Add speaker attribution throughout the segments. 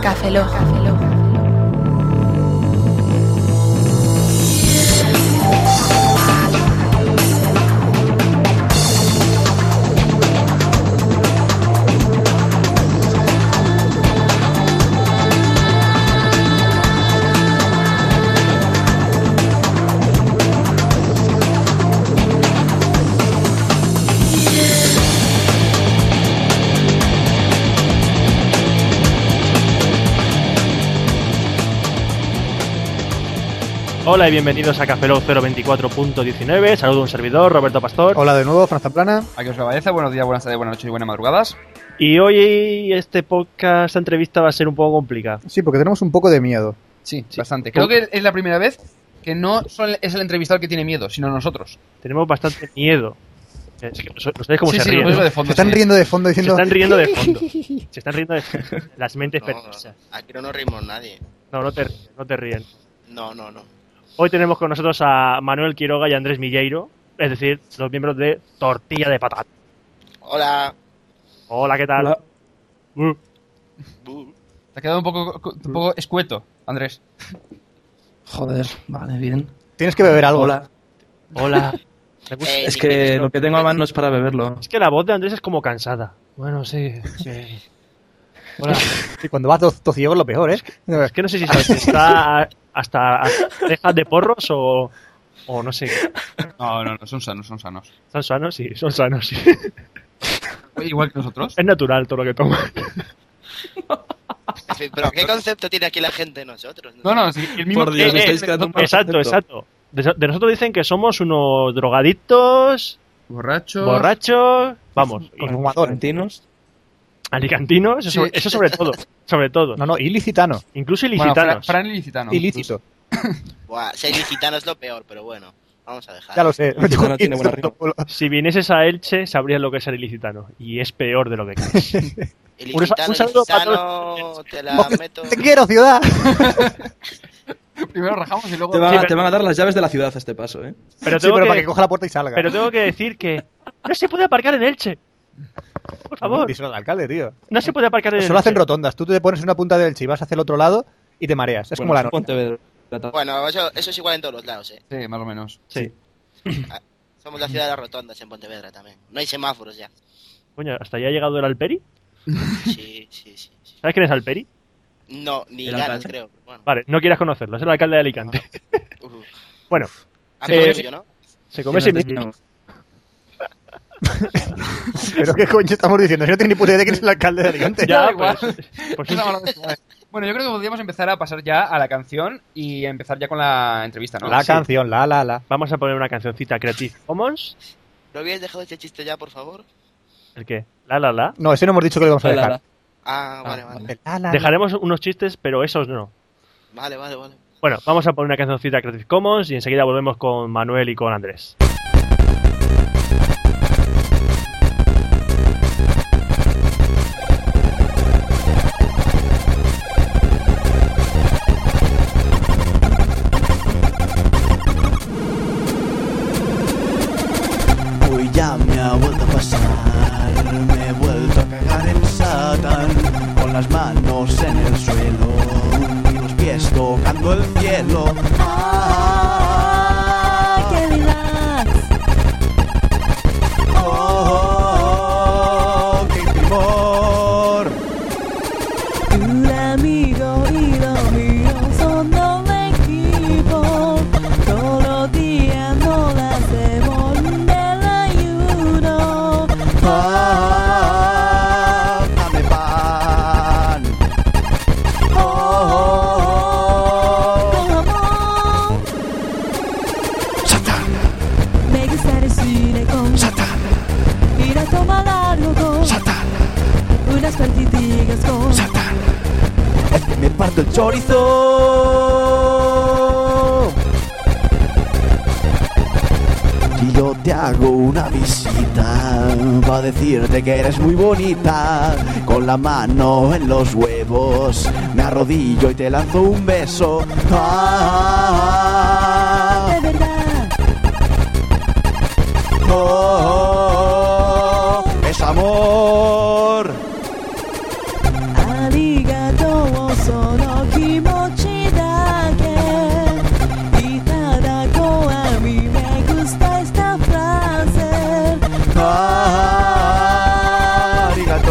Speaker 1: Café Lock.
Speaker 2: Hola y bienvenidos a Café Lock 024.19. Saludo a un servidor, Roberto Pastor.
Speaker 3: Hola de nuevo, Franza Plana.
Speaker 4: Aquí os Valladeza, buenos días, buenas tardes, buenas noches y buenas madrugadas.
Speaker 2: Y hoy este podcast, esta entrevista va a ser un poco complicada.
Speaker 3: Sí, porque tenemos un poco de miedo.
Speaker 4: Sí, bastante. Creo que es la primera vez que no solo es el entrevistado el que tiene miedo, sino nosotros.
Speaker 2: Tenemos bastante miedo. Es que no so- no sabéis cómo
Speaker 4: sí,
Speaker 2: se
Speaker 4: sí,
Speaker 2: ríen.
Speaker 4: lo veo
Speaker 2: ¿no?
Speaker 4: de fondo.
Speaker 3: Se están
Speaker 4: sí.
Speaker 3: riendo de fondo
Speaker 2: Se
Speaker 3: diciendo...
Speaker 2: están riendo de fondo. Se están riendo de fondo. Las mentes
Speaker 5: No,
Speaker 2: perversas.
Speaker 5: aquí no nos rimos nadie.
Speaker 2: No, no te, ríen, no te ríen.
Speaker 5: No, no, no.
Speaker 2: Hoy tenemos con nosotros a Manuel Quiroga y a Andrés Milleiro, es decir, los miembros de Tortilla de Patata.
Speaker 5: Hola.
Speaker 2: Hola, ¿qué tal?
Speaker 6: Hola.
Speaker 2: Uh,
Speaker 5: Bu.
Speaker 4: Te ha quedado un poco, un poco escueto, Andrés.
Speaker 6: Joder, vale, bien.
Speaker 3: Tienes que beber algo.
Speaker 6: Hola.
Speaker 2: hola. Me gusta-
Speaker 5: Eh,
Speaker 6: Es que lo que tengo a mano no es para beberlo.
Speaker 2: Es que la voz de Andrés es como cansada. Bueno, sí. sí. Hola.
Speaker 3: Sí, cuando vas dos tociegos lo peor, ¿eh?
Speaker 2: Es que no sé si sabes, está hasta cejas de porros o, o no sé.
Speaker 4: No, no, no, son sanos, son sanos.
Speaker 2: ¿Son sanos? Sí, son sanos. sí.
Speaker 4: Oye, Igual que nosotros.
Speaker 2: Es natural todo lo que toman.
Speaker 5: Pero ¿qué concepto tiene aquí la gente de nosotros?
Speaker 4: No, no, sí, el mismo.
Speaker 6: Por Dios,
Speaker 2: eh,
Speaker 6: estáis creando un mal
Speaker 2: Exacto,
Speaker 6: concepto.
Speaker 2: exacto. De de nosotros dicen que somos unos drogadictos,
Speaker 4: Borracho.
Speaker 2: borrachos, vamos, y
Speaker 3: Fumador.
Speaker 6: Argentinos.
Speaker 2: alicantinos, eso,
Speaker 4: Sí.
Speaker 2: eso sobre todo, sobre todo.
Speaker 3: No, no, ilicitano.
Speaker 2: Incluso
Speaker 4: Bueno, Fran,
Speaker 2: ilicitanos.
Speaker 4: Fran ilicitano.
Speaker 3: Ilícito.
Speaker 5: Buah, ser gitano es lo peor, pero bueno. Vamos a dejar.
Speaker 3: Ya lo sé.
Speaker 6: Ilicitano tiene buena rima.
Speaker 2: Si vinieses a Elche, sabrías lo que es ser ilicitano. Y es peor de lo que crees.
Speaker 5: El
Speaker 2: un sa-
Speaker 5: gitano,
Speaker 2: un
Speaker 5: el
Speaker 2: saludo para
Speaker 5: gitano, te la meto.
Speaker 3: Te quiero, ciudad.
Speaker 4: Primero rajamos y luego.
Speaker 6: Te, van
Speaker 2: Sí,
Speaker 6: a-
Speaker 2: pero-
Speaker 6: te van a dar las llaves de la ciudad a este paso, ¿eh?
Speaker 2: Pero
Speaker 3: sí,
Speaker 2: tengo,
Speaker 3: pero para
Speaker 2: que,
Speaker 3: que coja la puerta y salga.
Speaker 2: pero tengo que decir que no se puede aparcar en Elche. Por favor,
Speaker 3: Díselo al alcalde, tío.
Speaker 2: no se puede aparcar en Elche.
Speaker 3: Solo hacen rotondas. Tú te pones en una punta del chi, vas hacia el otro lado y te mareas. Es
Speaker 6: Bueno,
Speaker 3: como la
Speaker 6: eso
Speaker 3: norma.
Speaker 6: Pontevedra. Plata.
Speaker 5: Bueno, eso, eso es igual en todos los lados, ¿eh?
Speaker 4: Sí, más o menos.
Speaker 2: Sí.
Speaker 5: Somos la ciudad de las rotondas en Pontevedra también. No hay semáforos ya.
Speaker 2: Coño, hasta allá ha llegado el Alperi.
Speaker 5: Sí, sí, sí. sí.
Speaker 2: ¿Sabes quién es Alperi?
Speaker 5: No, ni
Speaker 6: El
Speaker 5: ganas,
Speaker 6: alcalde.
Speaker 5: creo. pero Bueno.
Speaker 2: Vale, no quieras conocerlo, es el alcalde de Alicante.
Speaker 3: Ah.
Speaker 5: Uh,
Speaker 2: Bueno,
Speaker 5: a
Speaker 2: Eh,
Speaker 5: ver, yo, ¿no?
Speaker 2: se come sin
Speaker 6: No.
Speaker 3: Pero qué coño estamos diciendo. Si no tienes ni puta idea de quién es el alcalde de Alicante.
Speaker 2: Ya,
Speaker 4: Da igual.
Speaker 2: pues, pues
Speaker 4: Esa mala vez. Bueno, yo creo que podríamos empezar a pasar ya a la canción y empezar ya con la entrevista, ¿no?
Speaker 3: La
Speaker 4: Sí.
Speaker 3: canción, la, la, la.
Speaker 2: vamos a poner una cancioncita Creative Commons.
Speaker 5: ¿No habíais dejado este chiste ya, por favor?
Speaker 2: ¿El qué? La, la, la.
Speaker 3: No, ese no hemos dicho que lo íbamos a
Speaker 6: Hola,
Speaker 3: dejar.
Speaker 6: hola.
Speaker 5: Ah,
Speaker 6: Ah,
Speaker 5: vale, vale.
Speaker 3: El la, la, la.
Speaker 2: Dejaremos unos chistes, pero esos no.
Speaker 5: Vale, vale, vale.
Speaker 2: Bueno, vamos a poner una cancioncita Creative Commons y enseguida volvemos con Manuel y con Andrés.
Speaker 7: Hoy ya me ha vuelto a pasar, me he vuelto a cagar en Satán, con las manos en el suelo y los pies tocando el cielo. ¡Ay, qué ¡Oh, oh, oh, qué primor!
Speaker 8: Un amigo y lo mío son un equipo. Todos los días nos hacemos un desayuno.
Speaker 7: ¡Ah, dame pan! ¡Oh, oh, oh!
Speaker 8: Como
Speaker 7: Satán,
Speaker 8: me gusta el cine con
Speaker 7: Satán,
Speaker 8: ir a tomar algo con
Speaker 7: Satán,
Speaker 8: unas partiditas con
Speaker 7: Satán. Es que me parto el chorizo. Y yo te hago una visita para decirte que eres muy bonita. Con la mano en los huevos me arrodillo y te lanzo un beso. Ah,
Speaker 8: de verdad.
Speaker 7: oh, oh, oh, es oh. amor.
Speaker 8: Arigato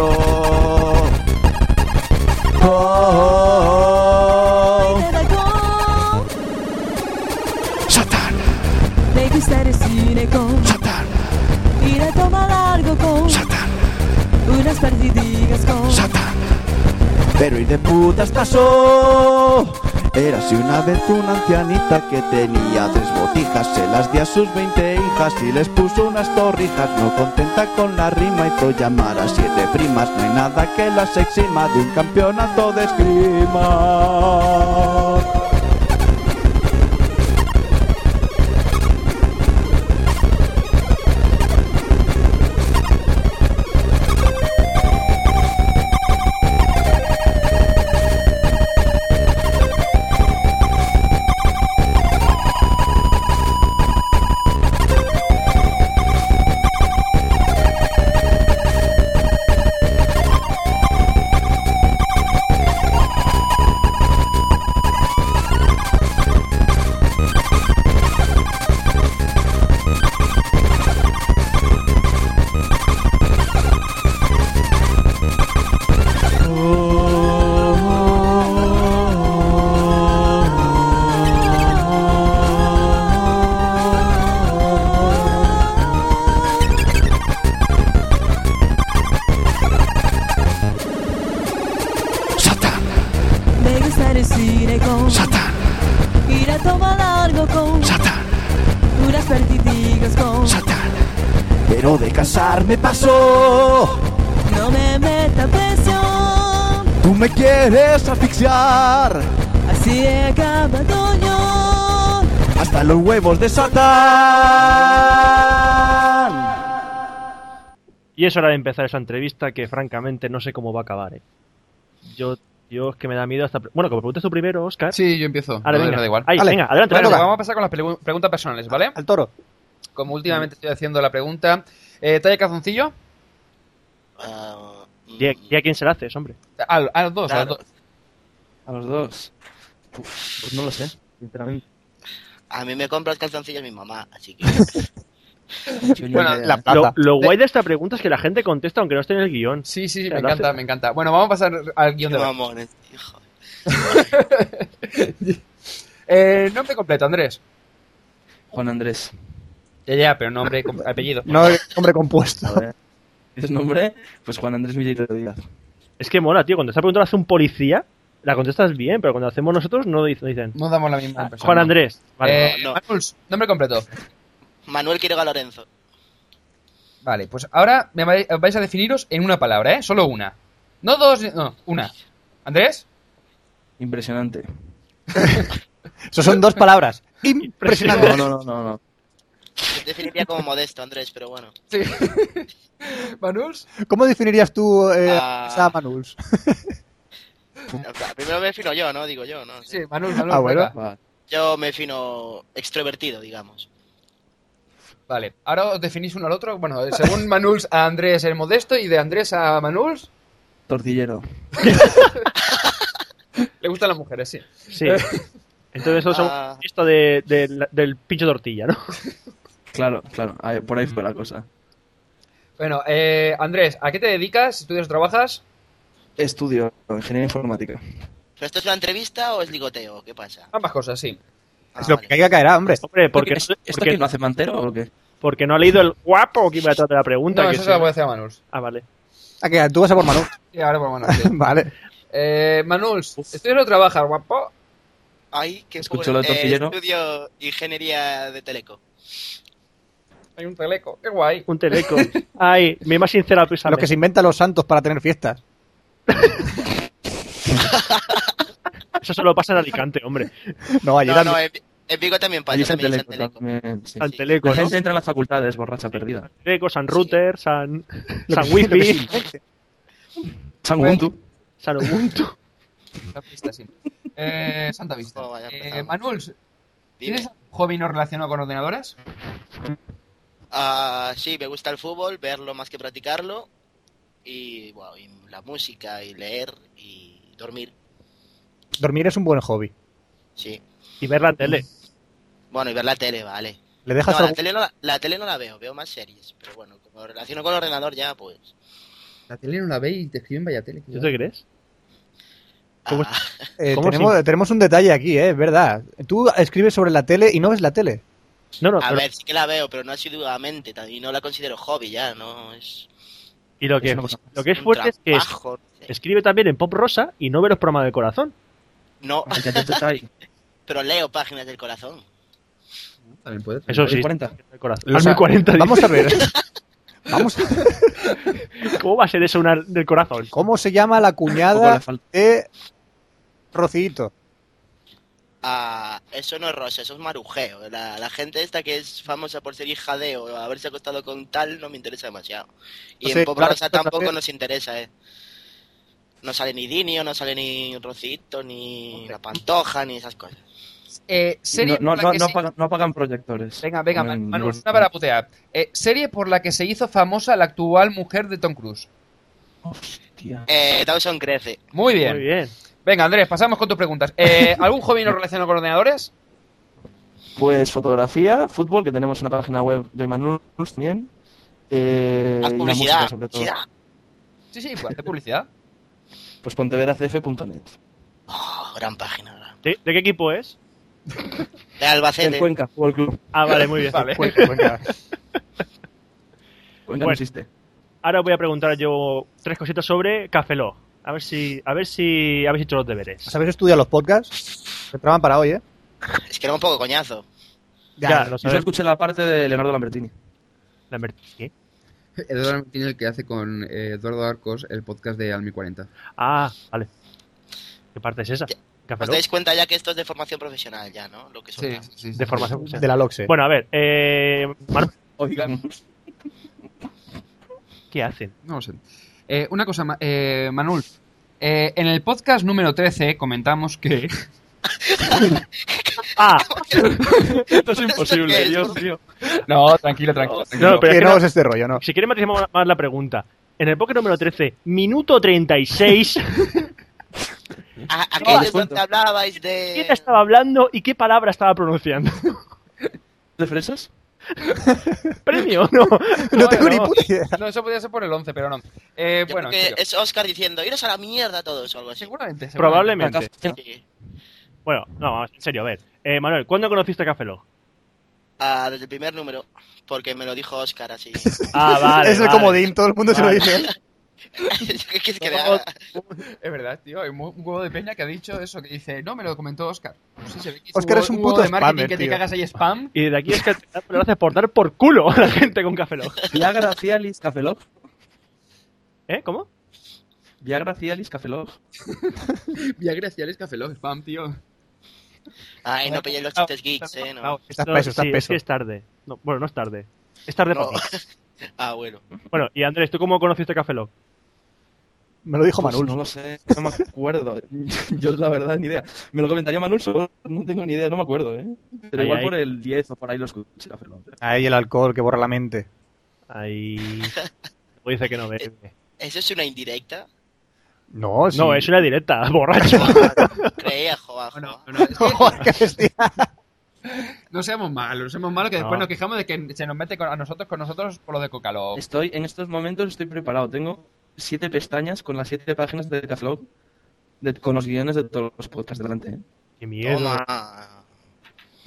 Speaker 7: Oh, pero ir de putas pasó. Érase una vez una ancianita que tenía tres botijas, se las dio a sus 20 hijas y les puso unas torrijas, no contenta con la rima y pro llamar a siete primas, no hay nada que las exima de un campeonato de esgrima. Satán,
Speaker 8: Me gusta el cine con
Speaker 7: Satán,
Speaker 8: ir a tomar algo con
Speaker 7: Satán,
Speaker 8: unas partidigas con
Speaker 7: Satán. Pero de casar me pasó.
Speaker 8: no me meta presión.
Speaker 7: Tú me quieres asfixiar
Speaker 8: Así acaba el otoño.
Speaker 7: hasta los huevos de Satán.
Speaker 2: Y es hora de empezar esa entrevista que francamente no sé cómo va a acabar. ¿eh? Yo, yo es que me da miedo hasta... pre- Bueno, como preguntes tú primero, Oscar.
Speaker 4: Sí, yo empiezo.
Speaker 2: Ahora,
Speaker 4: No,
Speaker 2: venga.
Speaker 4: no da igual.
Speaker 2: Ahí,
Speaker 3: Vale.
Speaker 2: venga, adelante.
Speaker 4: Bueno,
Speaker 2: venga.
Speaker 4: vamos a pasar con las pregu- preguntas personales, ¿vale?
Speaker 3: Al toro.
Speaker 4: Como últimamente estoy haciendo la pregunta. Eh, ¿Talla calzoncillo?
Speaker 5: Ah, mm,
Speaker 2: Di a- di a quién se la haces, hombre.
Speaker 4: A, a los dos, a
Speaker 5: Claro.
Speaker 4: los dos.
Speaker 6: A los dos. Uf, pues no lo sé, sinceramente.
Speaker 5: A mí me compra los calzoncillos mi mamá, así que.
Speaker 4: Bueno, la
Speaker 2: Lo,
Speaker 4: plata.
Speaker 2: lo
Speaker 4: De-
Speaker 2: guay de esta pregunta es que la gente contesta aunque no esté en el guión.
Speaker 4: Sí, sí, sí,
Speaker 2: La
Speaker 4: me
Speaker 2: hace-
Speaker 4: encanta, me encanta. Bueno, vamos a pasar al guión de hoy.
Speaker 5: Mamones, hijo.
Speaker 4: Eh, nombre completo, Andrés.
Speaker 6: Juan Andrés.
Speaker 4: Ya, ya, pero nombre, com- apellido.
Speaker 3: No es hombre compuesto.
Speaker 6: A ver. ¿Dices nombre? Pues Juan Andrés Milleiro Díaz.
Speaker 2: Es que mola, tío. Cuando esta pregunta la hace un policía, la contestas bien, pero cuando la hacemos nosotros no dic- no dicen.
Speaker 4: No damos la misma
Speaker 2: "Ah,
Speaker 4: impresión.
Speaker 2: Juan
Speaker 4: ¿no?
Speaker 2: Andrés. Vale.
Speaker 4: Eh,
Speaker 5: no, no.
Speaker 4: Manuls, nombre completo.
Speaker 5: Manuel Quiroga Lorenzo.
Speaker 4: Vale, pues ahora me vai- vais a definiros en una palabra, ¿eh? Solo una. No dos, no, una. ¿Andrés?
Speaker 6: Impresionante.
Speaker 3: Eso son dos palabras.
Speaker 2: Impresionante.
Speaker 6: No, no, no, no. no.
Speaker 5: Yo te definiría como modesto, Andrés, pero bueno.
Speaker 4: Sí. ¿Manuls?
Speaker 3: ¿Cómo definirías tú eh,
Speaker 5: Ah.
Speaker 3: a Manuls?
Speaker 5: Primero me defino yo, ¿no? Digo yo, ¿no?
Speaker 4: Sí, Manuls, Manuls.
Speaker 3: Ah, bueno.
Speaker 4: venga.
Speaker 6: Va.
Speaker 5: Yo me defino extrovertido, digamos.
Speaker 4: Vale, ahora os definís uno al otro. Bueno, eh, según Manuls a Andrés el modesto y de Andrés a Manuls,
Speaker 6: Tortillero.
Speaker 4: le gustan las mujeres, sí.
Speaker 2: Sí. Entonces eso es
Speaker 5: Ah.
Speaker 2: un esto de, de la- del pincho de tortilla, ¿no?
Speaker 6: Claro, claro. Ahí- por ahí fue la cosa.
Speaker 4: Bueno, eh, Andrés, ¿a qué te dedicas? ¿Estudias o trabajas?
Speaker 6: Estudio ingeniería informática.
Speaker 5: ¿Pero esto es una entrevista o es ligoteo? ¿Qué pasa?
Speaker 4: Ambas cosas, sí.
Speaker 5: Ah,
Speaker 3: es lo que
Speaker 5: vale.
Speaker 3: caiga caerá,
Speaker 4: Pues,
Speaker 3: hombre.
Speaker 2: Hombre, porque,
Speaker 6: ¿Esto,
Speaker 2: no-
Speaker 6: esto
Speaker 2: porque,
Speaker 6: quién lo hace Mantero o qué?
Speaker 2: porque no ha leído el guapo que iba detrás de la pregunta.
Speaker 4: No,
Speaker 2: que
Speaker 4: eso
Speaker 2: sí.
Speaker 4: se lo voy a decir a Manuls.
Speaker 2: Ah, vale.
Speaker 3: Ah, que tú vas a por Manuls.
Speaker 4: Y ahora por Manuls. sí.
Speaker 3: vale.
Speaker 4: Eh, Manuls, ¿estudias o trabajas, guapo?
Speaker 5: Ay, qué
Speaker 6: Escucho
Speaker 5: bueno. Eh,
Speaker 6: lo de tortillero.
Speaker 5: estudio ingeniería de teleco.
Speaker 4: Hay un teleco, qué guay.
Speaker 2: Un teleco. Ay, mi más sincera pisa.
Speaker 3: Los que se inventan los santos para tener fiestas.
Speaker 2: Eso solo pasa en Alicante, hombre.
Speaker 3: No, allí
Speaker 5: No,
Speaker 3: Ah, también.
Speaker 5: no, en, en Vigo también pasa.
Speaker 6: Allí se
Speaker 5: también dicen
Speaker 6: teleco, también, sí.
Speaker 2: San
Speaker 5: Sí.
Speaker 2: Teleco,
Speaker 6: La
Speaker 2: ¿no?
Speaker 6: gente entra en las facultades borracha perdida.
Speaker 2: Teleco, San Router, San,
Speaker 3: Lo
Speaker 2: San
Speaker 3: que- lo que
Speaker 2: Wifi,
Speaker 3: se invente.
Speaker 6: San Ubuntu.
Speaker 2: San Ubuntu.
Speaker 4: Santa Vista, sí. Eh, Santa Vista.
Speaker 5: Oh, vaya,
Speaker 4: Eh,
Speaker 5: empezamos.
Speaker 4: Manuls,
Speaker 5: Dime.
Speaker 4: ¿tienes un hobby no relacionado con ordenadores?
Speaker 5: Ah, sí, me gusta el fútbol, verlo más que practicarlo. Y, bueno, y la música, y leer, y dormir.
Speaker 3: Dormir es un buen hobby.
Speaker 5: Sí.
Speaker 2: Y ver la tele.
Speaker 5: Bueno, y ver la tele, vale.
Speaker 3: ¿Le
Speaker 5: No,
Speaker 3: dejas
Speaker 5: la,
Speaker 3: algún-
Speaker 5: tele no la, la tele no la veo, veo más series. Pero bueno, como relaciono con el ordenador ya, pues.
Speaker 4: La tele no la ve y te escriben vaya tele.
Speaker 2: ¿Tú te crees? ¿Cómo
Speaker 5: ah,
Speaker 3: Eh,
Speaker 2: ¿Cómo
Speaker 3: tenemos, tenemos un detalle aquí, ¿eh? Es verdad. Tú escribes sobre la tele y no ves la tele.
Speaker 2: No, no,
Speaker 5: a
Speaker 2: pero-
Speaker 5: ver, sí que la veo, pero no asiduamente. tam- Y no la considero hobby ya, no es.
Speaker 2: Y lo que,
Speaker 6: Es una cosa más.
Speaker 2: lo que es
Speaker 5: Un
Speaker 2: fuerte es que es-
Speaker 5: trabajo.
Speaker 2: escribe también en Pop Rosa y no ve los programas del corazón.
Speaker 5: No,
Speaker 6: Ay, ya, ya, ya, ya, ahí.
Speaker 5: pero leo páginas del corazón.
Speaker 4: También puede.
Speaker 2: Eso
Speaker 6: Al
Speaker 2: sí.
Speaker 6: 40.
Speaker 2: Del corazón.
Speaker 3: O
Speaker 2: Al
Speaker 3: sea,
Speaker 2: 1040, dice.
Speaker 3: Vamos a ver. Vamos a ver.
Speaker 2: ¿Cómo va a ser eso una del corazón?
Speaker 3: ¿Cómo se llama la
Speaker 6: Poco le
Speaker 3: cuñada
Speaker 6: falta.
Speaker 3: de Rocito?
Speaker 5: Ah, eso no es rosa, eso es marujeo. La, la gente esta que es famosa por ser hija de o haberse acostado con tal no me interesa demasiado. Y
Speaker 3: No
Speaker 5: en
Speaker 3: sé,
Speaker 5: Pop
Speaker 3: claro,
Speaker 5: Rosa
Speaker 3: esto
Speaker 5: tampoco
Speaker 3: también.
Speaker 5: nos interesa, eh. No sale ni Dinio, no sale ni Rocito, ni la Pantoja, ni esas cosas.
Speaker 4: Eh, serie
Speaker 6: No,
Speaker 4: por la
Speaker 6: no, no,
Speaker 4: que
Speaker 6: no
Speaker 4: se-
Speaker 6: apagan, no apagan proyectores. Mm,
Speaker 4: Venga, venga,
Speaker 6: No,
Speaker 4: Man-
Speaker 6: no,
Speaker 4: Manu,
Speaker 6: no.
Speaker 4: una para putear. Eh, serie por la que se hizo famosa la actual mujer de Tom Cruise.
Speaker 6: Hostia.
Speaker 5: Eh, Dawson crece.
Speaker 4: Muy bien.
Speaker 2: Muy bien.
Speaker 4: Venga, Andrés, pasamos con tus preguntas. Eh, ¿Algún hobby no relacionado con ordenadores?
Speaker 6: Pues fotografía, fútbol, que tenemos una página web, Joy Manuals también. Eh,
Speaker 5: Haz
Speaker 6: y la
Speaker 5: publicidad.
Speaker 6: música, sobre todo.
Speaker 5: publicidad.
Speaker 4: Sí, sí, pues, de publicidad.
Speaker 6: Pues ponteveracf.net.
Speaker 5: Oh, gran página. gran.
Speaker 2: ¿De, de qué equipo es?
Speaker 5: De
Speaker 6: El
Speaker 5: Albacete.
Speaker 6: Cuenca Fútbol Club.
Speaker 2: Ah, vale, muy bien.
Speaker 4: Vale.
Speaker 3: Cuenca, Cuenca.
Speaker 6: Cuenca
Speaker 2: Bueno.
Speaker 6: no existe.
Speaker 2: Ahora voy a preguntar yo tres cositas sobre Cafeló. A ver si, a ver si habéis hecho los deberes.
Speaker 3: ¿Sabéis estudiar los podcasts? Me traban para hoy, ¿eh?
Speaker 5: Es que era un poco coñazo.
Speaker 2: Ya, lo
Speaker 6: Yo solo
Speaker 2: sabéis.
Speaker 6: escuché la parte de Leonardo Lambertini.
Speaker 2: Lambert, ¿qué?
Speaker 1: Eduardo tiene el que hace con eh, Eduardo Arcos el podcast de Almi 40.
Speaker 2: Ah, vale. ¿Qué parte es esa?
Speaker 5: Os
Speaker 2: Cafeló.
Speaker 5: dais cuenta ya que esto es de formación profesional, ya, ¿no? Lo que son.
Speaker 4: Sí, sí, sí.
Speaker 2: De formación. o sea.
Speaker 3: De la Loxe.
Speaker 2: Bueno, a ver. Eh, Manu,
Speaker 6: Oigamos.
Speaker 2: ¿Qué hacen?
Speaker 1: No lo sé. Yo
Speaker 4: Eh, una cosa, Ma- eh, Manul. Eh, en el podcast número 13 comentamos que...
Speaker 2: Ah,
Speaker 6: Esto es
Speaker 5: ¿Qué
Speaker 6: imposible,
Speaker 5: es?
Speaker 6: Dios mío.
Speaker 4: No, tranquilo, tranquilo. tranquilo.
Speaker 2: no, pero es
Speaker 3: que
Speaker 2: que
Speaker 3: no
Speaker 2: no-
Speaker 3: es este rollo, no.
Speaker 2: si quieres matizamos más la pregunta. En el poker número 13, minuto 36,
Speaker 5: A- aquello
Speaker 6: les cuento.
Speaker 5: donde hablabais de.
Speaker 2: ¿quién estaba hablando y qué palabra estaba pronunciando?
Speaker 6: ¿De fresas?
Speaker 2: ¿Premio? No.
Speaker 3: No tengo ni
Speaker 4: no.
Speaker 3: puta idea.
Speaker 4: No, eso podía ser por el 11, pero no. Eh,
Speaker 5: Yo
Speaker 4: bueno,
Speaker 5: creo que
Speaker 4: en serio.
Speaker 5: es Oscar diciendo, iros a la mierda todos o algo así.
Speaker 4: seguramente, seguramente.
Speaker 2: Probablemente.
Speaker 5: Sí.
Speaker 2: Bueno, no, en serio, a ver. Eh, Manuel, ¿cuándo conociste a Cafeló?
Speaker 5: Ah, desde el primer número, porque me lo dijo Oscar así.
Speaker 2: Ah, vale.
Speaker 3: es el
Speaker 2: vale.
Speaker 3: comodín, todo el mundo se lo
Speaker 2: Vale.
Speaker 3: dice.
Speaker 5: ¿Qué quieres que le haga?
Speaker 4: Es verdad, tío. Hay un un huevo de peña que ha dicho eso, que dice, no, me lo comentó Oscar. No sé, se ve que
Speaker 3: Óscar
Speaker 4: huevo-
Speaker 3: es un
Speaker 4: huevo
Speaker 3: puto
Speaker 4: de marketing
Speaker 3: spammer,
Speaker 4: que te
Speaker 3: tío.
Speaker 4: cagas ahí spam.
Speaker 2: Y desde aquí es que te das las gracias por dar por culo a la gente con Cafeló.
Speaker 6: Viagra Cialis Cafelog.
Speaker 2: ¿Eh? ¿Cómo?
Speaker 6: Viagra Cialis Cafelog.
Speaker 1: Viagra Cialis Café Lock, spam, tío.
Speaker 5: Ay, no pilléis los chistes geeks, eh. No.
Speaker 3: Estás
Speaker 2: No,
Speaker 3: peso, estás
Speaker 2: sí, es
Speaker 3: peso.
Speaker 2: que es tarde. No, bueno, no es tarde. Es tarde
Speaker 5: No.
Speaker 2: para ti.
Speaker 5: Ah, bueno.
Speaker 2: Bueno, y Andrés, ¿tú cómo conociste a Cafeló?
Speaker 3: Me lo dijo
Speaker 6: Pues
Speaker 3: Manul.
Speaker 6: No lo sé, no me acuerdo. Yo la verdad ni idea. Me lo comentaría Manul, solo no tengo ni idea, no me acuerdo, ¿eh? Pero
Speaker 2: Ahí,
Speaker 6: igual
Speaker 2: ahí.
Speaker 6: por el 10 o por ahí lo escuché. Cafelog.
Speaker 3: Ahí el alcohol que borra la mente.
Speaker 2: Ahí. O dice que no ve.
Speaker 5: ¿Eso es una indirecta?
Speaker 3: No, Oh, sí.
Speaker 2: No, es una directa, borracho.
Speaker 5: Creía, joa, joa.
Speaker 1: No, no, es que
Speaker 3: Joder, qué bestia.
Speaker 1: no seamos malos, no seamos malos que después
Speaker 2: No.
Speaker 1: nos quejamos de que
Speaker 4: Que se nos mete con, a nosotros con nosotros por lo de Cocalo.
Speaker 3: Oh.
Speaker 6: Estoy, en estos momentos estoy preparado. Tengo siete pestañas con las siete páginas de Cafelog, de- con los guiones de todos los podcasts delante. ¿eh?
Speaker 2: Qué miedo.
Speaker 5: Toma.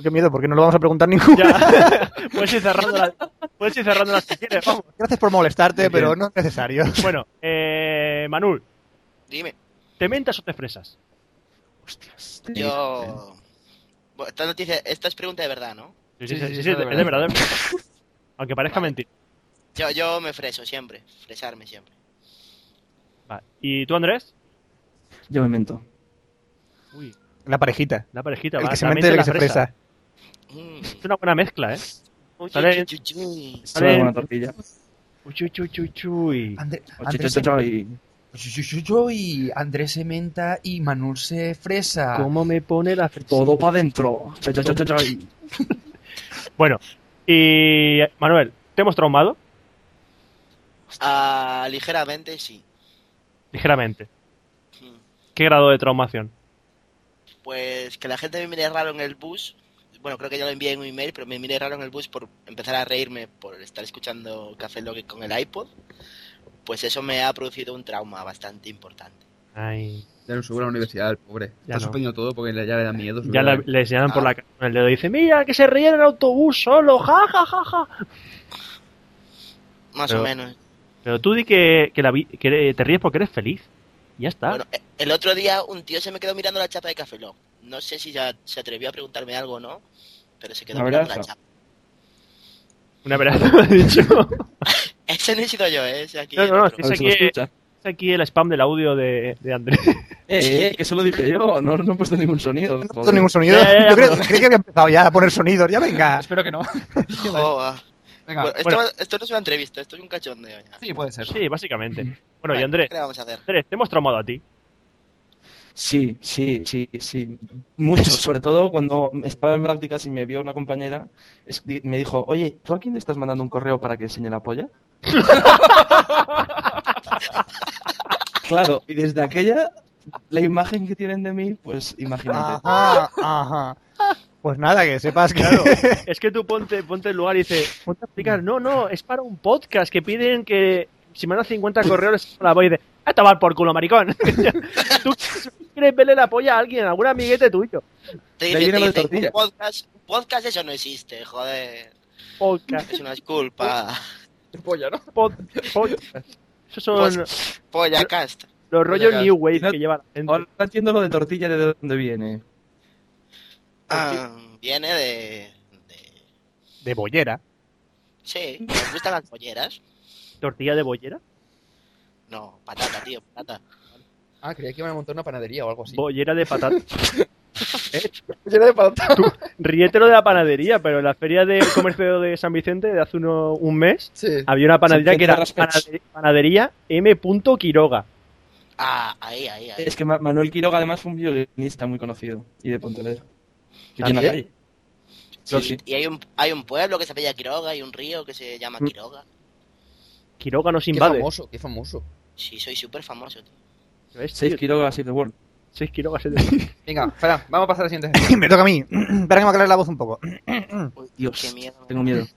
Speaker 3: Qué miedo, porque no lo vamos a preguntar ninguno.
Speaker 2: Ya. Puedes ir cerrando las, puedes ir cerrando las que quieres, vamos.
Speaker 3: Gracias por molestarte, pero no es necesario.
Speaker 2: Bueno, eh, Manul,
Speaker 5: Dime,
Speaker 2: ¿te mentas o te fresas?
Speaker 6: Hostias.
Speaker 5: yo. Bueno, esta noticia, esta es pregunta de verdad, ¿no?
Speaker 2: Sí,
Speaker 4: sí, sí,
Speaker 2: es
Speaker 4: es
Speaker 2: de
Speaker 4: de
Speaker 2: es de verdad. Aunque parezca mentira.
Speaker 5: Yo, yo me freso siempre, fresarme siempre.
Speaker 2: Vale. ¿Y tú, Andrés?
Speaker 6: Yo me mento.
Speaker 2: Uy,
Speaker 3: La parejita.
Speaker 2: la parejita,
Speaker 3: El
Speaker 2: va,
Speaker 3: que se
Speaker 2: la
Speaker 3: mente y el que
Speaker 2: la
Speaker 3: se fresa.
Speaker 5: Mm.
Speaker 2: Es una buena mezcla, ¿eh?
Speaker 5: Uy,
Speaker 2: Sale-
Speaker 5: uy, uy, uy, uy.
Speaker 6: Esto es
Speaker 2: Vale.
Speaker 6: una tortilla.
Speaker 2: Uy, uy, uy, uy, uy.
Speaker 4: André-
Speaker 6: Ocho, ocho, ocho, y-
Speaker 4: Yo, yo, yo, y Andrés se menta y Manul se fresa.
Speaker 2: ¿Cómo me pone la fresa?
Speaker 6: Todo para adentro. Ocho, ocho, ocho, ocho, y-
Speaker 2: Bueno, y Manuel, ¿te hemos traumado?
Speaker 5: Ah, ligeramente sí.
Speaker 2: Ligeramente.
Speaker 5: Mm.
Speaker 2: ¿Qué grado de traumación?
Speaker 5: Pues que la gente me mire raro en el bus. Bueno, creo que ya lo envié en un email, pero me miré raro en el bus por empezar a reírme por estar escuchando Café Lock con el iPod. Pues eso me ha producido un trauma bastante importante.
Speaker 2: Ay,
Speaker 1: ya no sube a la universidad, el pobre.
Speaker 2: Ya
Speaker 1: Está
Speaker 2: no.
Speaker 1: suspendido todo porque le- ya le da miedo.
Speaker 2: ya la-
Speaker 1: la...
Speaker 2: le señalan por
Speaker 5: Ah.
Speaker 2: la cara con el dedo y dicen, mira, que se reía en el autobús solo, ja, ja, ja, ja.
Speaker 5: Más
Speaker 2: Pero-
Speaker 5: o menos.
Speaker 2: Pero tú di que, que la vi- que te ríes porque eres feliz. Ya está.
Speaker 5: Bueno, e- el otro día un tío se me quedó mirando la chapa de Café Lock. No sé si ya se atrevió a preguntarme algo o no, pero se quedó
Speaker 6: La
Speaker 5: mirando la
Speaker 6: verdad,
Speaker 5: chapa.
Speaker 2: Una verdad lo he dicho.
Speaker 5: Ese no he sido yo, ¿eh? Ese aquí.
Speaker 2: No,
Speaker 5: el
Speaker 2: no, no,
Speaker 5: otro.
Speaker 6: A ver si lo
Speaker 2: Aquí-
Speaker 6: escucha.
Speaker 2: Es aquí el spam del audio de, de Andrés.
Speaker 6: Eh, eh, que eso lo dije yo, no, no he puesto ningún sonido.
Speaker 3: No he puesto
Speaker 6: joder.
Speaker 3: ningún sonido.
Speaker 2: Ya, ya, ya,
Speaker 3: Yo creo,
Speaker 2: pero-
Speaker 3: creí que había empezado ya a poner sonidos. Ya venga.
Speaker 4: Espero que no.
Speaker 5: Joder.
Speaker 4: Venga,
Speaker 5: Bueno, esto,
Speaker 2: bueno.
Speaker 5: esto no es una entrevista, esto es un cachondeo. Ya.
Speaker 4: sí, puede ser.
Speaker 2: Sí, básicamente. Bueno, y
Speaker 5: Vale,
Speaker 2: Andrés,
Speaker 5: ¿Qué le vamos a hacer?
Speaker 2: Andrés, te hemos traumado a ti.
Speaker 6: Sí, sí, sí, sí. Mucho, sobre todo cuando estaba en prácticas y me vio una compañera, es- di- me dijo, oye, ¿tú a quién le estás mandando un correo para que enseñe la polla? Claro, y desde aquella, la imagen que tienen de mí, pues imagínate.
Speaker 3: Ajá, ajá. Pues nada, que sepas que.
Speaker 2: Claro. Es que tú ponte, ponte el lugar y dices, ponte a explicar. No, no, es para un podcast que piden que si mandas 50 correos les la voy y dices, a tomar por culo, maricón. tú quieres verle la polla a alguien, a algún amiguete tuyo.
Speaker 5: Te dicen,
Speaker 6: Le
Speaker 5: te
Speaker 6: lleno de
Speaker 5: dicen,
Speaker 6: tortilla.
Speaker 5: un podcast, un podcast eso no existe, joder.
Speaker 2: Podcast,
Speaker 5: Es una disculpa.
Speaker 4: Polla, ¿no?
Speaker 2: pod, podcast. Esos
Speaker 5: Pues,
Speaker 2: son
Speaker 5: Polla cast.
Speaker 2: los rollos
Speaker 4: Podcast.
Speaker 2: New Wave
Speaker 6: No-
Speaker 2: que lleva la gente.
Speaker 6: Ahora entiendo lo de tortilla de dónde viene.
Speaker 5: Ah, viene de, de-
Speaker 3: De bollera.
Speaker 5: Sí, ¿les gustan las polleras?
Speaker 2: ¿Tortilla de bollera?
Speaker 5: No, patata, tío, patata.
Speaker 4: Ah, creía que iban a montar una panadería o algo así.
Speaker 2: Bollera de patata.
Speaker 4: Llena de patata.
Speaker 2: Riételo de la panadería, pero en la feria de comercio de San Vicente de hace uno- un mes
Speaker 4: Sí.
Speaker 2: había una panadería
Speaker 6: Vicente
Speaker 2: que era
Speaker 6: Raspech.
Speaker 2: panade- panadería M. Quiroga.
Speaker 5: Ah, ahí, ahí, ahí.
Speaker 6: Es que Ma- Manuel Quiroga además fue un violinista muy conocido y de Pontevedra. Que
Speaker 2: ¿También?
Speaker 6: tiene la calle.
Speaker 5: Sí,
Speaker 6: sí.
Speaker 5: Y hay un, hay un pueblo que se apella Quiroga y un río que se llama
Speaker 6: Mm.
Speaker 5: Quiroga.
Speaker 2: Quiroga nos
Speaker 4: Qué
Speaker 2: invade.
Speaker 4: famoso, qué famoso.
Speaker 5: Sí, soy súper famoso, tío.
Speaker 2: ¿Ves, tío?
Speaker 6: Save Quiroga, Save the World.
Speaker 2: Seis Quiroga. siete-
Speaker 4: Venga, espera, vamos a pasar a la siguiente.
Speaker 3: Me toca a mí. Espera que me aclare la voz un poco.
Speaker 5: Uy,
Speaker 6: Mm. Dios,
Speaker 5: qué miedo.
Speaker 6: Tengo miedo.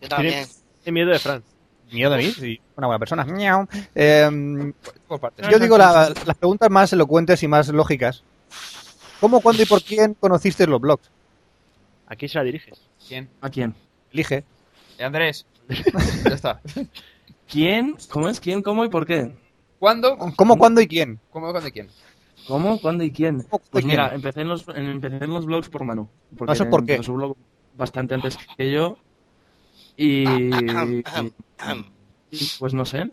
Speaker 5: Yo también.
Speaker 2: Qué miedo de Fran.
Speaker 3: Miedo de mí, sí. Una buena persona. Miau. Eh,
Speaker 4: Por partes.
Speaker 3: yo digo la- las preguntas más elocuentes y más lógicas. ¿Cómo, cuándo y por quién conociste los blogs?
Speaker 2: ¿A quién se la diriges?
Speaker 4: ¿Quién?
Speaker 6: ¿A quién?
Speaker 3: Elige.
Speaker 4: Eh, Andrés. ya está.
Speaker 6: ¿Quién? ¿Cómo es? ¿Quién? ¿Cómo y por qué?
Speaker 4: ¿Cuándo?
Speaker 3: ¿Cómo, cuándo y quién?
Speaker 4: ¿Cómo, cuándo y quién?
Speaker 6: ¿Cómo? ¿Cuándo y quién?
Speaker 3: ¿Cómo, cuándo y
Speaker 6: Pues
Speaker 3: quién?
Speaker 6: mira, empecé en los, en- empecé en los blogs por Manu. porque
Speaker 3: No sé por qué.
Speaker 6: empezó su blog bastante antes que yo. Y, y-
Speaker 5: Mm.
Speaker 6: y, pues no sé.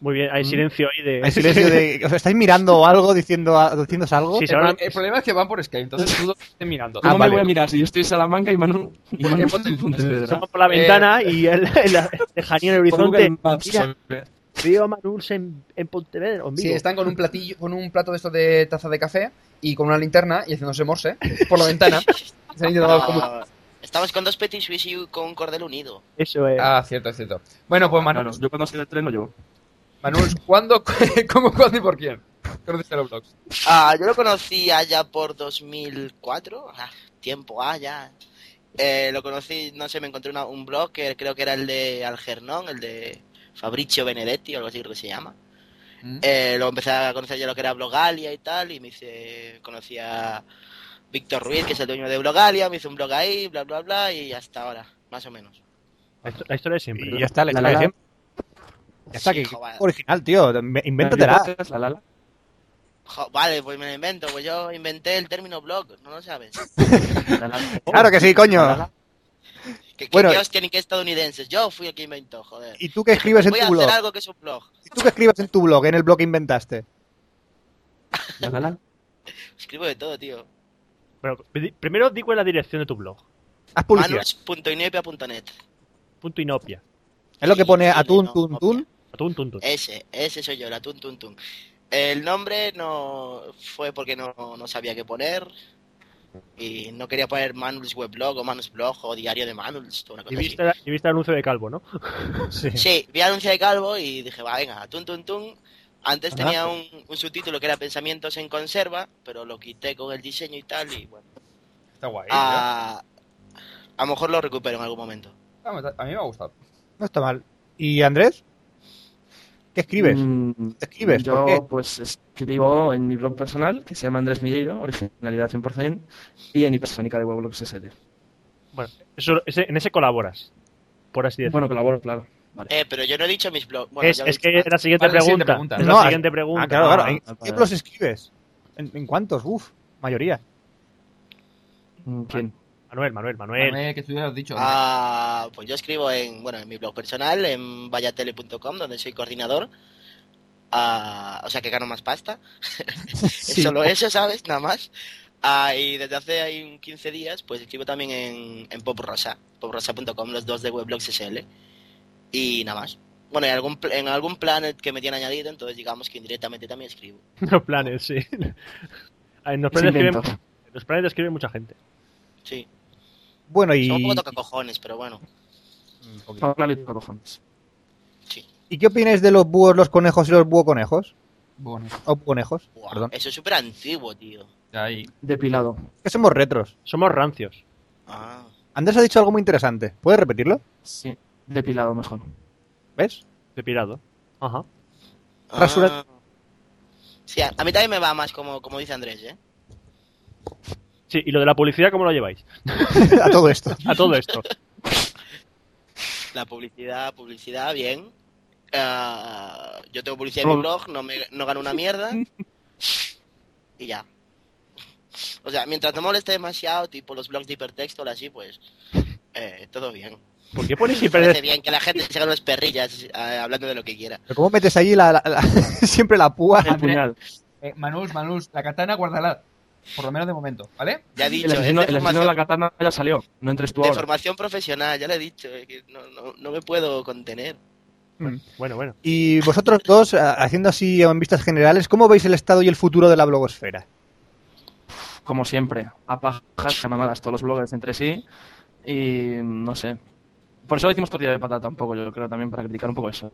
Speaker 2: Muy bien, hay
Speaker 6: Mm.
Speaker 2: silencio ahí de.
Speaker 3: Hay silencio de. ¿Os estáis mirando algo, diciendo, diciéndose algo?
Speaker 2: Sí,
Speaker 4: El,
Speaker 2: se van a- Ah,
Speaker 4: pro- el problema es que van por Skype, entonces tú estás mirando.
Speaker 6: ¿Cómo
Speaker 3: Ah, vale. Pues
Speaker 6: me voy a mirar si yo estoy en Salamanca y Manu, y Manu
Speaker 4: Por-
Speaker 6: está en Pontevedra?
Speaker 2: se van por la
Speaker 4: Eh,
Speaker 2: ventana y en la, en la lejanía en el
Speaker 6: Por Google
Speaker 2: horizonte.
Speaker 6: Maps,
Speaker 2: Mira,
Speaker 6: sobre-
Speaker 2: veo a Manuls en, en Pontevedra. o en
Speaker 4: Sí,
Speaker 2: Vigo.
Speaker 4: están con un platillo, con un plato de estos de taza de café y con una linterna y haciéndose morse por la ventana. Se han intentado como-
Speaker 5: Ah, Estamos con dos Petit Suisse y con un cordel unido.
Speaker 2: Eso es.
Speaker 4: Ah, cierto, cierto. Bueno, pues Manu,
Speaker 6: Claro, yo cuando estoy del tren lo llevo.
Speaker 4: Manuel, ¿cuándo, cómo, cuándo y por quién? Conociste los blogs.
Speaker 5: Ah, yo lo conocí allá por 2004, ah, tiempo allá. Eh, lo conocí, no sé, me encontré una- un blog que creo que era el de Algernon, el de Fabricio Benedetti o algo así creo que se llama.
Speaker 4: Mm.
Speaker 5: Eh, luego empecé a conocer ya lo que era Blogalia y tal, y me hice, conocí a Víctor Ruiz, que es el dueño de Blogalia, me hizo un blog ahí, bla, bla, bla, y hasta ahora, más o menos.
Speaker 2: La histo- la historia de siempre.
Speaker 3: Y ya está, la
Speaker 6: La
Speaker 3: historia
Speaker 6: Lala.
Speaker 3: de siempre. Ya está,
Speaker 5: Sí,
Speaker 3: que
Speaker 5: joder.
Speaker 3: original, tío. Inve- Invéntatela.
Speaker 6: Yo creo que es la Lala.
Speaker 5: Jo, vale, pues me lo invento, pues yo inventé el término blog, no lo sabes.
Speaker 6: La Lala.
Speaker 3: Claro que sí,
Speaker 6: La
Speaker 3: coño.
Speaker 6: Lala.
Speaker 5: Que, que
Speaker 3: Bueno.
Speaker 5: Dios tienen que estadounidenses, yo fui el que inventó, joder.
Speaker 3: ¿Y tú qué escribes en
Speaker 5: Voy a
Speaker 3: tu
Speaker 5: hacer
Speaker 3: blog?
Speaker 5: algo que es un blog.
Speaker 3: ¿Y tú qué escribes en tu blog, en el blog que inventaste?
Speaker 6: La Lala.
Speaker 5: Escribo de todo, tío.
Speaker 2: Pero pri- primero digo la dirección de tu blog.
Speaker 3: Haz publicidad.
Speaker 5: Manuels.inepia.net.
Speaker 2: Punto inopia.
Speaker 3: Es lo que pone
Speaker 5: Sí, sí,
Speaker 3: atún,
Speaker 5: no,
Speaker 3: tun,
Speaker 5: obvio.
Speaker 3: tun.
Speaker 2: Atún, tun,
Speaker 4: Eh,
Speaker 2: tun.
Speaker 5: Ese, ese soy yo, la Tun Tun Tun. El nombre no fue porque no, no sabía qué poner. Y no quería poner Manuels Weblog o Manuels Blog o Diario de Manuels. o Una
Speaker 2: Y
Speaker 4: pues
Speaker 5: cosa así.
Speaker 2: viste, la- y viste el anuncio de Calvo, ¿no?
Speaker 5: Sí, vi anuncio de Calvo y dije, va, venga, Tun Tun Tun. Antes tenía un, un subtítulo que era Pensamientos en conserva, pero lo quité con el diseño y tal. Y bueno,
Speaker 4: Está guay. ¿eh?
Speaker 5: a, a lo mejor lo recupero en algún momento.
Speaker 4: ¿no? Ah, A mí me ha gustado.
Speaker 3: No está mal. ¿Y Andrés? ¿Qué escribes?
Speaker 6: Mm,
Speaker 3: ¿Escribes?
Speaker 6: Yo,
Speaker 3: ¿Por qué?
Speaker 6: pues, escribo en mi blog personal, que se llama Andrés Milleiro, originalidad 100%, y en Hipersónica de Weblogs SL.
Speaker 2: Bueno, eso, ese- en ese colaboras. Por así decirlo.
Speaker 6: Bueno, colaboro, claro.
Speaker 5: Eh, pero yo no he dicho mis blogs. Bueno,
Speaker 2: es,
Speaker 5: ya lo he
Speaker 2: es
Speaker 5: dicho
Speaker 2: que es
Speaker 5: antes.
Speaker 2: la siguiente
Speaker 4: Vale, Ah, la siguiente
Speaker 2: pregunta.
Speaker 4: pregunta.
Speaker 2: Es
Speaker 3: No,
Speaker 2: la siguiente pregunta.
Speaker 3: Ah, claro, claro.
Speaker 6: Ah,
Speaker 3: ¿En
Speaker 6: vale,
Speaker 3: qué
Speaker 6: vale.
Speaker 3: los escribes? ¿En, en cuántos? Uf, mayoría.
Speaker 6: Mm, ¿Quién?
Speaker 2: Manuel, Manuel, Manuel.
Speaker 4: Manuel, que tú ya lo has dicho.
Speaker 5: Ah, pues yo escribo en, bueno, en mi blog personal, en vallatele.com, donde soy coordinador. Ah, o sea que gano más pasta.
Speaker 6: Sí.
Speaker 5: Solo eso, ¿sabes? Nada más. Ah, y desde hace ahí un 15 días, pues escribo también en, en Pop Rosa, poprosa.com, los dos de Weblogs SL. Y nada más. Bueno, en algún, pl- en algún planet que me tienen añadido, entonces digamos que indirectamente también escribo.
Speaker 2: Los planes, sí. Ay, Nos
Speaker 6: Es
Speaker 2: planes
Speaker 6: invento.
Speaker 2: escriben, los planes escriben mucha gente.
Speaker 5: Sí.
Speaker 3: Bueno, y,
Speaker 5: Son un poco toca cojones, pero bueno.
Speaker 6: Son analistas cojones.
Speaker 3: ¿y qué opináis de los búhos, los conejos y los búho-conejos?
Speaker 4: Bueno,
Speaker 3: O conejos,
Speaker 5: Buah, eh.
Speaker 3: perdón.
Speaker 5: Eso es súper antiguo, tío.
Speaker 4: ahí.
Speaker 6: Depilado.
Speaker 3: Que somos retros.
Speaker 2: Somos rancios.
Speaker 5: Ah.
Speaker 3: Andrés ha dicho algo muy interesante. ¿Puedes repetirlo?
Speaker 6: Sí. Depilado mejor.
Speaker 3: ¿Ves?
Speaker 2: Depilado. Ajá.
Speaker 3: Rasura-
Speaker 5: Ah. Sí, a, a mí también me va más como, como dice Andrés, ¿eh?
Speaker 2: Sí, y lo de la publicidad, ¿cómo lo lleváis?
Speaker 3: A todo esto.
Speaker 2: A todo esto.
Speaker 5: La publicidad, publicidad, bien. Ah, yo tengo publicidad en mi blog, no, me, no gano una mierda. Y ya. O sea, mientras no moleste demasiado, tipo los blogs de hipertexto, así, pues. eh, todo bien.
Speaker 2: ¿Por qué ponéis
Speaker 5: Me parece
Speaker 2: hiper...
Speaker 5: bien que la gente se haga unas perrillas eh, hablando de lo que quiera.
Speaker 3: Pero ¿Cómo metes ahí la, la- la- siempre la púa?
Speaker 6: El puñal.
Speaker 4: Eh, Manus, Manus, la katana, guárdala. Por lo menos de momento, ¿vale?
Speaker 5: Ya he dicho,
Speaker 6: el
Speaker 5: es
Speaker 6: asesino,
Speaker 5: de
Speaker 6: el asesino de la
Speaker 5: formación,
Speaker 6: katana ya salió. No entres tú
Speaker 5: de
Speaker 6: ahora.
Speaker 5: formación profesional, ya lo he dicho. eh, que no, no, no me puedo contener.
Speaker 2: Bueno, bueno.
Speaker 3: Y vosotros dos, a- haciendo así en vistas generales, ¿cómo veis el estado y el futuro de la blogosfera?
Speaker 6: Como siempre. A pajas y a mamadas todos los bloggers entre sí. Y no sé. Por eso decimos tortilla de patata un poco, yo creo, también para criticar un poco eso.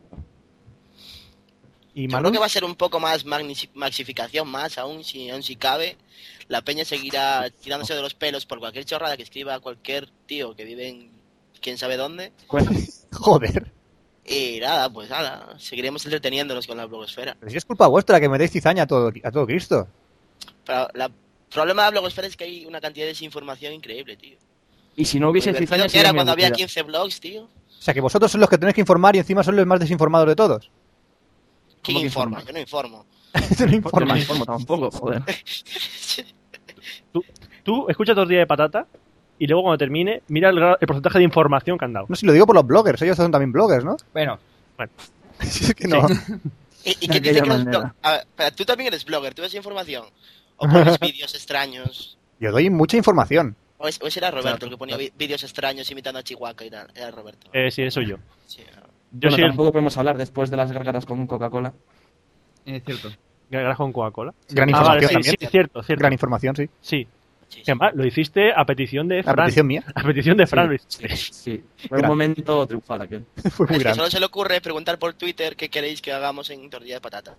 Speaker 3: ¿Y
Speaker 5: Yo creo
Speaker 3: Manu?
Speaker 5: que va a ser un poco más magnis- maxificación, más aún si, aún si cabe. La peña seguirá tirándose de los pelos por cualquier chorrada que escriba cualquier tío que vive en quién sabe dónde.
Speaker 6: Bueno,
Speaker 3: Joder.
Speaker 5: Y nada, pues nada, seguiremos entreteniéndonos con la blogosfera.
Speaker 3: Pero si es culpa vuestra que metéis cizaña a todo, a todo Cristo.
Speaker 5: Pero la- el problema de la blogosfera es que hay una cantidad de desinformación increíble, tío.
Speaker 6: y si no hubiese
Speaker 5: Lo divertido
Speaker 6: cizaña,
Speaker 5: Pues que era
Speaker 6: sería muy
Speaker 5: cuando había
Speaker 6: aburrida.
Speaker 5: 15 blogs, tío.
Speaker 3: O sea que vosotros son los que tenéis que informar y encima son los más desinformados de todos.
Speaker 5: ¿Quién
Speaker 6: ¿Cómo que
Speaker 5: informa?
Speaker 6: informa?
Speaker 5: Yo no informo.
Speaker 3: No
Speaker 6: Porque Pues no
Speaker 3: informáis.
Speaker 6: informo tampoco, joder.
Speaker 2: Tú escucha dos días de patata y luego cuando termine, mira el, gra- el porcentaje de información que han dado.
Speaker 3: No, si lo digo por los bloggers, ellos son también bloggers, ¿no?
Speaker 4: Bueno,
Speaker 3: Si es que no.
Speaker 5: ¿Y, y qué
Speaker 6: De
Speaker 5: dice
Speaker 6: aquella
Speaker 5: que los
Speaker 6: manera.
Speaker 5: blog- A ver, espera, tú también eres blogger, tú ves información. O pones vídeos extraños.
Speaker 3: Yo doy mucha información.
Speaker 5: O, es- o ese era Roberto el que ponía vi- vídeos extraños imitando a Chihuahua y tal. Era Roberto.
Speaker 2: Eh, sí, eso yo.
Speaker 5: Sí, no.
Speaker 2: Yo
Speaker 6: Bueno,
Speaker 2: soy el
Speaker 6: tampoco podemos hablar después de las gargaras con Coca-Cola.
Speaker 4: es eh, cierto.
Speaker 2: gargajo con Coca-Cola.
Speaker 3: Gran
Speaker 2: Ah,
Speaker 3: información
Speaker 2: vale, sí,
Speaker 3: también.
Speaker 2: sí, cierto, cierto.
Speaker 3: Gran información, sí.
Speaker 2: Sí.
Speaker 5: Sí,
Speaker 2: Que
Speaker 5: sí.
Speaker 2: además lo hiciste a petición de
Speaker 3: La
Speaker 2: Fran.
Speaker 3: petición mía
Speaker 2: A petición de Fran. lo
Speaker 6: Sí,
Speaker 2: hiciste.
Speaker 6: sí. Fue un
Speaker 3: Gran.
Speaker 6: momento triunfal aquel.
Speaker 3: fue muy
Speaker 5: Es que
Speaker 3: grande.
Speaker 5: solo se le ocurre preguntar por Twitter qué queréis que hagamos en tortilla de patata.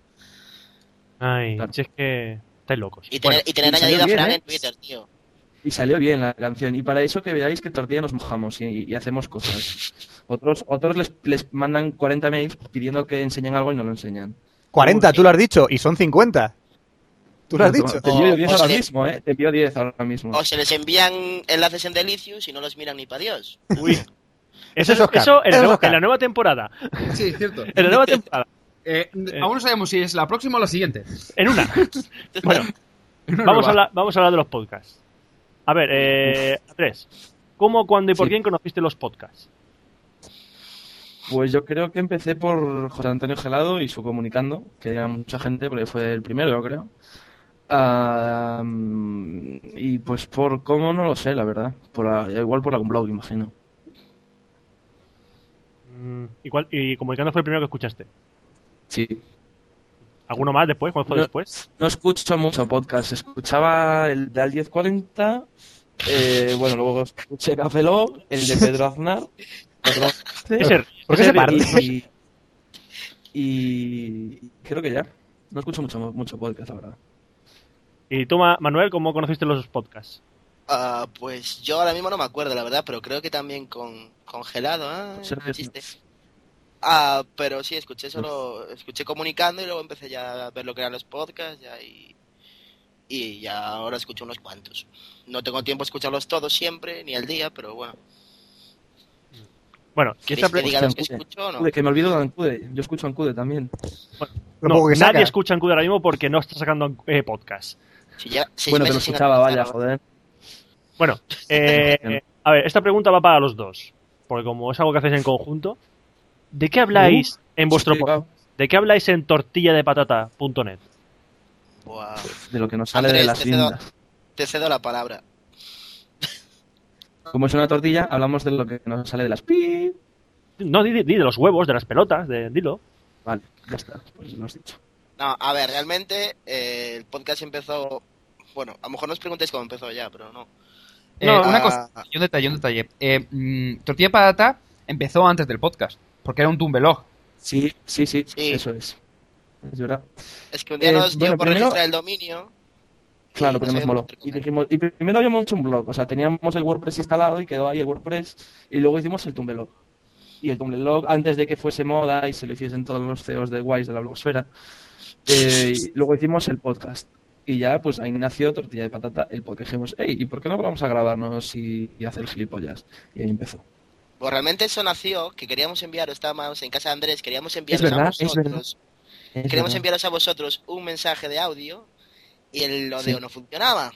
Speaker 2: Ay,
Speaker 6: Claro.
Speaker 2: si es que estáis locos.
Speaker 5: Y tener,
Speaker 2: Bueno,
Speaker 5: y tener
Speaker 6: y salió
Speaker 5: añadido a
Speaker 6: bien,
Speaker 5: Fran
Speaker 6: ¿eh?
Speaker 5: en Twitter, tío.
Speaker 6: Y salió bien la canción. Y para eso que veáis que tortilla nos mojamos y, y hacemos cosas. Otros, otros les, les mandan 40 mails pidiendo que enseñen algo y no lo enseñan.
Speaker 3: 40, tú lo has dicho, y son 50. Tú lo has
Speaker 6: Te-
Speaker 3: dicho. Oh, pues
Speaker 6: Te envío
Speaker 5: O-
Speaker 6: 10
Speaker 5: o
Speaker 6: ahora
Speaker 5: se-
Speaker 6: mismo, ¿eh? Te envío 10 ahora mismo.
Speaker 5: O se les envían enlaces en Delicious y no los miran ni para Dios.
Speaker 2: Eso,
Speaker 3: Eso es Oscar.
Speaker 2: eso
Speaker 3: Eso
Speaker 2: en, la
Speaker 3: es
Speaker 2: nueva-
Speaker 3: Oscar.
Speaker 2: en la nueva temporada.
Speaker 4: Sí, es cierto.
Speaker 2: En la nueva temporada.
Speaker 4: Eh, Aún no sabemos si es la próxima o la siguiente.
Speaker 2: En una. Bueno, vamos a, hablar, vamos a hablar de los podcasts. A ver, eh, Andrés, ¿cómo, cuándo y por
Speaker 6: Sí.
Speaker 2: quién conociste los podcasts?
Speaker 6: Pues yo creo que empecé por José Antonio Gelado y su comunicando, que era mucha gente, porque fue el primero, yo creo. Ah, mm, y pues por cómo no lo sé, la verdad. Por la- igual por algún blog, imagino.
Speaker 2: Mm, ¿Y, cuál, y comunicando fue el primero que escuchaste?
Speaker 6: Sí.
Speaker 2: ¿Alguno más después? ¿Cuál fue
Speaker 6: No.
Speaker 2: después?
Speaker 6: No escucho mucho podcast. Escuchaba el de al 1040. eh, bueno, luego escuché Café Lock, el de Pedro Aznar. Pedro
Speaker 2: Ese-
Speaker 3: ¿Por qué
Speaker 2: ese-
Speaker 3: se parte?
Speaker 6: y, y creo que ya. No escucho mucho, mucho podcast, la verdad.
Speaker 2: Y tú, Ma- Manuel, ¿cómo conociste los podcasts?
Speaker 5: Ah, pues yo ahora mismo no me acuerdo, la verdad, pero creo que también con congelado, ah,
Speaker 6: Ser que-
Speaker 5: chiste. Ah, pero sí, escuché solo, escuché comunicando y luego empecé ya a ver lo que eran los podcasts ya, y, y ya ahora escucho unos cuantos. No tengo tiempo de escucharlos todos siempre, ni al día, pero bueno.
Speaker 2: Bueno, que
Speaker 5: ¿Queréis
Speaker 2: esta
Speaker 5: que
Speaker 2: pre-
Speaker 5: diga los que
Speaker 6: Hostia,
Speaker 5: escucho o no?
Speaker 6: Ancude, que me olvido de Ancude. Yo escucho Ancude también.
Speaker 3: Lo
Speaker 2: no,
Speaker 3: poco que
Speaker 2: nadie
Speaker 3: saca.
Speaker 2: escucha Ancude ahora mismo porque no está sacando eh, podcast.
Speaker 5: Si ya- seis
Speaker 6: bueno, que lo
Speaker 5: meses sin
Speaker 6: escuchaba,
Speaker 5: alcanzar
Speaker 6: vaya,
Speaker 5: algo.
Speaker 6: joder.
Speaker 2: Bueno, eh, eh, a ver, esta pregunta va para los dos. Porque como es algo que hacéis en conjunto, ¿de qué
Speaker 3: Uh,
Speaker 2: habláis en vuestro
Speaker 6: Sí,
Speaker 2: podcast?
Speaker 6: va,
Speaker 2: ¿De qué habláis en tortilladepatata.net?
Speaker 5: Buah.
Speaker 6: De lo que nos sale
Speaker 5: Andrés,
Speaker 6: de las
Speaker 5: te cedo-
Speaker 6: tiendas.
Speaker 5: Te cedo la palabra.
Speaker 6: Como es una tortilla, hablamos de lo que nos sale de las pi.
Speaker 2: No, di, di- di de los huevos, de las pelotas, de, dilo.
Speaker 6: Vale, ya está. Pues lo has dicho.
Speaker 5: No, a ver, realmente eh, el podcast empezó. Bueno, a lo mejor no os preguntéis cómo empezó ya, pero no.
Speaker 4: Eh,
Speaker 2: No,
Speaker 4: una
Speaker 5: ah,
Speaker 4: cosa,
Speaker 5: ah.
Speaker 4: y un detalle, un detalle. Eh, mm, Tortilla Patata empezó antes del podcast, porque era un tumbelog.
Speaker 6: Sí, sí, sí,
Speaker 5: Sí.
Speaker 6: Eso es. Es verdad.
Speaker 5: Es que un día
Speaker 6: Eh,
Speaker 5: nos dio
Speaker 6: bueno,
Speaker 5: por
Speaker 6: primero-
Speaker 5: registrar el dominio.
Speaker 6: Claro,
Speaker 5: y
Speaker 6: porque
Speaker 5: no
Speaker 6: nos
Speaker 5: sabíamos
Speaker 6: moló.
Speaker 5: qué
Speaker 6: Y,
Speaker 5: hacer.
Speaker 6: dijimos, y primero habíamos hecho un blog, o sea, teníamos el WordPress instalado y quedó ahí el WordPress, y luego hicimos el Tumblr. Y el Tumblr, antes de que fuese moda y se lo hiciesen todos los CEOs de Wise de la blogosfera, eh, y luego hicimos el podcast. Y ya, pues ahí nació Tortilla de Patata, el podcast. Dijimos, hey, ¿y por qué no vamos a grabarnos y, y hacer gilipollas? Y ahí empezó.
Speaker 5: Pues realmente eso nació, que queríamos enviar, estábamos en casa de Andrés, queríamos enviaros
Speaker 6: verdad,
Speaker 5: a
Speaker 6: es verdad.
Speaker 5: vosotros.
Speaker 6: Es
Speaker 5: Queríamos
Speaker 6: verdad.
Speaker 5: enviaros a vosotros un mensaje de audio y el audio
Speaker 6: Sí.
Speaker 5: no funcionaba.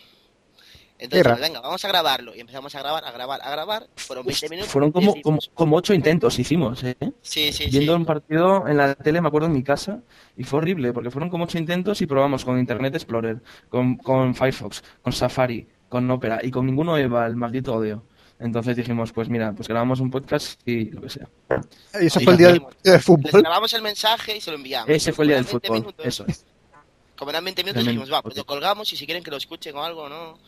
Speaker 5: Entonces,
Speaker 3: Tierra.
Speaker 5: pues, venga, vamos a grabarlo. Y empezamos a grabar, a grabar, a grabar. Fueron 20 minutos.
Speaker 6: Fueron como,
Speaker 5: y
Speaker 6: como,
Speaker 5: decimos,
Speaker 6: como ocho intentos hicimos, ¿eh?
Speaker 5: Sí, sí, sí.
Speaker 6: viendo un partido en la tele, me acuerdo en mi casa, y fue horrible, porque fueron como ocho intentos y probamos con Internet Explorer, con, con Firefox, con Safari, con Opera, y con ninguno iba el maldito odio. Entonces dijimos, pues mira, pues grabamos un podcast y lo que sea.
Speaker 3: Y eso
Speaker 5: Sí,
Speaker 3: fue el día
Speaker 5: lo
Speaker 3: del
Speaker 5: hicimos.
Speaker 3: partido de
Speaker 5: Les
Speaker 3: fútbol.
Speaker 5: grabamos el mensaje y se lo enviamos.
Speaker 6: Ese fue el día del
Speaker 5: Como eran 20
Speaker 6: fútbol,
Speaker 5: minutos,
Speaker 6: eso es.
Speaker 5: Como eran 20 minutos,
Speaker 6: Tremendo.
Speaker 5: dijimos, va, pues lo colgamos y si quieren que lo escuchen o algo, ¿no?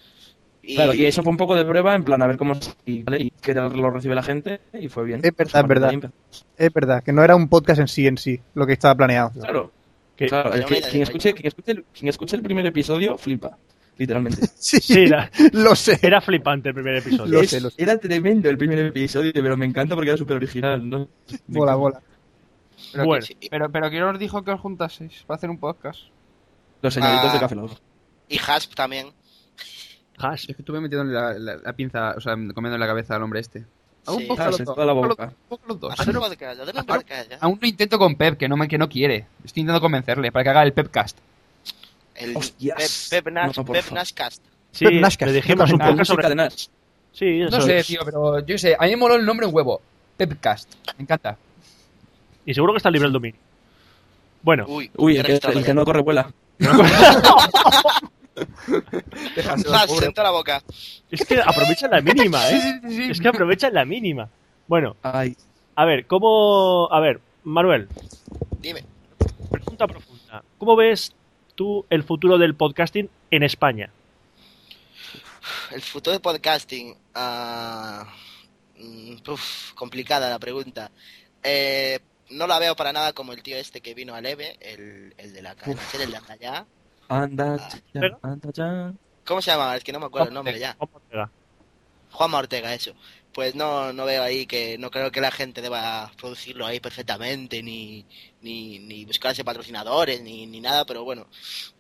Speaker 5: Y,
Speaker 6: Claro, y eso fue un poco de prueba, en plan, a ver cómo y, ¿vale? y qué tal lo recibe la gente, y fue bien.
Speaker 3: Es verdad,
Speaker 6: Pues a partir
Speaker 3: verdad.
Speaker 6: de ahí empezó.
Speaker 3: Es verdad, que no era un podcast en sí, en sí, lo que estaba planeado.
Speaker 6: Claro,
Speaker 2: Que-
Speaker 6: claro, es que
Speaker 5: Pero
Speaker 6: quien
Speaker 5: mira,
Speaker 6: escuche, quien, escuche el, quien escuche el primer episodio flipa, literalmente.
Speaker 3: Sí,
Speaker 2: Sí, era,
Speaker 3: lo sé.
Speaker 2: era flipante el primer episodio.
Speaker 3: Lo
Speaker 6: Es-
Speaker 3: sé, lo sé.
Speaker 6: Era tremendo el primer episodio, pero me encanta porque era súper original, ¿no? Me
Speaker 3: Bola,
Speaker 6: encanta.
Speaker 3: bola.
Speaker 4: Pero,
Speaker 2: Bueno.
Speaker 4: que- pero, pero ¿quién os dijo que os juntaseis para hacer un podcast?
Speaker 6: Los señoritos
Speaker 5: Ah.
Speaker 6: de Café Lock.
Speaker 5: y Hasp también.
Speaker 2: Has.
Speaker 1: Es que estuve metiéndole la, la- la pinza, o sea, comiendo la cabeza al hombre este. A un
Speaker 5: Sí.
Speaker 1: poco
Speaker 6: Claro,
Speaker 1: los
Speaker 6: se
Speaker 1: dos,
Speaker 6: toda la
Speaker 1: a los-
Speaker 6: boca.
Speaker 1: un poco los dos.
Speaker 5: Hacer un podcast, hacer un
Speaker 6: Ah,
Speaker 5: podcast ya.
Speaker 4: Aún lo intento con Pep, que no, me- que no quiere. Estoy intentando convencerle para que haga el Pepcast.
Speaker 5: El
Speaker 6: Hostias.
Speaker 5: Pep, Pep, Nas-
Speaker 6: No, por
Speaker 5: Pep
Speaker 6: favor.
Speaker 5: Nascast.
Speaker 2: Sí,
Speaker 3: Pep Nascas,
Speaker 2: le dijimos un
Speaker 3: totalmente.
Speaker 6: La
Speaker 2: poco
Speaker 6: música
Speaker 2: sobre...
Speaker 6: de Nas.
Speaker 2: Sí, eso
Speaker 4: No sé,
Speaker 2: es.
Speaker 4: tío, pero yo sé. A mí me moló el nombre un huevo. Pepcast. Me encanta.
Speaker 2: Y seguro que está libre el dominio. Bueno,
Speaker 5: Uy,
Speaker 6: Uy,
Speaker 5: qué
Speaker 6: el que,
Speaker 5: registrado
Speaker 6: el
Speaker 5: ya.
Speaker 6: que no corre vuela.
Speaker 4: Déjaselo,
Speaker 5: Hasp,
Speaker 4: pobre.
Speaker 5: en toda la boca.
Speaker 2: es que aprovechan la mínima,
Speaker 4: Sí,
Speaker 2: ¿eh?
Speaker 4: sí, sí, sí.
Speaker 2: Es que aprovechan la mínima. Bueno,
Speaker 6: Ay,
Speaker 2: a ver, ¿cómo...? A ver, Manuel,
Speaker 5: Dime.
Speaker 2: pregunta profunda. ¿Cómo ves tú el futuro del podcasting en España?
Speaker 5: El futuro de podcasting. ah, mm, uf, complicada la pregunta. Eh, no la veo para nada como el tío este que vino a Leve, el, el de la cadena, ser el de hasta allá.
Speaker 6: anda ya,
Speaker 2: Pero-
Speaker 6: anda ya.
Speaker 5: ¿Cómo se llama? Es que no me acuerdo el nombre ya.
Speaker 2: Juan Ortega.
Speaker 5: Juanma Ortega, eso. Pues no, no veo ahí que, no creo que la gente deba producirlo ahí perfectamente, ni, ni, ni buscarse patrocinadores, ni, ni nada, pero bueno,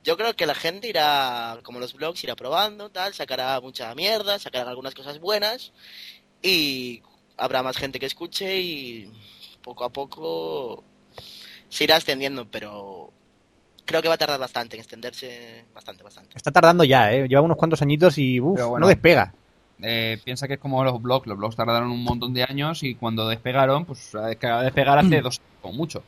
Speaker 5: yo creo que la gente irá, como los blogs, irá probando, tal, sacará mucha mierda, sacarán algunas cosas buenas, y habrá más gente que escuche y poco a poco se irá extendiendo, pero creo que va a tardar bastante en extenderse, bastante, bastante.
Speaker 3: Está tardando ya, ¿eh? Lleva unos cuantos añitos y uf,
Speaker 4: Pero bueno.
Speaker 3: no despega.
Speaker 4: Eh, piensa que es como los blogs. Los blogs tardaron un montón de años y cuando despegaron, pues acaba de despegar hace
Speaker 1: Mm.
Speaker 4: dos años, como mucho.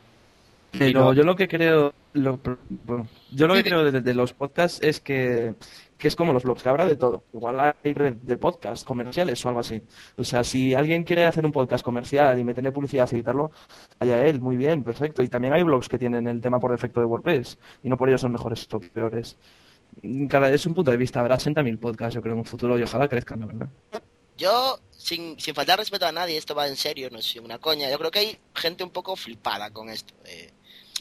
Speaker 6: Pero
Speaker 4: no-
Speaker 6: yo lo que creo, lo, bueno, yo lo que
Speaker 4: Sí, sí.
Speaker 6: creo desde los podcasts es que, que es como los blogs, que habrá de todo. Igual hay red de podcasts comerciales o algo así. O sea, si alguien quiere hacer un podcast comercial y meterle publicidad y editarlo, allá él, muy bien, perfecto. Y también hay blogs que tienen el tema por defecto de WordPress y no por ello son mejores o peores. Cada es un punto de vista, habrá 60.000 podcasts, yo creo, en un futuro y ojalá crezcan, la verdad.
Speaker 5: Yo, sin, sin faltar respeto a nadie, esto va en serio, no es una coña. Yo creo que hay gente un poco flipada con esto. eh.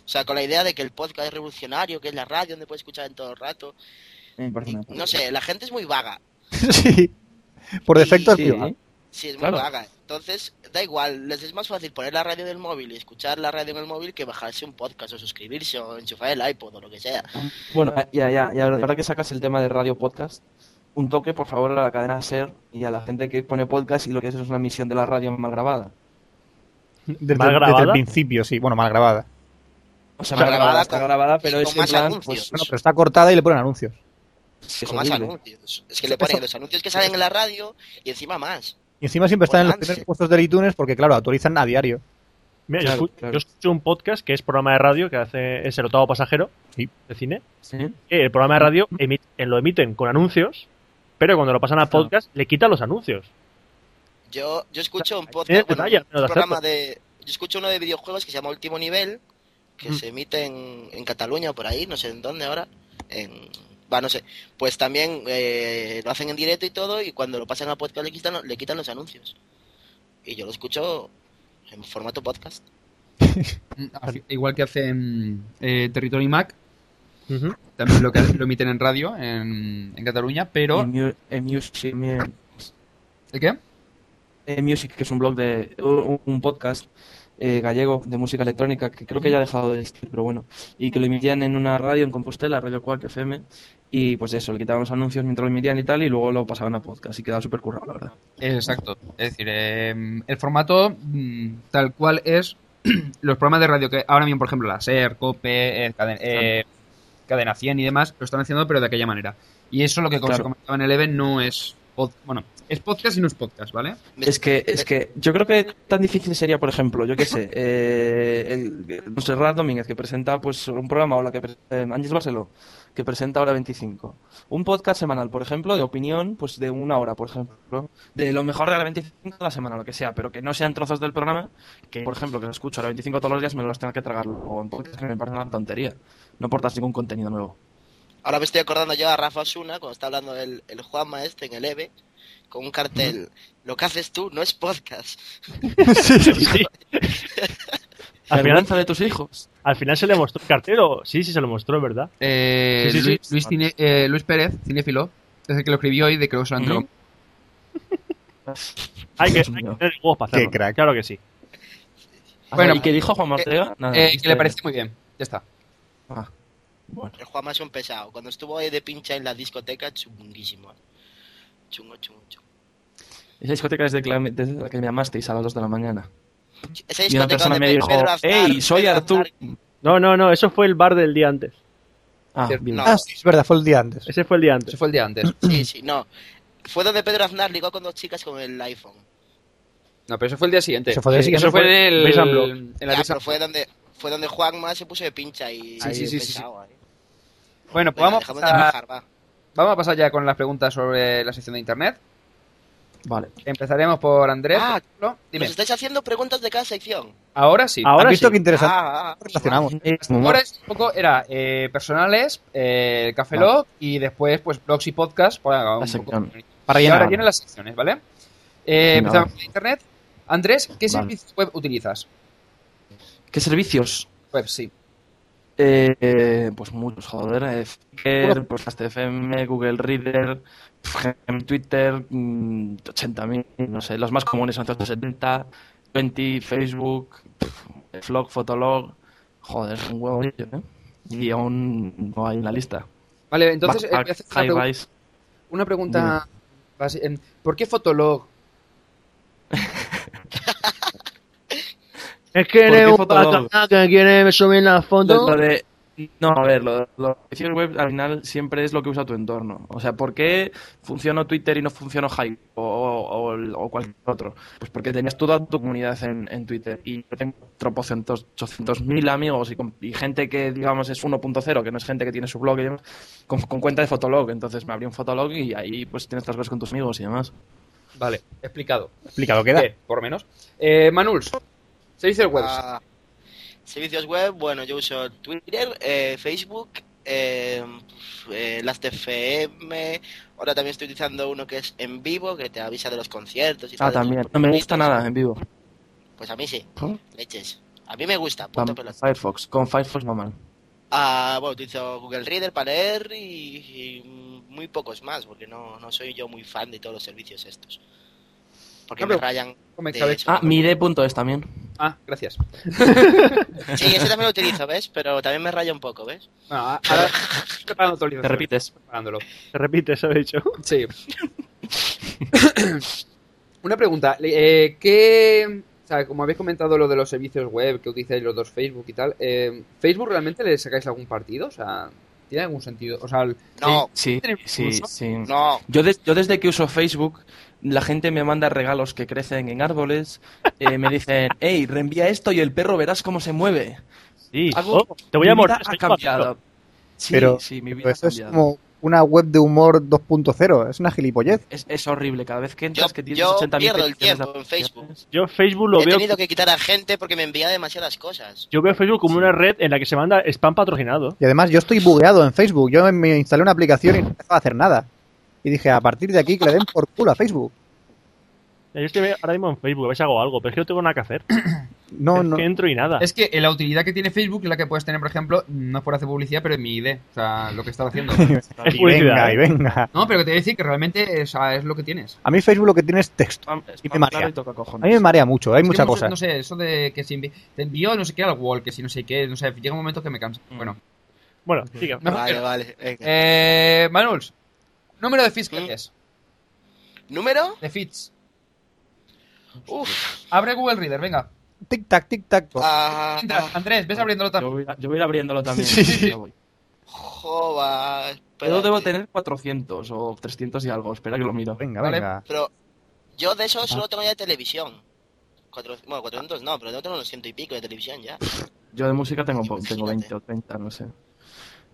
Speaker 5: O sea, con la idea de que el podcast es revolucionario, que es la radio donde puedes escuchar en todo el rato.
Speaker 6: Me parece
Speaker 5: Y,
Speaker 6: una
Speaker 5: no sé, la gente es muy vaga.
Speaker 3: sí. Por defecto es
Speaker 6: Sí,
Speaker 3: privado.
Speaker 6: ¿eh?
Speaker 5: Sí, es muy
Speaker 6: Claro.
Speaker 5: vaga. Entonces, da igual, les es más fácil poner la radio del móvil y escuchar la radio en el móvil que bajarse un podcast o suscribirse o enchufar el iPod o lo que sea.
Speaker 6: Bueno, ya, ya, ya, ahora que sacas el tema de radio podcast, un toque por favor a la cadena SER y a la gente que pone podcast y lo que es es una emisión de la radio mal grabada.
Speaker 3: Desde,
Speaker 2: ¿Mal
Speaker 3: desde el
Speaker 2: grabada?
Speaker 3: principio, sí. Bueno, mal grabada.
Speaker 6: O sea,
Speaker 5: Está
Speaker 6: está grabada,
Speaker 5: grabada
Speaker 6: está
Speaker 5: con-
Speaker 6: grabada, pero
Speaker 5: con
Speaker 6: es en
Speaker 5: más
Speaker 6: plan,
Speaker 5: anuncios.
Speaker 6: pues,
Speaker 3: Bueno, pero está cortada y le ponen anuncios.
Speaker 6: es
Speaker 5: con más
Speaker 6: horrible.
Speaker 5: anuncios. Es que le ponen los anuncios que salen en la radio y encima más.
Speaker 3: Y encima siempre están en los
Speaker 5: Volante.
Speaker 3: primeros puestos del iTunes porque, claro, actualizan a diario.
Speaker 2: Mira,
Speaker 6: Claro,
Speaker 2: yo, escu-
Speaker 6: claro.
Speaker 2: yo escucho un podcast que es programa de radio que hace es el octavo pasajero
Speaker 3: Sí.
Speaker 2: de cine.
Speaker 6: Sí.
Speaker 2: que el programa de radio emi- eh, lo emiten con anuncios, pero cuando lo pasan a
Speaker 6: Claro.
Speaker 2: podcast le quitan los anuncios.
Speaker 5: Yo, yo escucho un
Speaker 2: tiene
Speaker 6: eh,
Speaker 5: podcast,
Speaker 2: detalle,
Speaker 5: bueno,
Speaker 2: al menos,
Speaker 5: un
Speaker 2: de
Speaker 5: programa de... Yo escucho uno de videojuegos que se llama Último Nivel, que
Speaker 6: Mm.
Speaker 5: se emite en, en Cataluña o por ahí, no sé en dónde ahora. En, va, no sé. Pues también eh, lo hacen en directo y todo, y cuando lo pasan a podcast le quitan, le quitan los anuncios. Y yo lo escucho en formato podcast.
Speaker 4: Igual que hacen eh, Territory Mac,
Speaker 2: Ujú.
Speaker 4: también lo, que, lo emiten en radio en, en Cataluña, pero...
Speaker 6: En Mu- en Music, en-
Speaker 4: ¿De qué?
Speaker 6: en Music, que es un blog de un, un podcast eh, gallego de música electrónica que creo que ya ha dejado de existir, pero bueno, y que lo emitían en una radio en Compostela, Radio Cuac FM, y pues eso, le quitaban los anuncios mientras lo emitían y tal, y luego lo pasaban a podcast y quedaba súper currado, la verdad.
Speaker 4: Exacto. Es decir, eh, el formato mm, tal cual es los programas de radio que ahora mismo, por ejemplo, la SER, COPE, eh, Cadena, eh, Cadena 100 y demás, lo están haciendo, pero de aquella manera. Y eso lo que como se
Speaker 6: Claro.
Speaker 4: comentaba en el EVE no es... pod- bueno, es podcast y no es podcast, ¿vale?
Speaker 5: Me-
Speaker 6: Es que, es que yo creo que tan difícil sería, por ejemplo, yo qué sé, eh, el- Montserrat Domínguez, que presenta pues un programa, o la que pre- eh, Ángeles Barceló, que presenta Hora 25. Un podcast semanal, por ejemplo, de opinión, pues de una hora, por ejemplo, de lo mejor de la 25 de la semana, lo que sea, pero que no sean trozos del programa, que por ejemplo, que lo escucho a la 25 todos los días, me los tengo que tragar o en podcast, que me parece una tontería. No aportas ningún contenido nuevo.
Speaker 5: Ahora me estoy acordando yo a Rafa Osuna cuando está hablando el, el Juanma este en el EVE con un cartel. Lo que haces tú no es podcast.
Speaker 2: Sí.
Speaker 6: La
Speaker 2: Al final,
Speaker 6: vergüenza de tus hijos.
Speaker 2: al final se le mostró el cartero. Sí, sí, se lo mostró, es ¿verdad?
Speaker 4: Eh,
Speaker 2: Sí, sí, sí.
Speaker 4: Luis, Luis Cine- eh, Luis Pérez, cinéfilo, es el que lo escribió y de que luego se lo entregó.
Speaker 6: Ujú.
Speaker 2: Hay que, hay
Speaker 6: Dios
Speaker 2: que
Speaker 6: mío.
Speaker 2: tener huevos para
Speaker 3: Qué
Speaker 2: hacerlo.
Speaker 3: crack.
Speaker 2: Claro que sí.
Speaker 4: Bueno,
Speaker 6: ¿y qué dijo Juan Ortega? Nada,
Speaker 4: Eh, que le
Speaker 6: este-
Speaker 4: parece muy bien. Ya está.
Speaker 6: Ah, bueno.
Speaker 5: El Juanma es un pesado. Cuando estuvo ahí de pincha en la discoteca, chunguísimo. Chungo, chungo, chungo.
Speaker 6: Esa discoteca es de la, desde la que me llamasteis a las 2 de la mañana.
Speaker 5: Esa
Speaker 6: Y una
Speaker 5: discoteca
Speaker 6: persona
Speaker 5: donde
Speaker 6: me dijo,
Speaker 5: Pedro Aznar-
Speaker 6: ¡Ey, soy
Speaker 5: Pedro
Speaker 6: Artur!
Speaker 5: Aznar-
Speaker 2: No, no, no, eso fue el bar del día antes.
Speaker 6: Ah,
Speaker 4: Cierto.
Speaker 6: bien.
Speaker 5: No.
Speaker 3: Ah, sí, es verdad, fue el día antes.
Speaker 2: Ese fue el día
Speaker 4: Se
Speaker 2: antes.
Speaker 4: fue el día antes.
Speaker 5: Sí, sí, no. Fue donde Pedro Aznar ligó con dos chicas con el iPhone.
Speaker 4: No, pero eso fue el día siguiente. Eh,
Speaker 3: Eso fue el día siguiente.
Speaker 4: Eso fue
Speaker 2: Fue-
Speaker 4: en el.
Speaker 2: Base and Block.
Speaker 4: en la
Speaker 5: Ya,
Speaker 4: Base
Speaker 5: pero
Speaker 4: and-
Speaker 5: fue donde, fue donde Juanma se puso de pincha
Speaker 4: Sí,
Speaker 5: y
Speaker 4: sí, sí, sí,
Speaker 5: pesado, ahí. ¿eh?
Speaker 4: Bueno, pues
Speaker 5: Venga,
Speaker 4: vamos,
Speaker 5: dejamos de
Speaker 4: a,
Speaker 5: rajar, va.
Speaker 4: vamos a pasar ya con las preguntas sobre la sección de internet.
Speaker 6: Vale.
Speaker 4: Empezaremos por Andrés. por
Speaker 5: Ah,
Speaker 4: ejemplo. Dime,
Speaker 5: Nos estáis haciendo preguntas de cada sección.
Speaker 4: ahora sí.
Speaker 2: Ahora
Speaker 3: ¿Has visto
Speaker 2: sí.
Speaker 3: qué interesante?
Speaker 5: Ah, ah, ah.
Speaker 3: relacionamos.
Speaker 4: Ahora es un poco, era eh, personales, eh, Café
Speaker 6: Vale.
Speaker 4: Lock y después, pues, blogs y podcast. Para, un poco-
Speaker 6: sección.
Speaker 3: Para
Speaker 4: Y ahora
Speaker 3: llenar.
Speaker 4: vienen las secciones, ¿vale? Eh,
Speaker 6: Venga,
Speaker 4: empezamos
Speaker 6: va.
Speaker 4: con internet. Andrés, ¿qué
Speaker 6: Vale.
Speaker 4: servicios web utilizas?
Speaker 6: ¿Qué servicios?
Speaker 4: Web, sí.
Speaker 6: Eh, eh, pues muchos, joder. eh, Flickr, Podcast FM, Google Reader, Gem, Twitter, mm, 80.000, no sé. Los más comunes son 170, 20, Facebook, pf, Flog, Fotolog. Joder, un huevo de ellos, ¿eh? Y aún no hay en la lista.
Speaker 4: Vale, entonces eh, voy a
Speaker 6: Backpack,
Speaker 4: hacer una, pregu-
Speaker 6: Highrise.
Speaker 4: una pregunta. base- en- ¿Por qué Fotolog?
Speaker 2: Es que
Speaker 6: ¿Por
Speaker 2: eres
Speaker 6: qué
Speaker 2: un
Speaker 6: Fotolog?
Speaker 2: patán que quiere subir la
Speaker 6: Lo,
Speaker 2: foto.
Speaker 6: lo de, no, a ver, lo, lo de sitios web al final siempre es lo que usa tu entorno. O sea, ¿por qué funcionó Twitter y no funcionó Hype o, o- o el- o cualquier otro? Pues porque tenías toda tu comunidad en, en Twitter y yo tengo tropocientos, 800.000 amigos y, con- y gente que, digamos, es 1.0, que no es gente que tiene su blog y demás, con, con cuenta de Fotolog. Entonces me abrí un Fotolog y ahí pues tienes estas cosas con tus amigos y demás.
Speaker 4: Vale, explicado.
Speaker 3: Explica lo que da.
Speaker 4: Bien, por lo menos. Eh, Manuls, servicios web.
Speaker 5: Ah, servicios web, bueno, yo uso Twitter, eh, Facebook, eh, eh, Last.fm. Ahora también estoy utilizando uno que es en vivo, que te avisa de los conciertos y
Speaker 6: Ah,
Speaker 5: tal, de los
Speaker 6: también. No me gusta nada en vivo.
Speaker 5: Pues a mí sí, leches. A mí me gusta, punto
Speaker 6: Tam-
Speaker 5: pelota.
Speaker 6: Firefox. Con Firefox va mal.
Speaker 5: Ah, bueno, utilizo Google Reader para leer y, y muy pocos más, porque no, no soy yo muy fan de todos los servicios estos. Porque
Speaker 4: No,
Speaker 5: me
Speaker 4: pero-
Speaker 5: rayan.
Speaker 4: Come,
Speaker 5: de
Speaker 4: cabe-
Speaker 5: eso.
Speaker 6: Ah, mide.es también.
Speaker 4: Ah, gracias.
Speaker 5: Sí, ese también lo utilizo, ¿ves? Pero también me raya un poco, ¿ves?
Speaker 4: Bueno, a- Ah, ahora estoy preparando tu
Speaker 6: Te
Speaker 4: libro.
Speaker 6: repites.
Speaker 4: Preparándolo.
Speaker 2: Se repite, eso de hecho.
Speaker 4: Sí. Una pregunta. le- eh, ¿Qué. o sea, sea, como habéis comentado lo de los servicios web que utilizáis los dos Facebook y tal, eh, ¿Facebook realmente le sacáis algún partido? O sea, ¿tiene algún sentido? O sea, el-
Speaker 5: No,
Speaker 6: Sí, sí,
Speaker 4: ¿Uso?
Speaker 6: sí.
Speaker 5: no.
Speaker 6: Yo, des- yo desde que uso Facebook, la gente me manda regalos que crecen en árboles, eh, me dicen, hey, reenvía esto y el perro verás cómo se mueve.
Speaker 2: Sí,
Speaker 6: Algo-
Speaker 2: oh, te voy a
Speaker 6: mi vida
Speaker 2: morder.
Speaker 6: ha
Speaker 2: estoy
Speaker 6: cambiado. Sí,
Speaker 3: Pero-
Speaker 6: sí, mi vida
Speaker 3: Pero
Speaker 6: ha
Speaker 3: esto Pues es
Speaker 6: cambiado.
Speaker 3: como una web de humor 2.0, es una gilipollez.
Speaker 6: Es, es horrible, cada vez
Speaker 5: Yo,
Speaker 6: que entras que tienes
Speaker 5: yo
Speaker 6: 80.000
Speaker 5: pierdo el
Speaker 6: peticiones de
Speaker 5: tiempo en Facebook.
Speaker 6: aplicaciones.
Speaker 2: Yo Facebook lo
Speaker 5: He
Speaker 2: veo,
Speaker 5: tenido que quitar a gente porque me envía demasiadas cosas.
Speaker 2: yo veo Facebook como una red en la que se manda spam patrocinado.
Speaker 3: Y además yo estoy bugueado en Facebook, yo me instalé una aplicación y no empezaba a hacer nada. Y dije, a partir de aquí que le den por culo a Facebook.
Speaker 2: Yo estoy ahora mismo en Facebook, a ver si hago algo, pero es que no tengo nada que hacer.
Speaker 3: No,
Speaker 2: es
Speaker 3: no.
Speaker 2: que entro y nada.
Speaker 4: Es que eh, la utilidad que tiene Facebook es la que puedes tener, por ejemplo, no es por hacer publicidad, pero en mi ID, o sea, lo que estaba haciendo.
Speaker 2: Es
Speaker 3: Y venga,
Speaker 2: publicidad.
Speaker 3: y
Speaker 2: ¿eh?
Speaker 3: venga.
Speaker 4: No, pero que te voy a decir que realmente o sea, es lo que tienes.
Speaker 3: A mí Facebook lo que tiene es texto.
Speaker 6: Spam-
Speaker 3: Y
Speaker 6: spam
Speaker 3: me
Speaker 6: claro
Speaker 3: marea.
Speaker 6: y toca
Speaker 3: A
Speaker 6: cojones.
Speaker 3: mí me marea mucho, hay
Speaker 4: Es que
Speaker 3: mucha
Speaker 4: muchos-
Speaker 3: cosa.
Speaker 4: No sé, eso de que si envi- te envió no sé qué al wall, que si no sé qué, no sé, llega un momento que me cansa.
Speaker 5: Mm.
Speaker 4: Bueno,
Speaker 2: Bueno, sigue.
Speaker 4: No,
Speaker 5: vale,
Speaker 4: pero-
Speaker 5: vale. venga.
Speaker 4: eh, Manuels, número de feeds que
Speaker 5: ¿Mm?
Speaker 4: es,
Speaker 5: ¿Número?
Speaker 4: de feeds.
Speaker 5: Uf.
Speaker 4: Abre Google Reader, venga.
Speaker 3: Tic tac, tic tac.
Speaker 5: ah,
Speaker 4: Mientras, Andrés, ves abriéndolo
Speaker 6: Yo
Speaker 4: también.
Speaker 6: voy, a, yo voy a ir abriéndolo también. Ya voy.
Speaker 5: joba.
Speaker 6: Yo debo
Speaker 5: espérate.
Speaker 6: tener 400 o 300 y algo, espera que lo miro.
Speaker 3: Venga,
Speaker 4: Vale.
Speaker 3: venga.
Speaker 5: Pero yo de eso solo tengo ya de televisión. Cuatro, bueno, 400 no, pero yo tengo unos ciento y pico de televisión ya.
Speaker 6: Yo de música tengo, po- tengo
Speaker 5: Imagínate.
Speaker 6: 20 o 30, no sé.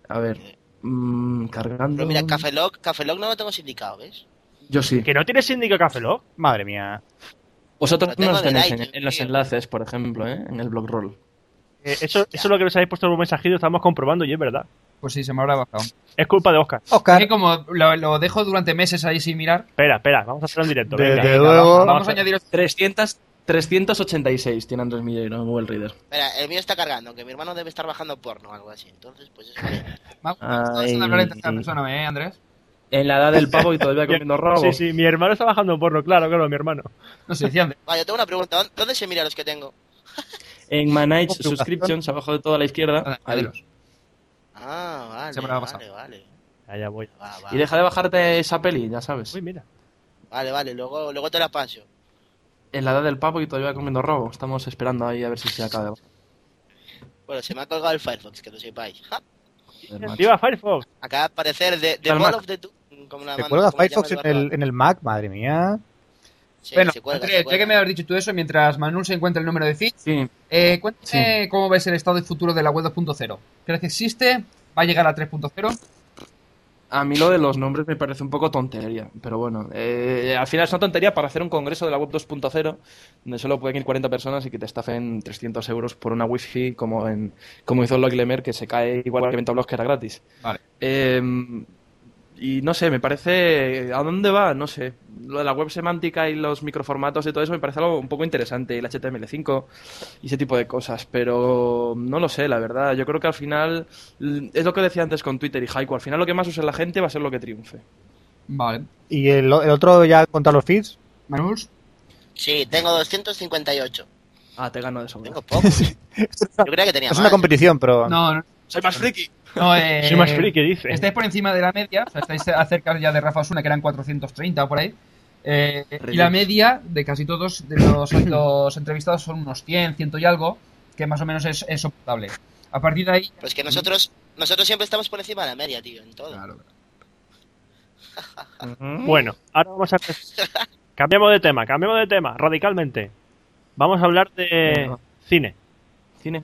Speaker 6: A ver, mm, cargando...
Speaker 5: Pero mira, Café Lock, Café Lock no lo tengo sindicado, ¿ves?
Speaker 6: Yo sí.
Speaker 2: ¿Que no tienes síndico Café Lock?
Speaker 3: Madre mía.
Speaker 6: Vosotros
Speaker 5: Lo
Speaker 6: no
Speaker 5: tengo
Speaker 6: los
Speaker 5: en el
Speaker 6: tenéis en,
Speaker 5: iTunes,
Speaker 6: en los
Speaker 5: tío.
Speaker 6: enlaces, por ejemplo, ¿eh? en el blog roll.
Speaker 2: Eh, eso, eso es lo que nos habéis puesto en un mensajito, estamos comprobando y es verdad.
Speaker 4: Pues sí, se me habrá bajado.
Speaker 2: Es culpa de Oscar.
Speaker 4: Que
Speaker 3: Oscar,
Speaker 4: como lo, lo dejo durante meses ahí sin mirar,
Speaker 2: Espera, espera, vamos a hacer un directo.
Speaker 3: Desde
Speaker 2: venga.
Speaker 3: luego.
Speaker 4: vamos,
Speaker 2: Vamos
Speaker 4: a
Speaker 2: a-
Speaker 4: añadir
Speaker 6: 300, 386 tiene Andrés Milleiro en Google Reader.
Speaker 5: Mira, el mío está cargando, aunque mi hermano debe estar bajando porno o algo así. Entonces, pues eso.
Speaker 4: Ma- Estás
Speaker 6: Ay.
Speaker 4: en hablar en tercera persona, ¿eh, Andrés?
Speaker 6: En la edad del pavo y todavía comiendo robo.
Speaker 2: Sí, sí, mi hermano está bajando porno, claro, claro, mi hermano.
Speaker 4: No sé, decía Andrés.
Speaker 5: Vale, yo tengo una pregunta. ¿Dónde- ¿Dónde se mira los que tengo?
Speaker 6: En Manage
Speaker 3: Ocupación.
Speaker 6: Subscriptions, abajo de toda la izquierda. ahí.
Speaker 4: Adiós.
Speaker 5: Ah, vale.
Speaker 4: Se me lo ha
Speaker 5: vale,
Speaker 4: pasado.
Speaker 5: vale.
Speaker 2: Allá voy.
Speaker 5: Va, va.
Speaker 6: Y deja de bajarte esa peli, ya sabes.
Speaker 2: Uy, mira.
Speaker 5: Vale, vale, luego, luego te la paso.
Speaker 6: En la edad del pavo y todavía comiendo robo. Estamos esperando ahí a ver si se acaba.
Speaker 5: Bueno, se me ha colgado el Firefox, que lo sepáis. Ja.
Speaker 6: Joder, macho.
Speaker 2: Activa Firefox.
Speaker 5: Acaba de aparecer de, de
Speaker 6: Calma.
Speaker 5: Ball of the Doom, como la
Speaker 3: ¿te cuelga
Speaker 5: mano- como le llama
Speaker 3: Firefox en
Speaker 5: Eduardo.
Speaker 3: el, en el Mac? Madre mía.
Speaker 5: Sí,
Speaker 4: Bueno,
Speaker 5: se cuelga, se
Speaker 4: Andrés, ya
Speaker 5: cuelga.
Speaker 4: que me habías dicho tú eso, mientras Manuel se encuentra el número de feeds,
Speaker 6: Sí,
Speaker 4: eh, cuéntame cómo ves el estado y futuro de la web 2.0. ¿Crees que existe? ¿Va a llegar a 3.0?
Speaker 6: a mí lo de los nombres me parece un poco tontería. Pero bueno, eh, al final es una tontería para hacer un congreso de la web 2.0 donde solo pueden ir 40 personas y que te estafen 300 euros por una wifi como, en, como hizo Lock Lemer, que se cae igual que Ventablogs que era gratis.
Speaker 4: Vale.
Speaker 6: Eh, y no sé, me parece. ¿A dónde va? No sé. Lo de la web semántica y los microformatos y todo eso me parece algo un poco interesante. Y el HTML5 y ese tipo de cosas. Pero no lo sé, la verdad. Yo creo que al final. l- Es lo que decía antes con Twitter y Haiku. Al final lo que más usa la gente va a ser lo que triunfe.
Speaker 4: Vale.
Speaker 3: ¿Y el, el otro ya contra los feeds?
Speaker 4: Manuel,
Speaker 5: Sí, tengo 258.
Speaker 6: Ah, te gano de sobra.
Speaker 5: Tengo poco. ¿eh? Yo creía que tenía
Speaker 3: Es
Speaker 5: más. ¿eh?
Speaker 3: una competición, pero...
Speaker 4: no, no,
Speaker 6: Soy más friki.
Speaker 4: no, eh,
Speaker 2: Soy más free que dice.
Speaker 4: Estáis por encima de la media, o sea, estáis acerca ya de Rafa Osuna, que eran 430 o por ahí. Eh, y la media de casi todos de los, los entrevistados son unos 100, 100 y algo, que más o menos es, es soportable. A partir de ahí.
Speaker 5: Pues que nosotros nosotros siempre estamos por encima de la media, tío, en todo.
Speaker 4: Claro,
Speaker 2: Bueno, ahora vamos a. cambiamos de tema, cambiamos de tema, radicalmente. Vamos a hablar de
Speaker 6: Venga.
Speaker 2: cine.
Speaker 6: Cine.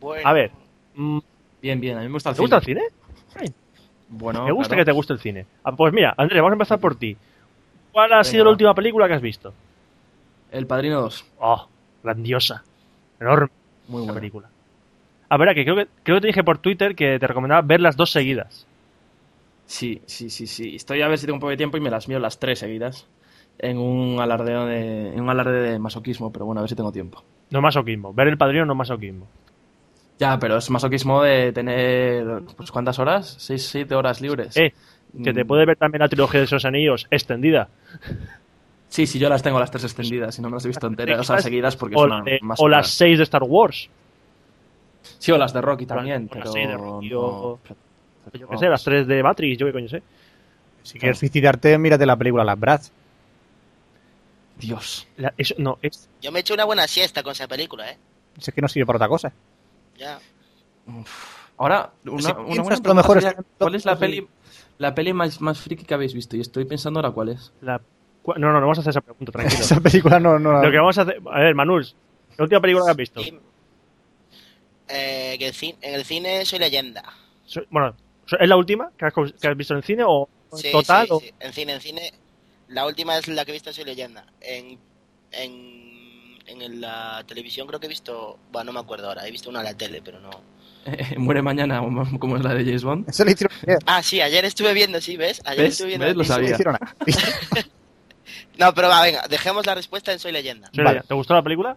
Speaker 5: Bueno,
Speaker 2: A ver. mm,
Speaker 6: Bien, bien. A mí me gusta el
Speaker 2: ¿Te gusta el
Speaker 6: cine.
Speaker 2: cine?
Speaker 6: Bueno,
Speaker 2: me gusta
Speaker 6: claro.
Speaker 2: que te guste el cine. Ah, pues mira, Andrés, vamos a empezar por ti. ¿Cuál ha sido
Speaker 6: va.
Speaker 2: la última película que has visto?
Speaker 6: El Padrino 2.
Speaker 2: Oh, grandiosa. Enorme
Speaker 6: Muy
Speaker 2: la
Speaker 6: bueno.
Speaker 2: película. A ver, que creo, que creo que te dije por Twitter que te recomendaba ver las dos seguidas.
Speaker 6: Sí, sí, sí, sí. Estoy a ver si tengo un poco de tiempo y me las miro las tres seguidas. En un alardeo de, en un alarde de masoquismo, pero bueno, a ver si tengo tiempo.
Speaker 2: No masoquismo. Ver el padrino no masoquismo.
Speaker 6: Ya, pero es masoquismo de tener, pues, ¿cuántas horas? Seis, siete horas libres.
Speaker 2: Eh, Que te
Speaker 6: Mm,
Speaker 2: puede ver también la trilogía de esos anillos extendida.
Speaker 6: Sí, sí, yo las tengo las tres extendidas y no me las he visto enteras, o sea, seguidas porque
Speaker 2: o,
Speaker 6: son
Speaker 2: la de-
Speaker 6: más
Speaker 2: o las seis de Star Wars.
Speaker 6: Sí, o las de Rocky también,
Speaker 2: o las
Speaker 6: pero
Speaker 2: seis de Rocky,
Speaker 6: no-
Speaker 2: o- Yo
Speaker 6: Oh.
Speaker 2: qué sé, las tres de Matrix, yo qué coño sé.
Speaker 3: Si quieres suicidarte, mírate la película Las Bratz.
Speaker 6: Dios.
Speaker 2: La- eso- no, es,
Speaker 5: Yo me he hecho una buena siesta con esa película, ¿eh?
Speaker 3: Si es que no sirve para otra cosa.
Speaker 5: Ya.
Speaker 6: Uf. Ahora, una,
Speaker 3: Si
Speaker 6: una buena
Speaker 3: piensas,
Speaker 6: pregunta
Speaker 3: lo mejor es-
Speaker 6: sería, ¿Cuál es la peli, la peli más, más friki que habéis visto? Y estoy pensando ahora cuál es.
Speaker 2: la, cua- no, no, no vamos a hacer esa pregunta, tranquilo.
Speaker 3: Esa película no. no
Speaker 2: Lo que vamos a hacer. A ver, Manul, la última película que has visto.
Speaker 5: Y- eh, que el cin- en el cine soy leyenda.
Speaker 2: So- Bueno, so- ¿es la última que has, cons- que has visto en el cine o o
Speaker 5: Sí,
Speaker 2: Pues total?
Speaker 5: sí,
Speaker 2: o-
Speaker 5: sí. En cine, en cine. La última es la que he visto soy leyenda. En, en, en la televisión creo que he visto... Bueno, no me acuerdo ahora. He visto una en la tele, pero no...
Speaker 6: Muere mañana, o como es la de James Bond.
Speaker 3: Eso le hicieron ayer.
Speaker 5: Ah, sí, ayer estuve viendo, sí, ¿ves? Ayer
Speaker 6: ¿Ves?
Speaker 5: estuve viendo...
Speaker 6: ¿Ves? Lo
Speaker 3: Eso le
Speaker 6: sabía.
Speaker 3: hicieron ayer.
Speaker 5: No, pero va, venga, dejemos la respuesta en Soy Leyenda.
Speaker 2: Soy
Speaker 3: Vale.
Speaker 2: Leyenda. ¿Te gustó la película?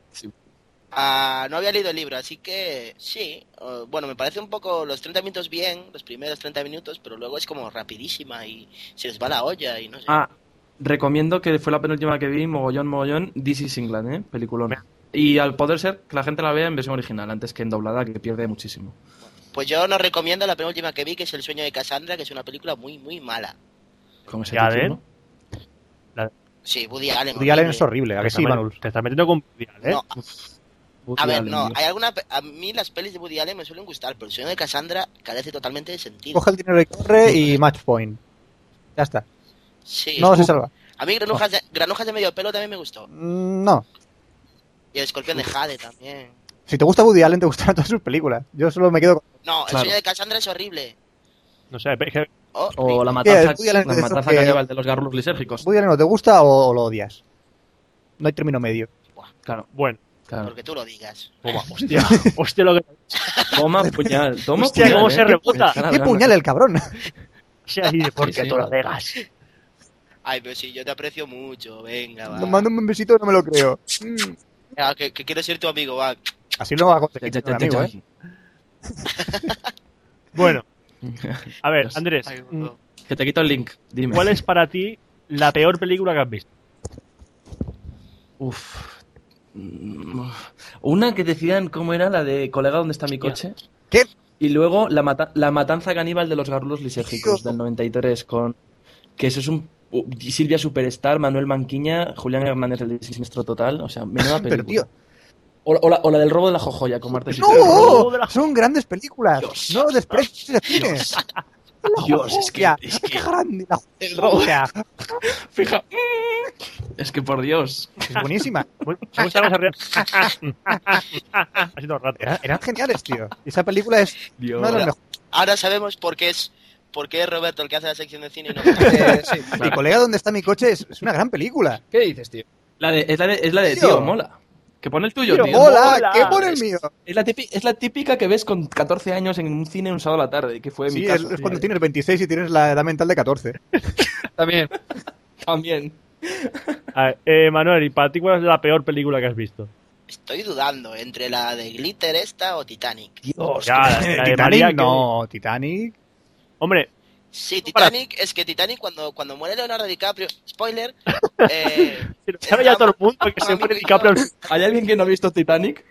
Speaker 5: Ah, no había leído el libro, así que sí. eh, bueno, me parece un poco los 30 minutos bien, los primeros 30 minutos, pero luego es como rapidísima y se les va la olla y no sé.
Speaker 6: Ah, recomiendo que fue la penúltima que vi, mogollón, mogollón, This is England, ¿eh? Peliculón. Y al poder ser, que la gente la vea en versión original, antes que en doblada, que pierde muchísimo.
Speaker 5: Pues yo no recomiendo la penúltima que vi, que es El sueño de Cassandra, que es una película muy, muy mala.
Speaker 6: Con ese
Speaker 2: Ya, ¿eh?
Speaker 6: título.
Speaker 5: Sí, Woody Allen.
Speaker 3: Woody Allen
Speaker 5: horrible.
Speaker 3: es horrible, a que
Speaker 2: Te
Speaker 3: sí,
Speaker 2: está-
Speaker 3: Manul.
Speaker 2: Te estás metiendo con Vidal, ¿eh?
Speaker 5: No,
Speaker 6: Woody
Speaker 5: a ver,
Speaker 6: Allen,
Speaker 5: no,
Speaker 6: Dios.
Speaker 5: hay alguna... pe- A mí las pelis de Woody Allen me suelen gustar, pero El sueño de Cassandra carece totalmente de sentido.
Speaker 3: Coge el dinero y corre y match point. Ya está.
Speaker 5: Sí.
Speaker 3: No se salva.
Speaker 5: A mí granujas de, granujas de medio pelo también me gustó.
Speaker 3: Mm, No.
Speaker 5: Y El escorpión de Jade también.
Speaker 3: Si te gusta Woody Allen, te gustarán todas sus películas. Yo solo me quedo con.
Speaker 5: No, El
Speaker 6: Claro.
Speaker 5: sueño de Cassandra es horrible.
Speaker 2: No sé, es que-
Speaker 5: Horrible.
Speaker 6: O la
Speaker 3: Sí,
Speaker 6: matanza,
Speaker 3: el Woody Allen
Speaker 6: la
Speaker 3: es
Speaker 6: matanza
Speaker 3: que-
Speaker 6: caníbal de los garrulos lisérgicos.
Speaker 3: ¿Woody Allen no te gusta o, o lo odias? No hay término medio.
Speaker 6: Claro,
Speaker 2: bueno.
Speaker 6: claro.
Speaker 5: Porque tú lo digas.
Speaker 2: toma, hostia, hostia lo que.
Speaker 6: Toma puñal, toma
Speaker 2: Hostia,
Speaker 6: puñal.
Speaker 2: cómo
Speaker 6: ¿eh?
Speaker 2: se rebota.
Speaker 6: Está
Speaker 3: ¡Qué
Speaker 6: largando.
Speaker 3: puñal el cabrón!
Speaker 2: Sea así de porque
Speaker 6: sí,
Speaker 2: tú lo
Speaker 6: vale.
Speaker 2: digas.
Speaker 5: Ay, pero si yo te aprecio mucho, venga,
Speaker 6: Ah,
Speaker 5: va.
Speaker 3: Nos manda un besito, no me lo creo. Mm.
Speaker 5: Ah, que, que quiero ser tu amigo, va.
Speaker 3: Así lo va a
Speaker 6: Ya,
Speaker 3: conseguir,
Speaker 6: ya,
Speaker 3: un
Speaker 6: ya, ya.
Speaker 3: amigo, ¿eh?
Speaker 2: Bueno,
Speaker 3: eh.
Speaker 2: a ver,
Speaker 6: Dios.
Speaker 2: Andrés,
Speaker 5: Ay,
Speaker 2: mm,
Speaker 5: no.
Speaker 6: Que te quito el link, dime.
Speaker 2: ¿cuál es para ti la peor película que has visto?
Speaker 6: Uf. Mm, uf. Una que decían cómo era la de colega, ¿dónde está mi coche?
Speaker 3: ¿Qué?
Speaker 6: Y luego la, mata- la matanza caníbal de los garrulos lisérgicos
Speaker 3: Dios.
Speaker 6: del 93 con... Que eso es un... u- Silvia Superstar, Manuel Manquiña, Julián Hernández el de Siniestro Total. O sea, menuda
Speaker 3: Pero,
Speaker 6: película.
Speaker 3: tío.
Speaker 6: O, la- o la, o la del robo de la jojoya con Marta Sitrero.
Speaker 2: robo de
Speaker 3: ¡No!
Speaker 2: la-
Speaker 3: Son grandes películas.
Speaker 6: Dios.
Speaker 3: No desprecies el cine.
Speaker 6: Dios.
Speaker 3: La
Speaker 6: Dios, es que-
Speaker 3: joya.
Speaker 6: es que-
Speaker 3: ¡Qué grande! La
Speaker 6: El robo.
Speaker 3: joya.
Speaker 6: Fija.
Speaker 2: "Mm".
Speaker 6: Es que por Dios.
Speaker 3: Es buenísima.
Speaker 2: Me gusta cómo se ríe. Así todo el rato.
Speaker 3: Era- eran geniales, tío. Y esa película es
Speaker 6: Dios.
Speaker 3: una de las
Speaker 5: Ahora-
Speaker 3: mejores.
Speaker 5: Ahora sabemos por qué es por qué es Roberto el que hace la sección de cine y no.
Speaker 4: Eh, sí.
Speaker 3: Mi colega, ¿dónde está mi coche? Es, es una gran película.
Speaker 4: ¿Qué dices, tío?
Speaker 6: La de, es, la de, es la de
Speaker 3: Tío.
Speaker 6: tío. mola. Que pone el tuyo,
Speaker 2: Tío,
Speaker 6: tío.
Speaker 3: ¡Hola!
Speaker 2: mola.
Speaker 3: ¿Qué pone el mío?
Speaker 6: Es la, típica, es la típica que ves con 14 años en un cine un sábado a la tarde, que fue
Speaker 3: Sí,
Speaker 6: mi
Speaker 3: es,
Speaker 6: caso.
Speaker 3: es cuando tienes 26 y tienes la edad mental de 14.
Speaker 4: También.
Speaker 6: También.
Speaker 2: A ver, eh, Manuel, ¿y para ti cuál es la peor película que has visto?
Speaker 5: Estoy dudando entre la de Glitter esta o Titanic.
Speaker 6: Dios.
Speaker 2: Ya, la- la de
Speaker 3: Titanic,
Speaker 2: María que-
Speaker 3: no. Titanic.
Speaker 2: Hombre,
Speaker 5: Sí, Titanic, es que Titanic cuando, cuando muere Leonardo DiCaprio, spoiler, eh,
Speaker 2: pero sabe ya todo el mundo que se muere DiCaprio. al-
Speaker 6: ¿Hay alguien que no ha visto Titanic?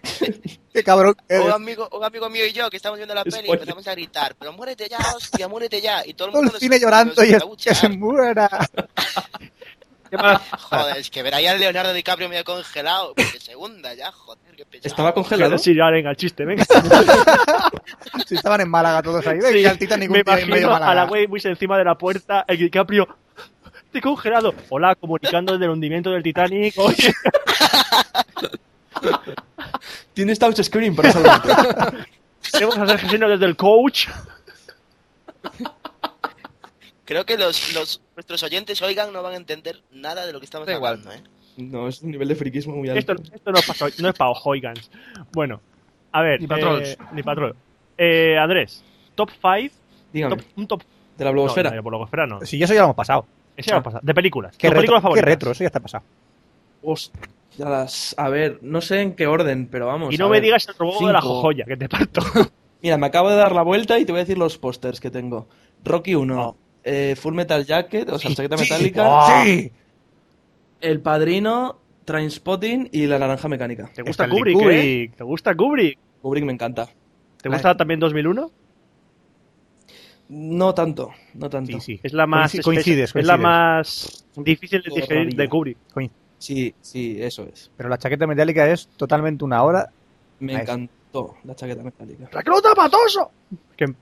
Speaker 3: ¡Qué cabrón! que
Speaker 5: un
Speaker 3: eres.
Speaker 5: amigo, un amigo mío y yo que estamos viendo la peli y
Speaker 6: Spoiler.
Speaker 5: empezamos a gritar, pero muérete ya, hostia, muérete ya. Y todo el
Speaker 3: Todo
Speaker 5: mundo
Speaker 3: el
Speaker 5: nos-
Speaker 3: cine llorando
Speaker 5: nos
Speaker 3: y es
Speaker 5: abuchea.
Speaker 3: que se muera.
Speaker 2: ¿Qué más?
Speaker 5: Joder, es que ver ahí a Leonardo DiCaprio medio congelado, porque segunda ya, joder, qué pesado.
Speaker 6: Estaba congelado.
Speaker 2: Sí, ya, venga, el chiste, venga.
Speaker 3: Si estaban en Málaga todos ahí. Venga,
Speaker 2: Sí,
Speaker 3: el Titanic
Speaker 2: me
Speaker 3: un día en medio
Speaker 2: imagino
Speaker 3: de Málaga.
Speaker 2: a la wey muy encima de la puerta, el DiCaprio. Estoy congelado. Hola, comunicando desde el hundimiento del Titanic. Oye,
Speaker 6: Tiene esta screen para salvarte.
Speaker 2: tenemos que hacer gestiones desde el coach.
Speaker 5: Creo que los, los nuestros oyentes oigan no van a entender nada de lo que estamos
Speaker 4: Da igual.
Speaker 5: hablando, ¿eh?
Speaker 6: No, es un nivel de friquismo muy alto.
Speaker 2: Esto, esto no, es pa- no es para Hoigans. Bueno, a ver.
Speaker 4: Ni pa' trolls.
Speaker 2: ni pa' troll. Eh, Andrés, top 5.
Speaker 6: Dígame,
Speaker 2: Un top.
Speaker 6: de la
Speaker 2: No,
Speaker 6: blogosfera.
Speaker 2: no, por logosfera no.
Speaker 3: Si eso Pues ya lo hemos pasado.
Speaker 2: Ese ya lo pasa. De películas.
Speaker 3: Qué
Speaker 2: ¿Tus
Speaker 3: retro,
Speaker 2: películas
Speaker 3: qué
Speaker 2: favoritas?
Speaker 3: retro, eso ya está pasado.
Speaker 6: Hostia, las- a ver, no sé en qué orden, pero vamos.
Speaker 2: Y
Speaker 6: a
Speaker 2: no me
Speaker 6: ver.
Speaker 2: digas el robo de la
Speaker 6: Cinco.
Speaker 2: joya, que te parto.
Speaker 6: Mira, me acabo de dar la vuelta y te voy a decir los pósters que tengo. Rocky 1, eh, Full Metal Jacket, o sea, chaqueta metálica,
Speaker 3: ¡Sí!
Speaker 6: El Padrino, Trainspotting y La Naranja Mecánica.
Speaker 2: ¿Te gusta
Speaker 3: Stanley
Speaker 2: Kubrick, eh?
Speaker 3: Kubrick.
Speaker 2: ¿Te gusta Kubrick?
Speaker 6: Kubrick me encanta.
Speaker 2: ¿Te
Speaker 6: La-
Speaker 2: gusta también 2001?
Speaker 6: No tanto, no tanto.
Speaker 3: Sí, sí.
Speaker 2: Es la más.
Speaker 3: Coinci- coincides,
Speaker 2: Es la
Speaker 3: coincides.
Speaker 2: más difícil de
Speaker 6: Todo
Speaker 2: digerir
Speaker 6: rarilla.
Speaker 2: de Kubrick.
Speaker 6: Sí, sí, eso es.
Speaker 3: Pero la chaqueta metálica es totalmente una hora.
Speaker 6: Me
Speaker 3: Ahí.
Speaker 6: encantó la chaqueta metálica.
Speaker 2: ¡Recluta patoso!
Speaker 3: Que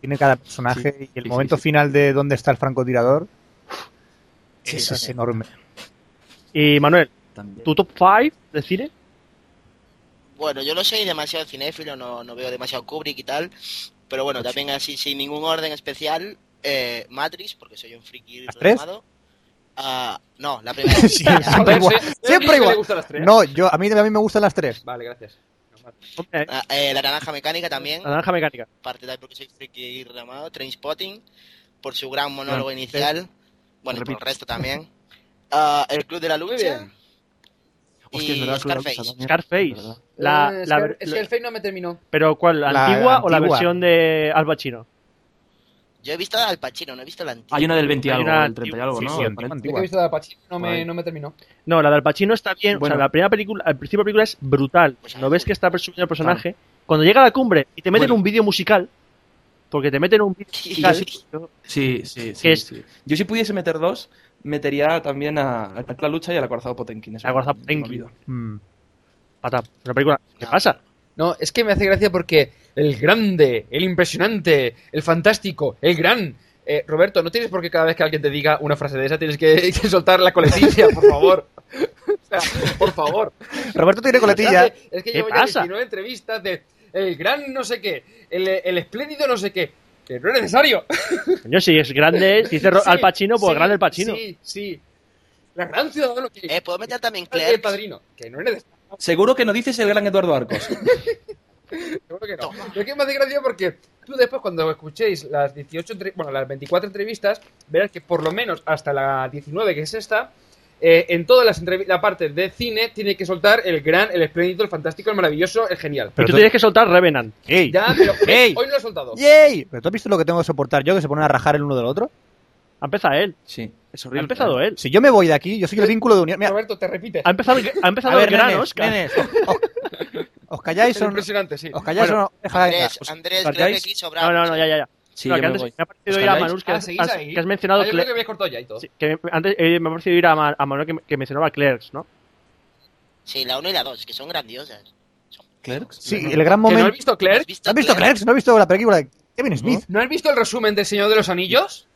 Speaker 3: tiene cada personaje y el
Speaker 6: sí,
Speaker 3: momento
Speaker 6: sí.
Speaker 3: final de dónde está el francotirador.
Speaker 6: Sí,
Speaker 3: ese es
Speaker 6: también.
Speaker 3: enorme.
Speaker 2: Y Manuel,
Speaker 6: También.
Speaker 2: ¿tu top 5 de cine?
Speaker 5: Bueno, yo no soy demasiado cinéfilo, no, no veo demasiado Kubrick y tal, pero
Speaker 6: Ah,
Speaker 5: bueno, también así, sin ningún orden especial, eh, Matrix, porque soy un friki
Speaker 3: tres?
Speaker 5: reclamado. Ah, no, la primera.
Speaker 3: Siempre igual. Siempre igual.
Speaker 4: gusta las tres?
Speaker 3: No, yo, a, mí, a mí me gustan las tres.
Speaker 4: Vale, gracias.
Speaker 2: Hombre,
Speaker 5: Ah, eh, la naranja mecánica también,
Speaker 6: Ah.
Speaker 2: La naranja mecánica.
Speaker 3: Eh,
Speaker 5: parte de ahí porque soy friki reclamado. Trainspotting, por su
Speaker 6: Ah,
Speaker 5: gran monólogo inicial. Bueno, y por el resto también. Ah, el Club de la Lucha.
Speaker 6: Hostia, es
Speaker 5: Y
Speaker 6: verdad, Club de la Lucha
Speaker 5: Scarface.
Speaker 6: también.
Speaker 2: Scarface.
Speaker 6: Es verdad.
Speaker 2: La,
Speaker 4: Eh,
Speaker 2: la, ver-
Speaker 4: Face no me terminó.
Speaker 2: ¿Pero cuál? ¿La,
Speaker 3: La
Speaker 2: antigua o la
Speaker 3: antigua.
Speaker 2: versión de Al Pacino?
Speaker 5: Yo he visto al Pacino, no he visto la antigua.
Speaker 6: Hay una del 20 y
Speaker 2: Hay
Speaker 6: algo,
Speaker 2: una
Speaker 6: del 30 y algo,
Speaker 3: sí,
Speaker 6: ¿no?
Speaker 3: sí,
Speaker 6: Del
Speaker 3: antigua,
Speaker 6: 40.
Speaker 3: antigua. Igual.
Speaker 4: de Pacino no
Speaker 6: Guay.
Speaker 4: no me terminó.
Speaker 2: No, la de Al Pacino está bien.
Speaker 6: Bueno.
Speaker 2: o sea, la primera película, al principio de la película es brutal.
Speaker 5: Pues
Speaker 2: no ves que está presumiendo el personaje. Cuando llega a la cumbre y te meten
Speaker 6: Bueno.
Speaker 2: un vídeo musical, porque te meten un vídeo
Speaker 5: Sí,
Speaker 2: musical.
Speaker 5: sí.
Speaker 2: yo-
Speaker 6: Sí, sí, sí,
Speaker 2: Que es-
Speaker 6: sí. Yo si pudiese meter dos, metería también a, a la lucha y al acorazado Potenkin. eso
Speaker 2: Al Acorazado
Speaker 6: me- me
Speaker 2: Potemkin.
Speaker 6: olvido.
Speaker 3: Mm.
Speaker 2: Pata, una película. ¿Qué
Speaker 5: No.
Speaker 2: pasa?
Speaker 4: No, es que me hace gracia porque el grande, el impresionante, el fantástico, el gran. Eh, Roberto, no tienes por qué cada vez que alguien te diga una frase de esa tienes que, que soltar la coletilla, por favor. O sea, por favor.
Speaker 3: Roberto tiene coletilla.
Speaker 4: Es que- Es que
Speaker 2: ¿Qué
Speaker 4: llevo ya
Speaker 2: pasa?
Speaker 4: 19 entrevistas de el gran no sé qué, el, el espléndido no sé qué, que no es necesario.
Speaker 2: Coño, si es grande, si dice Ro-
Speaker 4: Sí,
Speaker 2: Al Pacino, pues
Speaker 4: sí,
Speaker 2: grande el Pacino.
Speaker 4: Sí, sí. La gran ciudadano que
Speaker 5: Eh, puedo meter también
Speaker 4: el
Speaker 5: Claire.
Speaker 4: padrino, que no es necesario.
Speaker 6: Seguro que no dices el gran Eduardo Arcos.
Speaker 4: Seguro que no. Pero es que me hace gracia porque tú después, cuando escuchéis las 18, entre- bueno, las 24 entrevistas, verás que por lo menos hasta la 19, que es esta, eh, en todas las entrevi- la parte de cine tiene que soltar el gran, el espléndido, el fantástico, el maravilloso, el genial.
Speaker 2: y
Speaker 3: Pero
Speaker 2: tú,
Speaker 3: tú-
Speaker 2: tienes que soltar Revenant.
Speaker 4: Ya, pero
Speaker 2: Ey.
Speaker 4: hoy no lo he soltado.
Speaker 3: ¡Yay! ¿Pero tú has visto lo que tengo que soportar yo, que se ponen a rajar el uno del otro?
Speaker 2: Ha empezado él.
Speaker 6: Sí, es
Speaker 2: Ha
Speaker 6: horrible.
Speaker 2: empezado él.
Speaker 3: Si yo me voy de aquí, yo soy el vínculo de unión. Mira,
Speaker 4: Roberto, te repite.
Speaker 2: Ha empezado, el- ha empezado
Speaker 3: A ver,
Speaker 2: el gran
Speaker 3: nenes,
Speaker 2: Oscar.
Speaker 3: nenes, os, os calláis
Speaker 4: Es
Speaker 3: o no-
Speaker 4: impresionante, sí.
Speaker 3: os calláis o no- deja de-
Speaker 5: Andrés, Andrés, creo que
Speaker 6: ¿Cargáis?
Speaker 5: aquí
Speaker 2: No,
Speaker 5: sobramos.
Speaker 2: no, no, ya, ya, ya.
Speaker 6: Sí,
Speaker 2: No, que
Speaker 6: yo me
Speaker 2: antes
Speaker 6: voy.
Speaker 2: me ha parecido
Speaker 6: ¿Os
Speaker 2: ir a
Speaker 6: calláis?
Speaker 2: Manus que,
Speaker 4: Ah,
Speaker 2: has-
Speaker 4: ¿seguís
Speaker 2: has-
Speaker 4: ahí?
Speaker 2: que has mencionado
Speaker 4: Ah, yo
Speaker 2: Cle-
Speaker 4: creo que habéis cortado ya y todo.
Speaker 2: sí, que me- antes eh, me ha parecido ir a, Ma- a Manuel que, que mencionaba Clerks, ¿no?
Speaker 5: Sí, la 1 y la 2, que son grandiosas.
Speaker 6: Clerks.
Speaker 3: Sí, el gran
Speaker 4: ¿Que no
Speaker 3: momento.
Speaker 4: has visto Claire?
Speaker 5: ¿Has visto,
Speaker 3: ¿No has visto
Speaker 5: Claire?
Speaker 3: Clerks? ¿No has visto la película de Kevin Smith?
Speaker 4: ¿No has visto el resumen del Señor de los Anillos?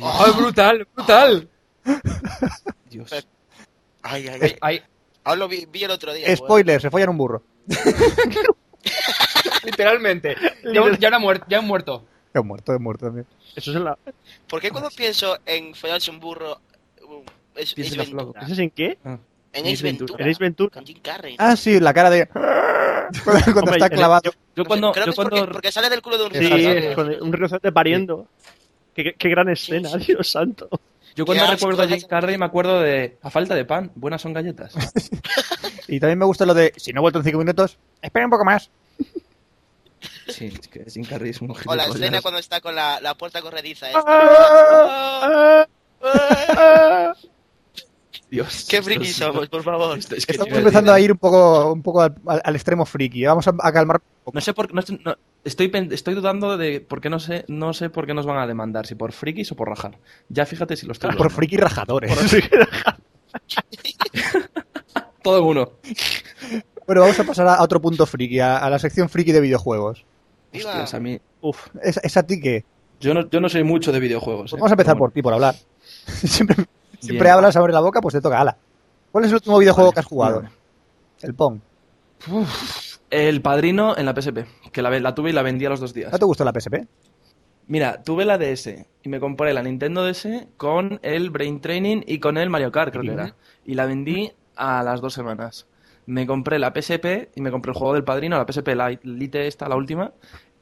Speaker 4: ¡Oh, es brutal, brutal!
Speaker 6: Dios.
Speaker 5: Ay, ay, ay.
Speaker 4: Ahí,
Speaker 5: Aún Ah, lo vi, vi el otro día.
Speaker 3: Spoiler, se follan un burro.
Speaker 4: literalmente. Ya, un- ya, una muer- ya un muerto.
Speaker 3: Es muerto, es muerto también.
Speaker 2: Eso es, en la-
Speaker 5: güey. ¿Por qué cuando pienso en follarse un burro? uh, Es,
Speaker 6: Piensa
Speaker 5: Ace
Speaker 6: en la flaca.
Speaker 5: Ventura?
Speaker 2: ¿eso es en qué?
Speaker 5: En
Speaker 6: Ace
Speaker 5: Ace Ventura.
Speaker 2: En Ace Ventura.
Speaker 5: Con Jim Carrey.
Speaker 3: Ah, sí, la cara de. cuando
Speaker 2: Hombre,
Speaker 3: está
Speaker 2: en-
Speaker 3: clavado.
Speaker 6: Yo
Speaker 5: No sé,
Speaker 6: cuando.
Speaker 5: creo
Speaker 6: yo
Speaker 5: que es porque,
Speaker 6: cuando...
Speaker 5: porque sale del culo de un
Speaker 2: Sí,
Speaker 5: rinoceronte.
Speaker 2: es con un rinoceronte pariendo. Qué, qué- qué gran escena, Dios santo.
Speaker 6: Yo cuando
Speaker 5: Qué asco,
Speaker 6: recuerdo a Jim
Speaker 5: macho.
Speaker 6: Carrey me acuerdo de a falta de pan, buenas son galletas.
Speaker 3: Y también me gusta lo de. Si no he vuelto en 5 minutos, espera un poco más.
Speaker 6: Sí, es que Jim Carrey es un
Speaker 5: O la escena
Speaker 6: gilipollas.
Speaker 5: cuando está con la, la puerta corrediza. ¿eh? esta.
Speaker 2: Ah,
Speaker 6: Dios.
Speaker 5: Qué friki somos, por favor.
Speaker 6: Esto- es que
Speaker 3: Estamos
Speaker 6: tío,
Speaker 3: empezando
Speaker 6: tío.
Speaker 3: a ir un poco, un poco al, al- al extremo friki. Vamos a, a calmar.
Speaker 6: No sé por no sé- no- estoy, pen- estoy dudando de por qué no sé, no sé por qué nos van a demandar, si por frikis o por rajar. Ya fíjate si lo estoy
Speaker 3: Por
Speaker 6: dudando.
Speaker 3: friki rajadores.
Speaker 6: todo uno.
Speaker 3: Bueno, vamos a pasar a, a otro punto friki, a, a la sección friki de videojuegos.
Speaker 5: Viva.
Speaker 6: Hostias, a mí. Uf,
Speaker 3: Es, es a ti que.
Speaker 6: yo no, yo no soy mucho de videojuegos. eh.
Speaker 3: Pues Vamos a empezar
Speaker 6: Pero
Speaker 3: por ti, por hablar. siempre
Speaker 6: bueno,
Speaker 3: siempre
Speaker 6: bien.
Speaker 3: hablas, abres la boca, pues te toca ala. ¿Cuál es el último videojuego que has jugado?
Speaker 6: Vale.
Speaker 3: El Pong.
Speaker 6: El padrino en la PSP, que la, ve- la tuve y la vendí a los dos días.
Speaker 3: ¿No te gustó la PSP?
Speaker 6: Mira, tuve la DS y me compré la Nintendo DS con el Brain Training y con el Mario Kart, creo que era. Y la vendí a las dos semanas. Me compré la PSP y me compré el juego del padrino, la PSP Lite, Lite esta, la última,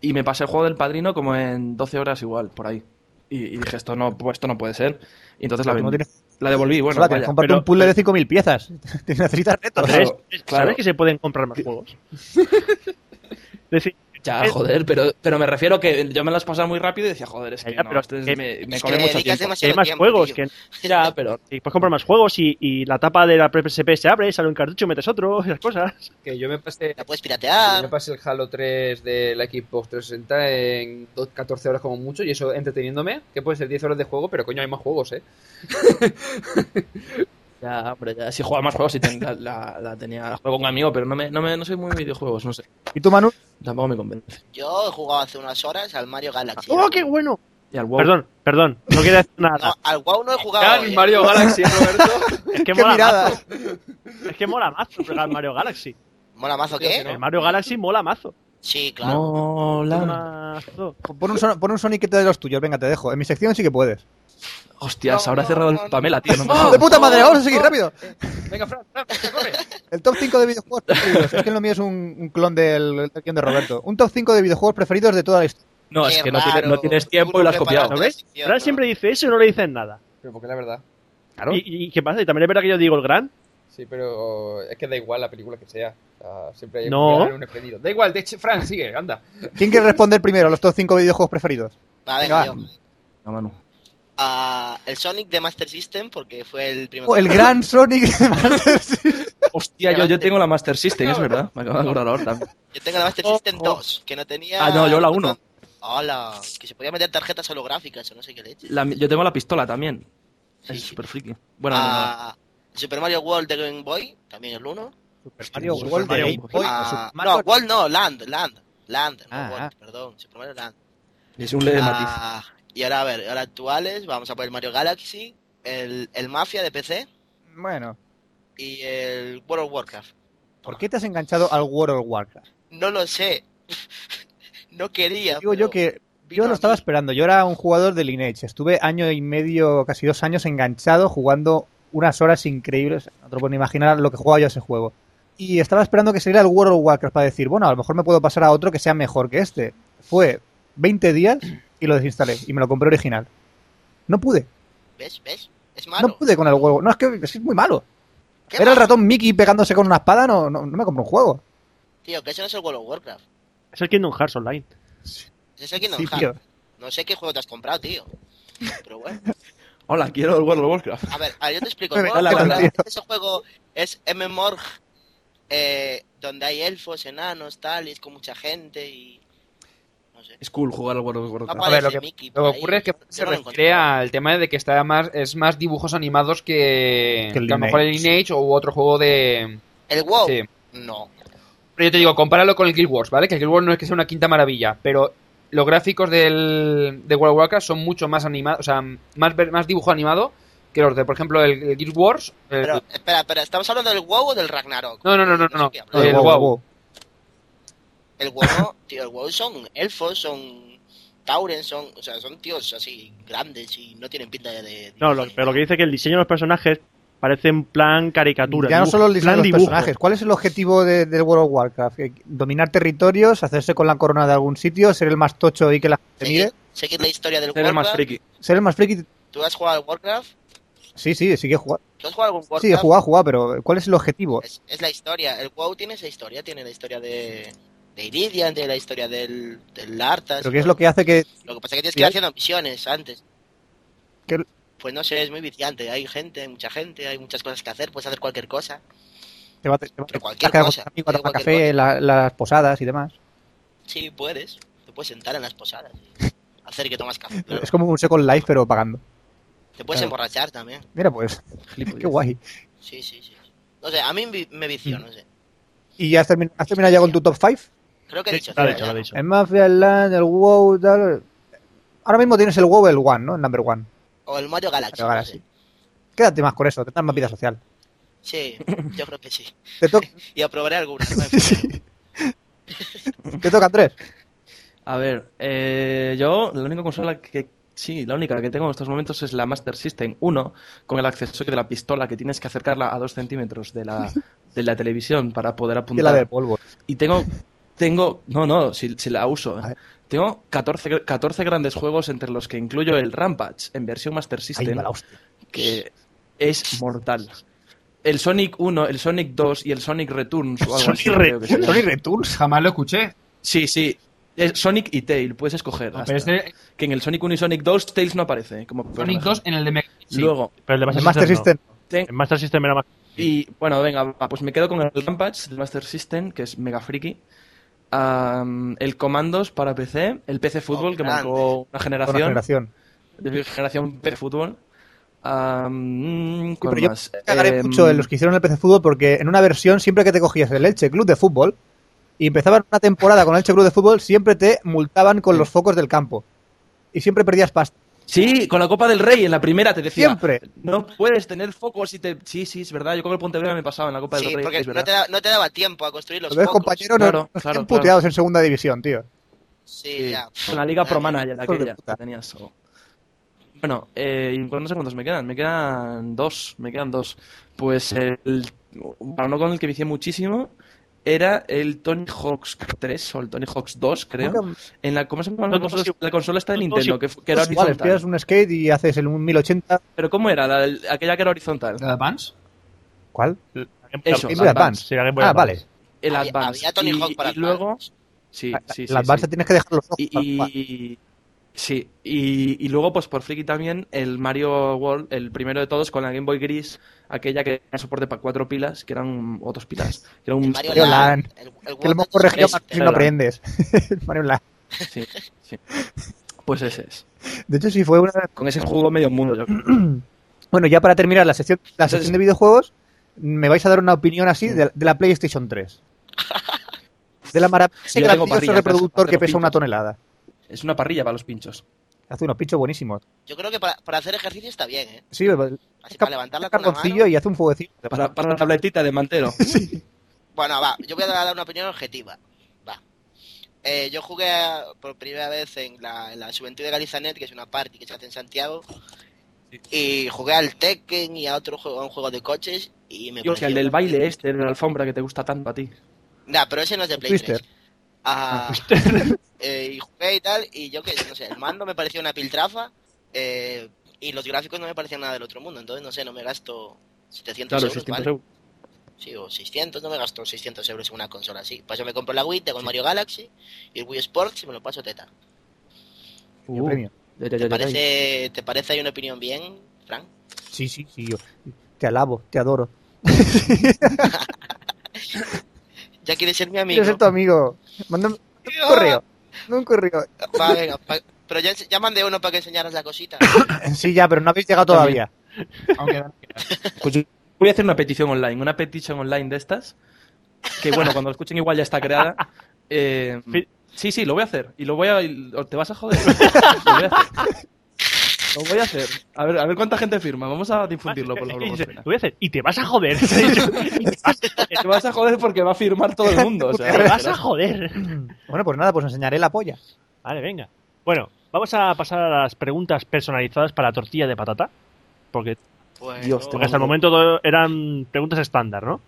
Speaker 6: y me pasé el juego del padrino como en 12 horas igual, por ahí. Y, y dije, esto no, pues, esto no puede ser. Y entonces la,
Speaker 3: Como
Speaker 6: vendí.
Speaker 3: tienes-
Speaker 6: la devolví, bueno,
Speaker 3: Hola, tienes
Speaker 6: vaya.
Speaker 3: que comprarte
Speaker 2: pero-
Speaker 3: un puzzle de 5.000 piezas. Te necesitas retos.
Speaker 6: Claro,
Speaker 2: ¿Sabes?
Speaker 6: claro.
Speaker 2: ¿Sabes que se pueden comprar más juegos? Es decir,
Speaker 6: Ya,
Speaker 2: Es-
Speaker 6: joder, pero, pero me refiero que yo me las pasaba muy rápido y decía, joder, es que
Speaker 2: Ya,
Speaker 6: no,
Speaker 2: pero
Speaker 6: esto es-
Speaker 2: que-
Speaker 6: me, me
Speaker 5: Es
Speaker 6: come
Speaker 5: que
Speaker 6: mucho
Speaker 5: dedicas
Speaker 6: tiempo.
Speaker 2: Que hay
Speaker 5: demasiado
Speaker 2: más
Speaker 5: tiempo,
Speaker 2: juegos,
Speaker 5: tío.
Speaker 2: que
Speaker 6: Ya, pero
Speaker 2: y puedes comprar más juegos y, y la tapa de la PSP se abre, sale un cartucho, metes otro, esas cosas.
Speaker 4: Que yo me pasé,
Speaker 5: La puedes
Speaker 4: yo me
Speaker 5: piratear.
Speaker 4: pasé el Halo 3 de la Xbox 360 en do- 14 horas como mucho y eso entreteniéndome, que puede ser 10 horas de juego, pero coño, hay más juegos, ¿eh?
Speaker 6: ya, hombre, ya, si jugaba más juegos, si ten- la, la- la tenía, juego con un amigo, pero no, me, no, me, no soy muy videojuegos, no sé.
Speaker 3: ¿Y tú, Manu?
Speaker 6: Tampoco me convence.
Speaker 5: Yo he jugado hace unas horas al Mario Galaxy.
Speaker 2: ¡Oh, qué bueno!
Speaker 6: Y al WoW.
Speaker 2: Perdón, perdón, no quería decir
Speaker 5: No,
Speaker 2: nada.
Speaker 5: al WoW no he jugado.
Speaker 4: Gran
Speaker 5: eh.
Speaker 4: Mario Galaxy, Roberto.
Speaker 2: Es que
Speaker 3: ¡Qué
Speaker 2: mola
Speaker 3: mirada!
Speaker 2: mazo. Es que mola mazo jugar Mario Galaxy.
Speaker 5: ¿Mola mazo
Speaker 2: El
Speaker 5: qué?
Speaker 2: Mario Galaxy mola mazo.
Speaker 5: Sí, claro.
Speaker 6: Mola.
Speaker 2: Mazo.
Speaker 3: Pon un, son- pon un Sonic que te de los tuyos, venga, te dejo. En mi sección sí que puedes.
Speaker 6: Hostias, ahora ha
Speaker 5: No,
Speaker 6: cerrado
Speaker 5: no,
Speaker 6: el
Speaker 5: no.
Speaker 6: Pamela, tío. No me
Speaker 5: No.
Speaker 6: jodas.
Speaker 3: ¡Oh, ¡De puta madre! ¡Vamos a seguir rápido!
Speaker 4: Venga, Fran, Fran, corre.
Speaker 3: El top 5 de videojuegos preferidos. Es que lo mío es un, un clon del, del guión de Roberto. Un top 5 de videojuegos preferidos de toda la historia.
Speaker 6: No, es
Speaker 5: Qué
Speaker 6: que no, tiene-
Speaker 5: raro.
Speaker 6: no tienes tiempo
Speaker 5: Tú
Speaker 6: y
Speaker 5: no
Speaker 6: lo has copiado.
Speaker 5: preparado.
Speaker 2: ¿Lo ves?
Speaker 5: Cierto.
Speaker 2: Gran siempre dice eso y no le dicen nada.
Speaker 4: Pero porque la verdad.
Speaker 2: ¿Y, y qué pasa? ¿Y también es verdad que yo digo el gran?
Speaker 4: Sí, pero es que da igual la película que sea. O sea, siempre hay
Speaker 2: No.
Speaker 4: un aprendido. Da igual, de hecho, Fran, sigue, anda.
Speaker 3: ¿Quién quiere responder primero a los top 5 videojuegos preferidos?
Speaker 5: Va,
Speaker 3: Venga,
Speaker 5: venga,
Speaker 3: va.
Speaker 5: yo.
Speaker 6: No, Manu.
Speaker 5: Ah, el Sonic de Master System, porque fue el primero.
Speaker 3: Oh, el gran Sonic.
Speaker 6: Hostia, yo, yo tengo la Master System, es verdad. Me acabo de acordar ahora también.
Speaker 5: Yo tengo la Master System 2, que no tenía.
Speaker 6: Oh, Ah, no, yo la uno.
Speaker 5: Hola, que se podía meter tarjetas holográficas o no sé qué leche.
Speaker 6: La- yo tengo la pistola también. Es
Speaker 5: Sí.
Speaker 6: super friki. Bueno, no, no.
Speaker 5: Ah, Super Mario World de Game Boy, también el 1.
Speaker 3: Mario
Speaker 6: Super
Speaker 3: World de
Speaker 6: Mario
Speaker 3: Game
Speaker 6: World.
Speaker 3: Boy.
Speaker 5: Ah,
Speaker 3: Super
Speaker 5: no,
Speaker 3: Mario-
Speaker 5: World no, Land, Land. Land, no
Speaker 3: Ah,
Speaker 5: World, perdón, Super Mario Land.
Speaker 6: Es un leve matiz.
Speaker 5: Ah, y ahora, a ver, ahora actuales, vamos a poner Mario Galaxy, el, el Mafia de PC
Speaker 3: Bueno,
Speaker 5: y el World of Warcraft.
Speaker 3: ¿por qué te has enganchado al World of Warcraft?
Speaker 5: No lo sé. no quería.
Speaker 3: Digo yo
Speaker 5: pero
Speaker 3: que
Speaker 5: vino
Speaker 3: yo
Speaker 5: a
Speaker 3: lo estaba
Speaker 5: mí.
Speaker 3: esperando. Yo era un jugador de Lineage. Estuve año y medio, casi dos años enganchado jugando unas horas increíbles. No te lo puedo ni imaginar lo que jugaba yo a ese juego. Y estaba esperando que saliera el World of Warcraft para decir, bueno, a lo mejor me puedo pasar a otro que sea mejor que este. Fue 20 días y lo desinstalé y me lo compré original. No pude,
Speaker 5: ¿Ves? ¿Ves? Es malo.
Speaker 3: no pude con el juego. No, es que es muy malo.
Speaker 5: ¿Qué
Speaker 3: Era el
Speaker 5: malo,
Speaker 3: ratón Mickey pegándose con una espada, no, no, no me compré un juego.
Speaker 5: Tío, que eso no es el World of Warcraft.
Speaker 2: Es el Kingdom Hearts Online.
Speaker 5: Ese Es el Kingdom
Speaker 3: Sí,
Speaker 5: Hearts.
Speaker 3: tío.
Speaker 5: No sé qué juego te has comprado, tío. Pero bueno.
Speaker 6: Hola, quiero el World of Warcraft.
Speaker 5: A ver, a ver, yo te explico.
Speaker 3: Me
Speaker 5: World
Speaker 6: encanta,
Speaker 5: of Warcraft
Speaker 3: tío.
Speaker 5: ese juego es MMORG, eh, donde hay elfos, enanos, tal, y es con mucha gente y... No sé.
Speaker 6: Es cool jugar al World of
Speaker 5: No
Speaker 6: Warcraft.
Speaker 5: aparece
Speaker 4: ver, lo que-
Speaker 5: Mickey por
Speaker 4: Lo que
Speaker 5: ahí,
Speaker 4: ocurre es que
Speaker 5: yo-
Speaker 4: se
Speaker 5: yo no lo
Speaker 4: refiere
Speaker 5: encontré.
Speaker 4: al tema de que está más, es más dibujos animados que,
Speaker 3: Que el
Speaker 4: que a lo mejor el
Speaker 3: Lineage.
Speaker 4: Lineage o otro juego de...
Speaker 5: El WoW.
Speaker 4: Sí.
Speaker 5: No.
Speaker 4: Pero yo te digo, compáralo con el Guild Wars, ¿vale? Que el Guild Wars no es que sea una quinta maravilla, pero los gráficos del, de World of Warcraft son mucho más animados, o sea, más, ver- más dibujo animado que los de, por ejemplo, el, el Guild Wars. el-
Speaker 5: Pero, espera, espera, ¿estamos hablando del WoW o del Ragnarok?
Speaker 4: No, no, no, no, no,
Speaker 5: sé qué hablas.
Speaker 4: El
Speaker 3: Wow,
Speaker 4: WoW.
Speaker 3: wow.
Speaker 5: El WoW, no, tío, el WoW son elfos, son tauren, son, o sea, son tíos así grandes y no tienen pinta de... de-
Speaker 2: No, lo- pero lo que dice que el diseño de los personajes parece en plan caricatura.
Speaker 3: Ya no
Speaker 2: dibujo,
Speaker 3: solo el diseño
Speaker 2: plan
Speaker 3: de los
Speaker 2: dibujo.
Speaker 3: personajes. ¿Cuál es el objetivo de- del World of Warcraft? Eh, Dominar territorios, hacerse con la corona de algún sitio, ser el más tocho y que la gente
Speaker 5: Seguir,
Speaker 3: mire.
Speaker 5: seguir la historia del
Speaker 6: Ser el
Speaker 5: Warcraft.
Speaker 6: más friki.
Speaker 3: Ser el más friki.
Speaker 5: ¿Tú has jugado al Warcraft?
Speaker 3: Sí, sí, sí que he jugado.
Speaker 5: ¿Tú has jugado al Warcraft?
Speaker 3: Sí, he jugado, he jugado, pero eh, ¿cuál es el objetivo?
Speaker 5: Es, es la historia. El WoW tiene esa historia. Tiene la historia de, de Iridian, tiene la historia del, del Arthas.
Speaker 3: ¿Pero qué es lo que hace que
Speaker 5: Lo que pasa es que tienes
Speaker 3: Sí,
Speaker 5: que ir
Speaker 3: hay-
Speaker 5: haciendo misiones antes.
Speaker 3: ¿Qué-
Speaker 5: Pues no sé, es muy viciante. Hay gente, hay mucha gente, hay muchas cosas que hacer. Puedes hacer cualquier cosa.
Speaker 3: te va, te va-
Speaker 5: Pero
Speaker 3: te vas
Speaker 5: cualquier
Speaker 3: a quedar
Speaker 5: cosa,
Speaker 3: con tus amigos a tomar
Speaker 5: cualquier
Speaker 3: café, la- las posadas y demás?
Speaker 5: Sí, puedes. Te puedes sentar en las posadas. Hacer que tomas café. claro.
Speaker 3: Es como un Second Life, pero pagando.
Speaker 5: Te puedes
Speaker 3: claro.
Speaker 5: emborrachar también.
Speaker 3: Mira, pues,
Speaker 6: Flipo,
Speaker 3: qué
Speaker 6: yo.
Speaker 3: guay.
Speaker 5: Sí, sí, sí. No sé, a mí vi- me vició, no sé.
Speaker 3: ¿Y ya has, termin- has terminado ya con tu top 5?
Speaker 5: Creo que he dicho.
Speaker 2: Lo ha
Speaker 5: todo
Speaker 2: dicho,
Speaker 5: ya,
Speaker 2: lo ha
Speaker 5: ¿no?
Speaker 2: dicho.
Speaker 3: El Mafia, el Land, el WoW, tal. Ahora mismo tienes el WoW, el One, ¿no? El number one.
Speaker 5: O el Mario Galaxy.
Speaker 3: Mario
Speaker 5: no
Speaker 3: Galaxy.
Speaker 5: sé.
Speaker 3: Quédate más con eso, tendrás más vida social.
Speaker 5: Sí, yo creo que sí.
Speaker 3: Te, to-
Speaker 5: Y aprobaré algunas. no hay
Speaker 3: te toca, Andrés.
Speaker 6: A ver, eh, yo la única consola que sí, la única que tengo en estos momentos es la Master System 1 con el accesorio de la pistola que tienes que acercarla a dos centímetros de la, de la televisión para poder
Speaker 3: Y la
Speaker 6: apuntar.
Speaker 3: de polvo.
Speaker 6: Y tengo, tengo, no, no, si, si la uso.
Speaker 3: A ver.
Speaker 6: Tengo 14, 14 grandes juegos entre los que incluyo el Rampage en versión Master
Speaker 3: Ahí
Speaker 6: System
Speaker 3: va la hostia.
Speaker 6: que es mortal. El Sonic 1, el Sonic 2 y el Sonic Returns o algo
Speaker 2: Sonic
Speaker 6: así, creo que se llama.
Speaker 3: Sonic Returns.
Speaker 4: Jamás lo escuché.
Speaker 6: Sí, sí. Eh, Sonic y Tail, puedes escoger.
Speaker 4: No,
Speaker 6: hasta.
Speaker 4: pero este-
Speaker 6: Que en el Sonic 1 y Sonic 2, Tails no aparece. Como
Speaker 4: Sonic
Speaker 6: personaje.
Speaker 4: 2 en el de Mega. sí.
Speaker 6: Luego,
Speaker 2: Pero el de
Speaker 3: El
Speaker 2: Master,
Speaker 3: Master System.
Speaker 6: ten-
Speaker 5: Em,
Speaker 2: El Master System era más.
Speaker 6: Y bueno, venga, va, pues me quedo con el Rampage del Master System, que es mega friki. Am, el Commandos para PC, el PC Fútbol,
Speaker 5: Oh,
Speaker 6: que
Speaker 5: grande.
Speaker 6: marcó una
Speaker 3: toda la
Speaker 6: generación,
Speaker 3: generación.
Speaker 6: de mi generación PC Fútbol. Am, ¿cuál
Speaker 3: pero yo
Speaker 6: más?
Speaker 3: Cagaré
Speaker 6: Em,
Speaker 3: mucho en los que hicieron el PC Fútbol porque en una versión, siempre que te cogías el Elche Club de Fútbol y empezaban una temporada con el Elche Club de Fútbol, siempre te multaban con los focos del campo. Y siempre perdías pasta.
Speaker 6: Sí, con la Copa del Rey en la primera te decía.
Speaker 3: Siempre.
Speaker 6: No puedes tener focos y te. Sí, sí, es verdad. Yo con el Pontevedra me pasaba en la Copa
Speaker 5: Sí,
Speaker 6: del Rey.
Speaker 5: porque
Speaker 6: es
Speaker 5: no
Speaker 6: verdad.
Speaker 5: te, da- no te daba tiempo a construir los
Speaker 3: Los ves,
Speaker 5: focos.
Speaker 3: compañeros
Speaker 6: Claro,
Speaker 3: nos, nos
Speaker 6: claro,
Speaker 3: han
Speaker 6: claro.
Speaker 3: puteados en segunda división, tío.
Speaker 5: Sí,
Speaker 6: Sí,
Speaker 5: ya.
Speaker 6: Con la Liga Pro
Speaker 5: Nada.
Speaker 6: Manager
Speaker 3: Hijo de
Speaker 6: aquella
Speaker 3: puta.
Speaker 6: que tenías. o- Bueno, eh, y no sé cuántos me quedan. Me quedan dos. Me quedan dos. Pues el. Para no con el que vicié muchísimo. Era el Tony Hawks 3 o el Tony Hawks 2, creo.
Speaker 3: Nunca-
Speaker 6: En la, ¿Cómo se llama
Speaker 2: No,
Speaker 6: la
Speaker 2: no,
Speaker 6: consola?
Speaker 2: sí.
Speaker 6: La consola está de
Speaker 2: No, no,
Speaker 6: Nintendo,
Speaker 2: sí.
Speaker 6: que, fu- que era
Speaker 3: Pues Igual,
Speaker 6: horizontal.
Speaker 3: tiras un skate y haces el 1080.
Speaker 6: Pero ¿cómo era? La del- aquella que era horizontal.
Speaker 4: ¿La de Advance?
Speaker 3: ¿Cuál?
Speaker 6: Eso,
Speaker 3: Game
Speaker 6: el
Speaker 3: Boy Advance.
Speaker 2: Sí, la Game Boy
Speaker 3: Ah,
Speaker 2: Advance.
Speaker 3: vale.
Speaker 6: El
Speaker 5: Había-
Speaker 6: Advance.
Speaker 5: había Tony
Speaker 6: y,
Speaker 5: Hawk para
Speaker 6: y luego.
Speaker 5: Advance.
Speaker 6: Sí, sí, sí,
Speaker 3: el Advance
Speaker 6: sí.
Speaker 3: te tienes que dejar los ojos. para jugar.
Speaker 6: y, y- sí y, y luego pues por friki también el Mario World el primero de todos con la Game Boy gris aquella que tenía soporte para cuatro pilas que eran o dos pilas que era un
Speaker 5: El Mario
Speaker 3: Mario
Speaker 5: Land,
Speaker 3: Land.
Speaker 5: el- el
Speaker 3: Que lo hemos
Speaker 5: Wonder
Speaker 3: corregido
Speaker 6: Es-
Speaker 5: Space,
Speaker 3: para si no
Speaker 6: perdón.
Speaker 3: aprendes. Mario Blas.
Speaker 6: sí, sí. pues ese es
Speaker 3: De hecho, sí fue una de las-
Speaker 6: con ese juego medio mundo yo creo.
Speaker 3: Bueno, ya para terminar la sección, la
Speaker 6: Entonces- Mm.
Speaker 3: sección de videojuegos, me vais a dar una opinión así de, de la PlayStation 3. De la maravillosa y
Speaker 6: Yo tengo
Speaker 3: gracioso
Speaker 6: parrillas,
Speaker 3: reproductor que
Speaker 6: pero
Speaker 3: pesa una
Speaker 6: pinchos.
Speaker 3: tonelada.
Speaker 6: es una parrilla para los pinchos
Speaker 3: Hace unos pinchos buenísimos.
Speaker 5: Yo creo que para, para hacer ejercicio está bien, ¿eh?
Speaker 3: Sí,
Speaker 5: Así
Speaker 3: Ca-
Speaker 5: para levantarla
Speaker 3: un
Speaker 5: con la
Speaker 3: carboncillo
Speaker 5: mano.
Speaker 3: y hace un fueguecito.
Speaker 6: para, para la tabletita de mantero
Speaker 5: Bueno, va, yo voy a dar una opinión objetiva. Va. Eh, yo jugué a- por primera vez en la, en la Juventud de Galizanet, que es una party que se hace en Santiago. Y jugué al Tekken y a otro juego, a un juego de coches y me
Speaker 6: Dios, el del baile este de la alfombra que te gusta tanto a ti
Speaker 5: Nah, pero ese no es de Play
Speaker 3: Twister.
Speaker 5: 3. Ah, eh, y jugué y tal, y yo que no sé, el mando me parecía una piltrafa eh, y los gráficos no me parecían nada del otro mundo, entonces no sé, no me gasto 700
Speaker 6: claro
Speaker 5: euros,
Speaker 6: 600
Speaker 5: ¿vale?
Speaker 6: euros
Speaker 5: Sí, o 600, no me gasto 600 euros en una consola así. Pues yo me compro la Wii, tengo el Mario Galaxy y el Wii Sports y me lo paso teta.
Speaker 3: Qué
Speaker 6: Uh.
Speaker 3: premio.
Speaker 6: Ya, ya,
Speaker 5: ¿Te
Speaker 6: ya, ya, ya.
Speaker 5: parece, ¿te parece hay una opinión bien, Frank?
Speaker 3: Sí, sí, sí. Yo. Te alabo, te adoro.
Speaker 5: ¿Ya quieres ser mi amigo?
Speaker 3: Quiero ser tu amigo. Mándame un correo. Mándame un correo.
Speaker 5: Va, venga, pa- pero ya, ense- ya mandé uno para que enseñaras la cosita.
Speaker 3: Sí, ya, pero no habéis llegado todavía.
Speaker 4: Aunque
Speaker 6: Pues yo voy a hacer una petición online, una petición online de estas, que bueno, cuando lo escuchen igual ya está creada. Eh,
Speaker 2: Fi-
Speaker 6: sí, sí, lo voy a hacer. Y lo voy a... y- o Te vas a joder. Lo voy a hacer. Lo voy a hacer. A ver, a ver cuánta gente firma. Vamos a difundirlo por la
Speaker 2: Y dice,
Speaker 6: blogosfera.
Speaker 2: Lo voy a hacer. Y te vas a joder. Y te vas-
Speaker 6: Te vas a joder porque va a firmar todo el mundo. o sea,
Speaker 2: te vas a joder.
Speaker 3: Bueno, pues nada, pues enseñaré la polla.
Speaker 2: Vale, venga. Bueno, vamos a pasar a las preguntas personalizadas para la tortilla de patata. Porque,
Speaker 5: Pues,
Speaker 6: Dios,
Speaker 5: no,
Speaker 2: porque hasta el momento todo eran preguntas estándar, ¿no?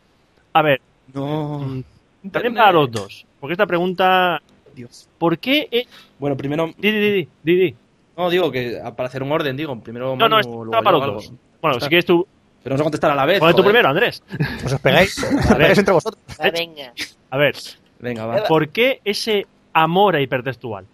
Speaker 2: A ver,
Speaker 6: No.
Speaker 2: también Mm, para los dos. Porque esta pregunta.
Speaker 6: Dios.
Speaker 2: ¿Por qué.? eh,
Speaker 6: Bueno, primero...
Speaker 2: Di, di, di, di, di.
Speaker 6: No, digo que para hacer un orden, digo. Primero
Speaker 2: No, no,
Speaker 6: Manu,
Speaker 2: esta
Speaker 6: luego
Speaker 2: para
Speaker 6: yo
Speaker 2: los
Speaker 6: o
Speaker 2: dos.
Speaker 6: algo. Ah. eh.
Speaker 2: Bueno,
Speaker 6: Está.
Speaker 2: si quieres tú.
Speaker 6: Pero vamos a contestar a la vez.
Speaker 2: Bueno, tú
Speaker 6: joder.
Speaker 2: primero, Andrés.
Speaker 3: Pues os pegáis. Os pegáis entre vosotros.
Speaker 5: va, venga.
Speaker 2: A ver,
Speaker 6: Venga, va.
Speaker 2: ¿por qué ese amor a hipertextual?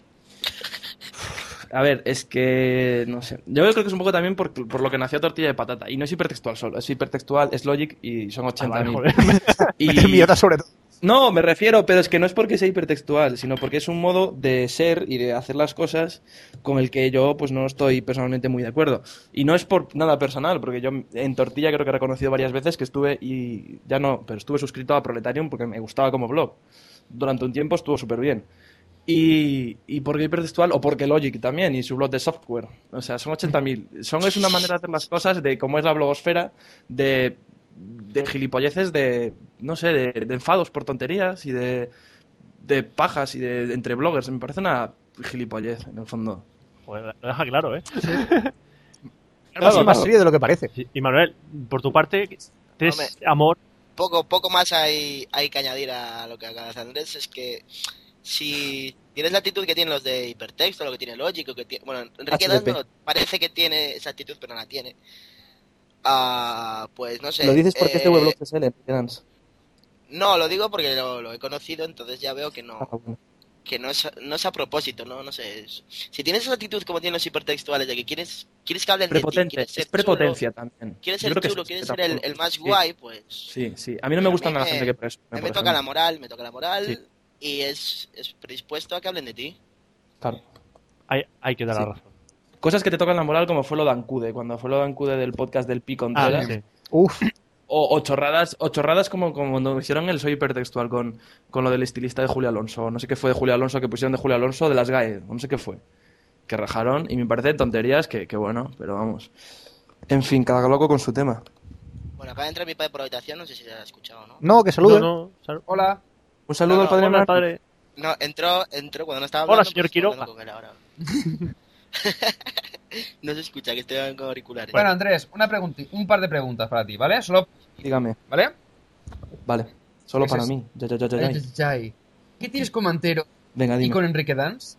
Speaker 6: A ver, es que no sé. Yo creo que es un poco también por, por lo que nació Tortilla de Patata. Y no es hipertextual solo, es hipertextual, es Logic y son
Speaker 2: Ah, vale,
Speaker 6: 80.000.
Speaker 2: joder.
Speaker 3: Meter
Speaker 6: y...
Speaker 3: mierda sobre todo.
Speaker 6: No, me refiero, pero es que no es porque sea hipertextual, sino porque es un modo de ser y de hacer las cosas con el que yo pues no estoy personalmente muy de acuerdo. Y no es por nada personal, porque yo en Tortilla creo que he reconocido varias veces que estuve y ya no, pero estuve suscrito a Proletarium porque me gustaba como blog. Durante un tiempo estuvo súper bien. Y, y porque hipertextual, o porque Logic también, y su blog de software. O sea, son 80.000. Son, es una manera de hacer las cosas, de cómo es la blogosfera, de, de gilipolleces, de, no sé, de, de enfados por tonterías y de, de pajas y de, de entre bloggers. Me parece una gilipollez, en el fondo.
Speaker 2: Joder, Lo deja claro, ¿eh?
Speaker 3: Claro,
Speaker 6: Claro,
Speaker 3: más
Speaker 6: claro.
Speaker 3: serio de lo que parece.
Speaker 2: Sí, Y Manuel, por tu parte, ¿tienes amor?
Speaker 5: poco, poco más hay, hay que añadir a lo que acaba de hacer Andrés, es que si tienes la actitud que tienen los de hipertexto, lo que tiene Lógico, que tiene, bueno, Enrique
Speaker 6: HDP.
Speaker 5: Dando parece que tiene esa actitud, pero no la tiene. Ah, pues no sé.
Speaker 6: Lo dices porque
Speaker 5: eh,
Speaker 6: este weblog es el Dance. Ah,
Speaker 5: No, lo digo porque lo, lo he conocido, entonces ya veo que no, que no es, no es a propósito, no, no sé. es- si tienes esa actitud como tienen los hipertextuales, de que quieres, quieres que hablen de ti,
Speaker 6: Prepotente,
Speaker 5: quieres ser
Speaker 6: es prepotencia también.
Speaker 5: chulo, quieres
Speaker 6: Yo
Speaker 5: ser
Speaker 6: creo que
Speaker 5: chulo,
Speaker 6: es-
Speaker 5: quieres
Speaker 6: que
Speaker 5: ser el,
Speaker 6: tampoco-
Speaker 5: el más
Speaker 6: sí,
Speaker 5: guay, pues
Speaker 6: Sí, sí. A mí no me
Speaker 5: A
Speaker 6: gusta
Speaker 5: mí
Speaker 6: la
Speaker 5: me-
Speaker 6: gente que presume.
Speaker 5: a mí
Speaker 6: por
Speaker 5: me toca la
Speaker 6: ejemplo.
Speaker 5: moral, me toca la moral
Speaker 6: Sí.
Speaker 5: y es, es predispuesto a que hablen de ti.
Speaker 6: Claro.
Speaker 2: Hay, hay que dar la
Speaker 6: Sí.
Speaker 2: razón.
Speaker 6: Cosas que te tocan la moral, como fue lo de Ancude, cuando fue lo de Ancude del podcast del Pi
Speaker 2: Ah,
Speaker 6: Contreras.
Speaker 2: sí.
Speaker 3: Uf,
Speaker 6: O, o chorradas, o chorradas como, como cuando hicieron el soy hipertextual con, con lo del estilista de Julio Alonso. No sé qué fue de Julio Alonso, que pusieron de Julio Alonso de las GAE. No sé qué fue. Que rajaron y me parecen tonterías que, que bueno, pero vamos. En fin, cada loco con su tema.
Speaker 5: Bueno, acaba de entrar mi padre por la habitación, no sé si la has escuchado o no.
Speaker 3: no, que salude.
Speaker 2: No, no, sal-
Speaker 4: Hola.
Speaker 6: Un saludo
Speaker 5: No,
Speaker 6: al
Speaker 2: hola,
Speaker 6: padre Hernán.
Speaker 2: padre.
Speaker 5: No, entró, entró cuando no estaba
Speaker 2: Hola,
Speaker 5: hablando.
Speaker 2: señor
Speaker 5: estaba hablando
Speaker 2: Quiroga.
Speaker 5: con él ahora. no se escucha, que estoy con auriculares.
Speaker 4: Bueno, Andrés, una pregunti- un par de preguntas para ti, ¿vale? Solo,
Speaker 6: Dígame.
Speaker 4: ¿vale?
Speaker 6: Vale. Solo
Speaker 4: Ese
Speaker 6: para
Speaker 4: es-
Speaker 6: mí. Ya, ya, ya, ya, ya.
Speaker 4: ¿Qué tienes con Mantero
Speaker 6: Venga,
Speaker 4: y
Speaker 6: dime.
Speaker 4: con Enrique Dance?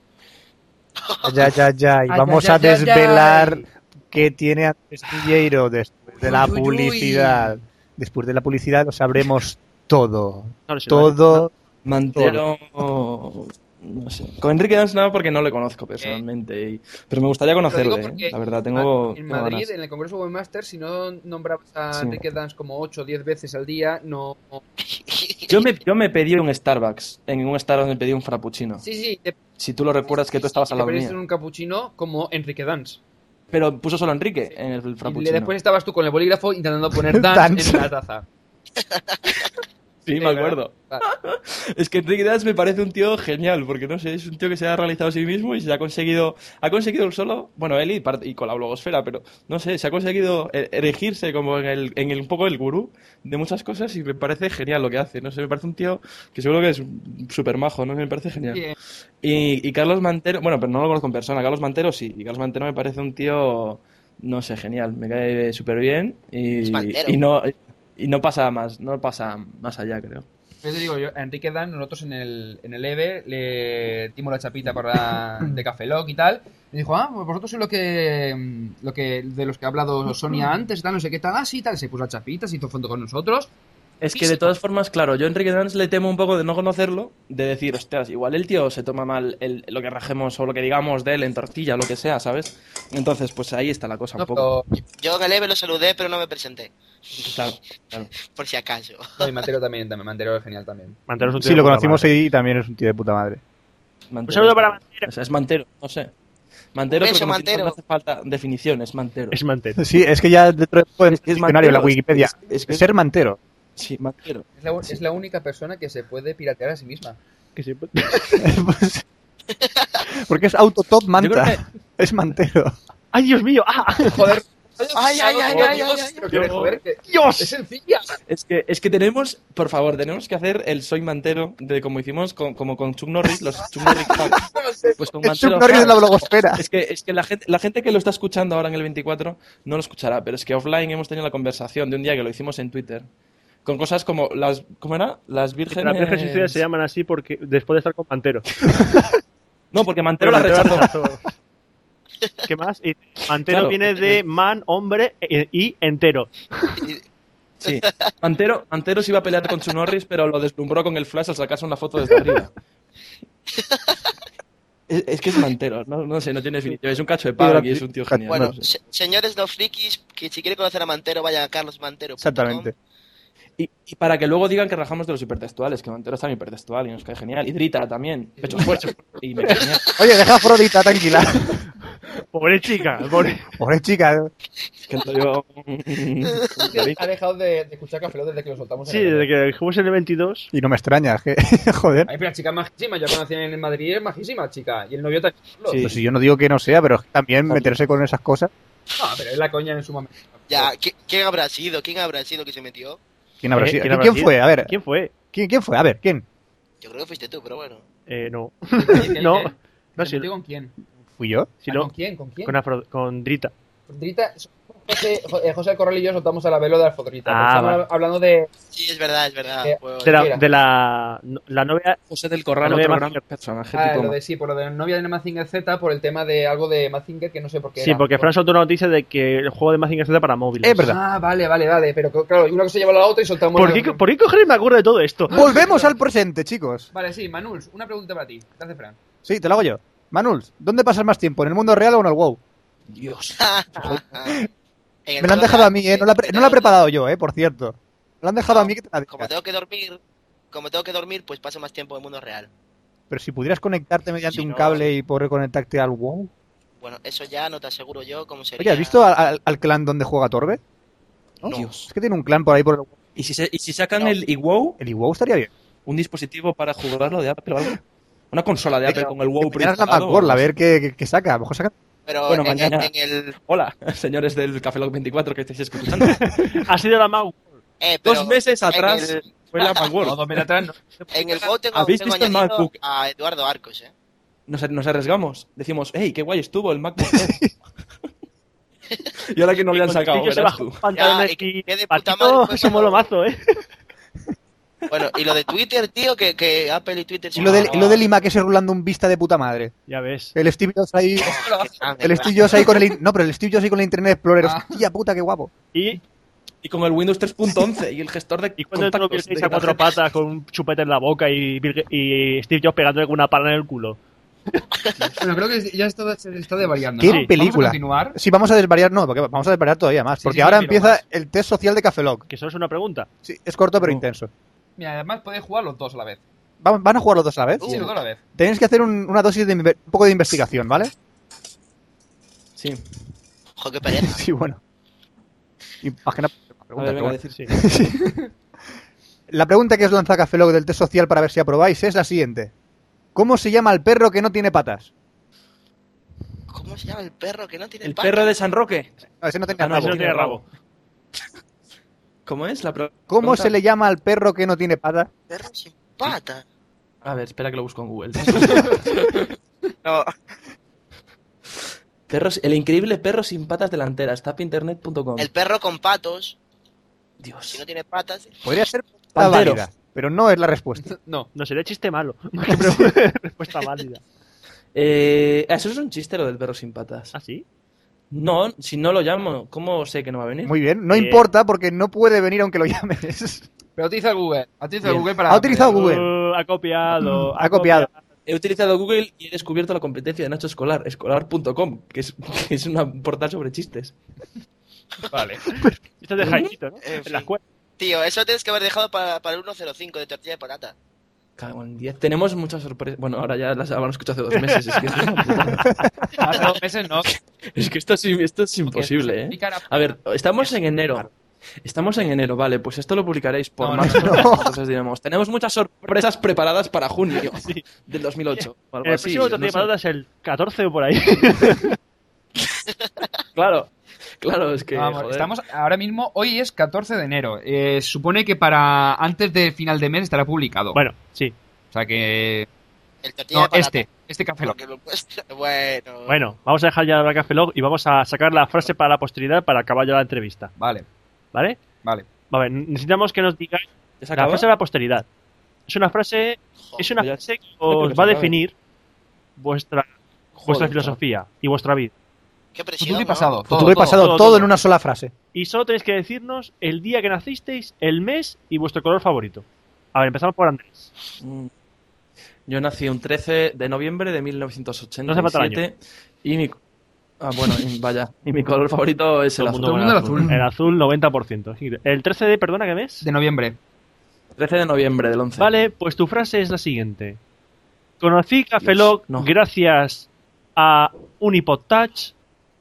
Speaker 3: Ya, ya, ya. Y
Speaker 4: Ay,
Speaker 3: vamos
Speaker 4: ay,
Speaker 3: a
Speaker 4: ay, ay,
Speaker 3: desvelar
Speaker 4: ay.
Speaker 3: qué tiene Andrés Pilleiro después de la
Speaker 4: Uy, uy, uy.
Speaker 3: publicidad. Después de la publicidad lo sabremos todo.
Speaker 2: No, no sé,
Speaker 3: Todo.
Speaker 6: Mantero. No sé. Con Enrique Dans nada porque no le conozco personalmente. y- Pero me gustaría
Speaker 4: Eh. digo
Speaker 6: conocerle, ¿eh?
Speaker 4: porque
Speaker 6: la verdad. Tengo.
Speaker 4: en
Speaker 6: tengo
Speaker 4: Madrid,
Speaker 6: ganas.
Speaker 4: en el Congreso Webmaster, si no nombrabas a
Speaker 6: Sí.
Speaker 4: Enrique Dance como 8 o 10 veces al día, no...
Speaker 6: Yo me, yo me pedí un Starbucks. En un Starbucks me pedí un frappuccino.
Speaker 4: Sí, sí, te,
Speaker 6: Si tú lo recuerdas que tú estabas
Speaker 4: te
Speaker 6: al lado
Speaker 4: pediste
Speaker 6: mío.
Speaker 4: un capuchino como Enrique Dance.
Speaker 6: Pero puso solo Enrique en el
Speaker 4: Y
Speaker 6: frappuccino.
Speaker 4: le- después estabas tú con el bolígrafo intentando poner Dance
Speaker 3: Dance.
Speaker 4: en la taza.
Speaker 6: Sí, me acuerdo.
Speaker 4: Vale.
Speaker 6: Es que Enrique Dance me parece un tío genial, porque no sé, es un tío que se ha realizado a sí mismo y se ha conseguido, ha conseguido él solo, bueno, él y, par- y con la blogosfera, pero no sé, se ha conseguido e- erigirse como en el, en el- un poco el gurú de muchas cosas y me parece genial lo que hace, no sé, me parece un tío que seguro que es súper majo, ¿no? Me parece genial.
Speaker 4: Bien.
Speaker 6: Y, y Carlos Mantero, bueno, pero no lo conozco en persona, Carlos Mantero sí, y Carlos Mantero me parece un tío, no sé, genial, me cae súper bien y,
Speaker 5: Es Mantero.
Speaker 6: y no... Y no pasa más, no pasa más allá, creo.
Speaker 4: Yo te digo, yo, a Enrique Dan, nosotros en el, en el EVE le dimos la chapita para, de Café Lock y tal. Y dijo, ah, pues vosotros sois lo que, mm, lo que, de los que ha hablado Sonia antes, tal, no sé qué tal, así tal. Se puso la chapita, se hizo fondo con nosotros.
Speaker 6: Es que de todas formas, claro, yo a Enrique Dance le temo un poco de no conocerlo, de decir, ostras, igual el tío se toma mal el- lo que rajemos o lo que digamos de él en tortilla, lo que sea, ¿sabes? Entonces, pues ahí está la cosa un
Speaker 4: No,
Speaker 6: poco.
Speaker 4: pero-
Speaker 5: Yo en el EVE lo saludé, pero no me presenté,
Speaker 6: Claro, claro.
Speaker 5: por si acaso.
Speaker 4: no, y Mantero también, también, Mantero es genial también.
Speaker 2: Mantero es un tío
Speaker 3: Sí,
Speaker 2: de
Speaker 3: lo
Speaker 2: puta
Speaker 3: conocimos
Speaker 2: madre.
Speaker 3: y también es un tío de puta madre.
Speaker 6: Mantero.
Speaker 2: Un saludo para Mantero.
Speaker 6: O sea, es Mantero, no sé. Mantero,
Speaker 5: Un beso,
Speaker 6: pero como que
Speaker 5: Mantero.
Speaker 6: no hace falta definición, es Mantero.
Speaker 2: Es Mantero.
Speaker 3: Sí, es que ya dentro del
Speaker 6: Es que es
Speaker 3: diccionario, la
Speaker 6: Mantero, es-
Speaker 3: Wikipedia.
Speaker 6: es- es que-
Speaker 3: Ser mantero.
Speaker 6: Sí, Mantero.
Speaker 4: Es la, es la única persona que se puede piratear a sí misma.
Speaker 2: Que sí.
Speaker 3: Pues- Porque es autotop
Speaker 6: Yo creo
Speaker 3: manta.
Speaker 6: que-
Speaker 3: Es mantero.
Speaker 2: ¡Ay, Dios mío! ¡Ah!
Speaker 4: Joder,
Speaker 5: Ay, ay, ay, ay, ay, ay.
Speaker 4: pero que- joder, que es
Speaker 2: ¡Dios!
Speaker 4: sencilla.
Speaker 6: Es que, es que tenemos, por favor, tenemos que hacer el soy mantero de como hicimos con, como con Chuck Norris, los Chuck Norris Facts. Pues con
Speaker 3: Es Chuck
Speaker 6: Mantero
Speaker 3: Norris de la
Speaker 6: Facts.
Speaker 3: blogosfera.
Speaker 6: Es que, es que la, gente, la gente que lo está escuchando ahora en el 24 no lo escuchará, pero es que offline hemos tenido la conversación de un día que lo hicimos en Twitter. Con cosas como las. ¿Cómo era? Las vírgenes.
Speaker 2: Las vírgenes suicidas se llaman así porque después de estar con Mantero.
Speaker 6: No, porque Mantero la
Speaker 2: Mantero
Speaker 6: rechazó.
Speaker 2: rechazó. ¿Qué más? Y Mantero
Speaker 6: Claro. eh,
Speaker 2: viene de man, hombre e- y entero.
Speaker 6: Sí. Mantero, Mantero se iba a pelear con Chuck Norris, pero lo deslumbró con el flash al sacarse una foto desde arriba. Es, es que es Mantero, no, no sé, no tiene definición. Es un cacho de palo y es un tío genial.
Speaker 5: Bueno,
Speaker 6: no sé.
Speaker 5: se- señores no frikis, que si quiere conocer a Mantero, vayan a carlosmantero.com.
Speaker 3: Exactamente.
Speaker 6: Y, y para que luego digan que rajamos de los hipertextuales, que Mantero está en hipertextual y nos cae genial. Y Drita también, pechos fuertes. Y me cae genial.
Speaker 3: Oye, deja a Frodita tranquila.
Speaker 2: Pobre chica, pobre.
Speaker 3: Pobre chica. ¿eh?
Speaker 6: Es que mm, lo digo-
Speaker 4: Ha dejado de, de escuchar Café Lock desde que lo soltamos. en
Speaker 2: Sí,
Speaker 4: el-
Speaker 2: desde que jugues en el 22.
Speaker 3: Y no me extraña, es que, joder.
Speaker 4: Ay, pero la chica es majísima. Yo la conocí en Madrid, es majísima, chica. Y el novio también.
Speaker 6: Sí.
Speaker 3: Pues si yo no digo que no sea, pero es que también meterse con esas cosas.
Speaker 4: No, pero es la coña en su momento.
Speaker 5: Ya, ¿qui- ¿quién habrá sido? ¿Quién habrá sido que se metió?
Speaker 3: ¿Quién habrá
Speaker 2: Eh,
Speaker 3: sido?
Speaker 2: ¿quién
Speaker 3: ¿Quién,
Speaker 2: habrá sido?
Speaker 3: fue? A ver,
Speaker 2: ¿Quién fue?
Speaker 3: ¿quién, quién fue? A ver, ¿quién?
Speaker 5: Yo creo que fuiste tú, pero bueno.
Speaker 2: Eh, no. No,
Speaker 4: No,
Speaker 2: no,
Speaker 4: no
Speaker 2: sí.
Speaker 4: sé. ¿Con quién?
Speaker 3: ¿Fui yo?
Speaker 2: Si
Speaker 4: Ah,
Speaker 2: no,
Speaker 4: ¿Con quién? ¿Con quién?
Speaker 2: con, Afro- con Drita.
Speaker 4: Drita, José, eh, José Corral y yo soltamos a la velo de las fotoritas.
Speaker 2: Ah,
Speaker 4: Estamos
Speaker 2: vale.
Speaker 4: hablando de.
Speaker 5: Sí, es verdad, es verdad.
Speaker 4: Eh,
Speaker 5: juego
Speaker 2: De la,
Speaker 4: Mira.
Speaker 2: de la, la novia.
Speaker 6: José del
Speaker 2: La
Speaker 6: Corral,
Speaker 2: novia
Speaker 6: otro
Speaker 2: de
Speaker 6: gran
Speaker 2: Mazinger.
Speaker 6: personaje.
Speaker 4: Ah,
Speaker 6: tipo
Speaker 4: lo de sí, por lo de novia de Mazinger Z, por el tema de algo de Mazinger que no sé por qué.
Speaker 2: Sí,
Speaker 4: era.
Speaker 2: porque Fran soltó una noticia de que el juego de Mazinger Z para móviles.
Speaker 3: Es verdad.
Speaker 4: Ah, vale, vale, vale. Pero que, claro, una cosa lleva a la otra y soltamos.
Speaker 2: ¿Por qué, co- ¿Por qué cojones me acuerdo de todo esto?
Speaker 3: Volvemos al presente, chicos.
Speaker 4: Vale, sí, Manuls, una pregunta para ti. Te hace Fran.
Speaker 3: Sí, te lo hago yo. Manuls, ¿dónde pasas más tiempo? ¿En el mundo real o en el WoW?
Speaker 6: Dios.
Speaker 5: En el
Speaker 3: Me lo han
Speaker 5: modo
Speaker 3: dejado a
Speaker 5: real,
Speaker 3: mí,
Speaker 5: sí,
Speaker 3: ¿eh? No la, pre-
Speaker 5: te
Speaker 3: no la he
Speaker 5: lo-
Speaker 3: preparado yo, ¿eh? Por cierto. Me lo han dejado a mí que te la
Speaker 5: Como
Speaker 3: diga.
Speaker 5: tengo que dormir, como tengo que dormir, pues paso más tiempo en el mundo real.
Speaker 3: Pero si pudieras conectarte mediante
Speaker 5: Si
Speaker 3: un
Speaker 5: no-
Speaker 3: cable y poder conectarte al WoW.
Speaker 5: Bueno, eso ya no te aseguro yo cómo sería.
Speaker 3: Oye, ¿has visto al, al- al clan donde juega Torbe? ¿No?
Speaker 6: Dios.
Speaker 3: Es que tiene un clan por ahí por el WoW.
Speaker 6: ¿Y si, se- y si sacan
Speaker 5: No.
Speaker 6: el iWow,
Speaker 3: El WoW estaría bien.
Speaker 6: un dispositivo para jugarlo de Apple o algo? Una consola de
Speaker 3: Venga,
Speaker 6: Apple con el WoW
Speaker 3: Mañana es la
Speaker 6: preinstalado.
Speaker 3: Macworld, a ver qué, qué- qué saca. A lo mejor saca.
Speaker 5: Pero
Speaker 6: Bueno,
Speaker 5: en, el-
Speaker 6: mañana.
Speaker 5: en el.
Speaker 6: Hola, señores del Café Lock 24 que estáis escuchando.
Speaker 2: Ha sido la Mau.
Speaker 5: eh, pero
Speaker 6: Dos meses atrás
Speaker 5: en el-
Speaker 6: fue la Macworld.
Speaker 4: dos meses atrás no.
Speaker 5: En el juego tengo,
Speaker 6: ¿Habéis
Speaker 5: tengo
Speaker 6: visto el
Speaker 5: añadido
Speaker 6: MacBook?
Speaker 5: a Eduardo Arcos, ¿eh?
Speaker 6: Nos, nos arriesgamos. Decimos, hey, qué guay estuvo el MacBook Air. y ahora que no le han sacado,
Speaker 2: Yo se
Speaker 6: verás
Speaker 2: bajó
Speaker 6: tú.
Speaker 2: un pantalón
Speaker 5: Ya, y
Speaker 2: y
Speaker 5: que de puta
Speaker 2: patito,
Speaker 5: madre fue
Speaker 2: eso moló
Speaker 5: cuando-
Speaker 2: mazo, ¿eh?
Speaker 5: Bueno, y lo de Twitter, tío, que, que Apple y Twitter.
Speaker 3: Y
Speaker 5: son
Speaker 3: lo, del,
Speaker 5: una
Speaker 3: y lo del IMA que es rulando un vista de puta madre.
Speaker 2: Ya ves.
Speaker 3: El Steve Jobs ahí.
Speaker 5: mierda. Ah,
Speaker 3: El Steve Jobs ahí con el. in- No, pero el Steve Jobs ahí con el Internet Explorer. Hostia puta, qué guapo.
Speaker 2: Y,
Speaker 6: Y con el Windows 3.11 y el gestor de
Speaker 2: y cuando tú lo
Speaker 6: contactos
Speaker 2: visteis
Speaker 6: de
Speaker 2: a cuatro
Speaker 6: tarjeta.
Speaker 2: patas con un chupete en la boca y, Bill Ga- y Steve Jobs pegándole con una pala en el culo.
Speaker 4: Bueno, creo que ya esto se está devariando.
Speaker 3: ¿Qué
Speaker 4: ¿no? Vamos a
Speaker 3: película?
Speaker 4: continuar.
Speaker 3: Sí, vamos a desvariar. No, porque vamos a desvariar todavía más.
Speaker 4: Sí,
Speaker 3: Porque
Speaker 4: sí,
Speaker 3: ahora
Speaker 4: tranquilo,
Speaker 3: empieza
Speaker 4: más.
Speaker 3: el test social de Cafeloc.
Speaker 2: Que eso es una pregunta.
Speaker 3: Sí, es corto pero
Speaker 6: No.
Speaker 3: intenso.
Speaker 4: Mira, además podéis jugar los dos a la vez.
Speaker 3: ¿Van van a jugar los dos a la vez?
Speaker 6: Uh.
Speaker 4: Sí, los dos a la vez.
Speaker 3: Tenéis que hacer un- una dosis de inve- un poco de investigación, ¿vale?
Speaker 6: Sí.
Speaker 5: Ojo, qué pereza.
Speaker 3: Sí, bueno. Y más que nada,
Speaker 6: A ver,
Speaker 3: pregunta,
Speaker 6: venga,
Speaker 3: pero
Speaker 6: decir.
Speaker 2: Sí.
Speaker 3: bueno. La pregunta que os lanza Cafeloc del test social para ver si aprobáis es la siguiente. ¿Cómo se llama el perro que no tiene patas?
Speaker 5: ¿Cómo se llama el perro que no tiene
Speaker 6: El
Speaker 5: pata?
Speaker 6: perro de San Roque.
Speaker 3: No, ese no
Speaker 6: Ah,
Speaker 3: tenía
Speaker 6: no,
Speaker 3: rabo.
Speaker 2: Eso no tiene rabo.
Speaker 6: ¿Cómo es la pro-
Speaker 3: ¿Cómo
Speaker 6: pregunta?
Speaker 3: se le llama al perro que no tiene patas?
Speaker 5: Perro sin pata.
Speaker 6: A ver, espera que lo busco en Google.
Speaker 5: No,
Speaker 6: Perros, el increíble perro sin patas delanteras. Tapinternet.com.
Speaker 5: el perro con patos, si
Speaker 6: Dios.
Speaker 5: no tiene patas.
Speaker 3: Podría ser la
Speaker 6: Pantero.
Speaker 3: válida, pero no es la respuesta.
Speaker 4: No.
Speaker 2: No sería chiste malo. Más que pre- respuesta válida.
Speaker 6: Eh, eso es un chiste lo del perro sin patas.
Speaker 2: ¿Ah, sí?
Speaker 6: No, si no lo llamo, ¿cómo sé que no va a venir?
Speaker 3: Muy bien, no
Speaker 2: Bien.
Speaker 3: importa porque no puede venir aunque lo llames.
Speaker 4: Pero utiliza Google. Ha utilizado
Speaker 6: Bien.
Speaker 4: Google para.
Speaker 3: Ha utilizado Google.
Speaker 2: Uh, ha copiado.
Speaker 3: Ha copiado.
Speaker 6: He utilizado Google y he descubierto la competencia de Nacho Escolar, escolar.com, que es, que es una- un portal sobre chistes.
Speaker 4: Vale.
Speaker 2: Esto es de Jaimito, ¿no?
Speaker 6: Eh,
Speaker 5: En
Speaker 2: En la
Speaker 5: fin.
Speaker 2: escuela.
Speaker 5: Tío, eso tienes que haber dejado para, para el 105 de tortilla de patata.
Speaker 6: Cago en 10. Tenemos muchas sorpresas. Bueno, ahora ya las habrán escuchado hace dos meses. Es que, esto es una putada.
Speaker 4: Hace dos meses Ah, no.
Speaker 6: Es que esto, es, esto es imposible, ¿eh? A ver, estamos en enero. Estamos en enero, vale, pues esto lo publicaréis por
Speaker 4: No, no,
Speaker 6: marzo.
Speaker 3: no.
Speaker 6: Entonces diremos, tenemos muchas sorpresas preparadas para junio del 2008. o algo
Speaker 2: El
Speaker 6: así,
Speaker 2: próximo
Speaker 6: no
Speaker 2: tortilla de
Speaker 6: sé.
Speaker 2: patatas es el 14 o por ahí.
Speaker 6: Claro, claro, es que.
Speaker 4: Vamos,
Speaker 6: joder.
Speaker 4: estamos ahora mismo, hoy es 14 de enero. Eh, supone que para antes de final de mes estará publicado.
Speaker 2: Bueno, sí.
Speaker 4: O sea que.
Speaker 5: El tortilla
Speaker 4: No,
Speaker 5: de patata.
Speaker 4: este, este café lo.
Speaker 5: Porque lo he puesto- Bueno,
Speaker 2: Bueno, vamos a dejar ya la Café Log y vamos a sacar la frase para la posteridad para acabar ya la entrevista.
Speaker 4: Vale,
Speaker 2: ¿Vale?
Speaker 4: vale. Pues
Speaker 2: A ver, necesitamos que nos digáis
Speaker 6: ¿Ya se
Speaker 2: la
Speaker 6: acaba?
Speaker 2: frase de la posteridad. Es una frase,
Speaker 5: joder.
Speaker 2: es una
Speaker 6: Joder,
Speaker 2: frase que
Speaker 6: creo que
Speaker 2: os
Speaker 6: nos
Speaker 2: va a
Speaker 6: acaba.
Speaker 2: definir vuestra, vuestra
Speaker 6: Joder,
Speaker 2: filosofía y vuestra vida.
Speaker 5: Qué presión.
Speaker 4: Futuro y
Speaker 5: ¿no?
Speaker 4: pasado. Todo,
Speaker 3: Pues Tú he
Speaker 4: todo.
Speaker 3: pasado
Speaker 2: todo,
Speaker 3: todo,
Speaker 2: todo.
Speaker 3: en una sola frase.
Speaker 2: Y solo tenéis que decirnos el día que nacisteis, el mes y vuestro color favorito. A ver, empezamos por Andrés.
Speaker 6: Mm. Yo nací un 13 de noviembre de 1987.
Speaker 2: No hace falta el año.
Speaker 6: Y mi. Ah, bueno, y vaya. Y mi color favorito es el
Speaker 2: Todo
Speaker 6: azul.
Speaker 4: el mundo el azul.
Speaker 6: Mm.
Speaker 2: El azul 90%. El 13 de, perdona, ¿qué mes?
Speaker 4: De noviembre.
Speaker 6: 13 de noviembre del 11.
Speaker 2: Vale, pues tu frase es la siguiente. Conocí Café
Speaker 6: Dios,
Speaker 2: Lock
Speaker 6: no.
Speaker 2: gracias a un iPod Touch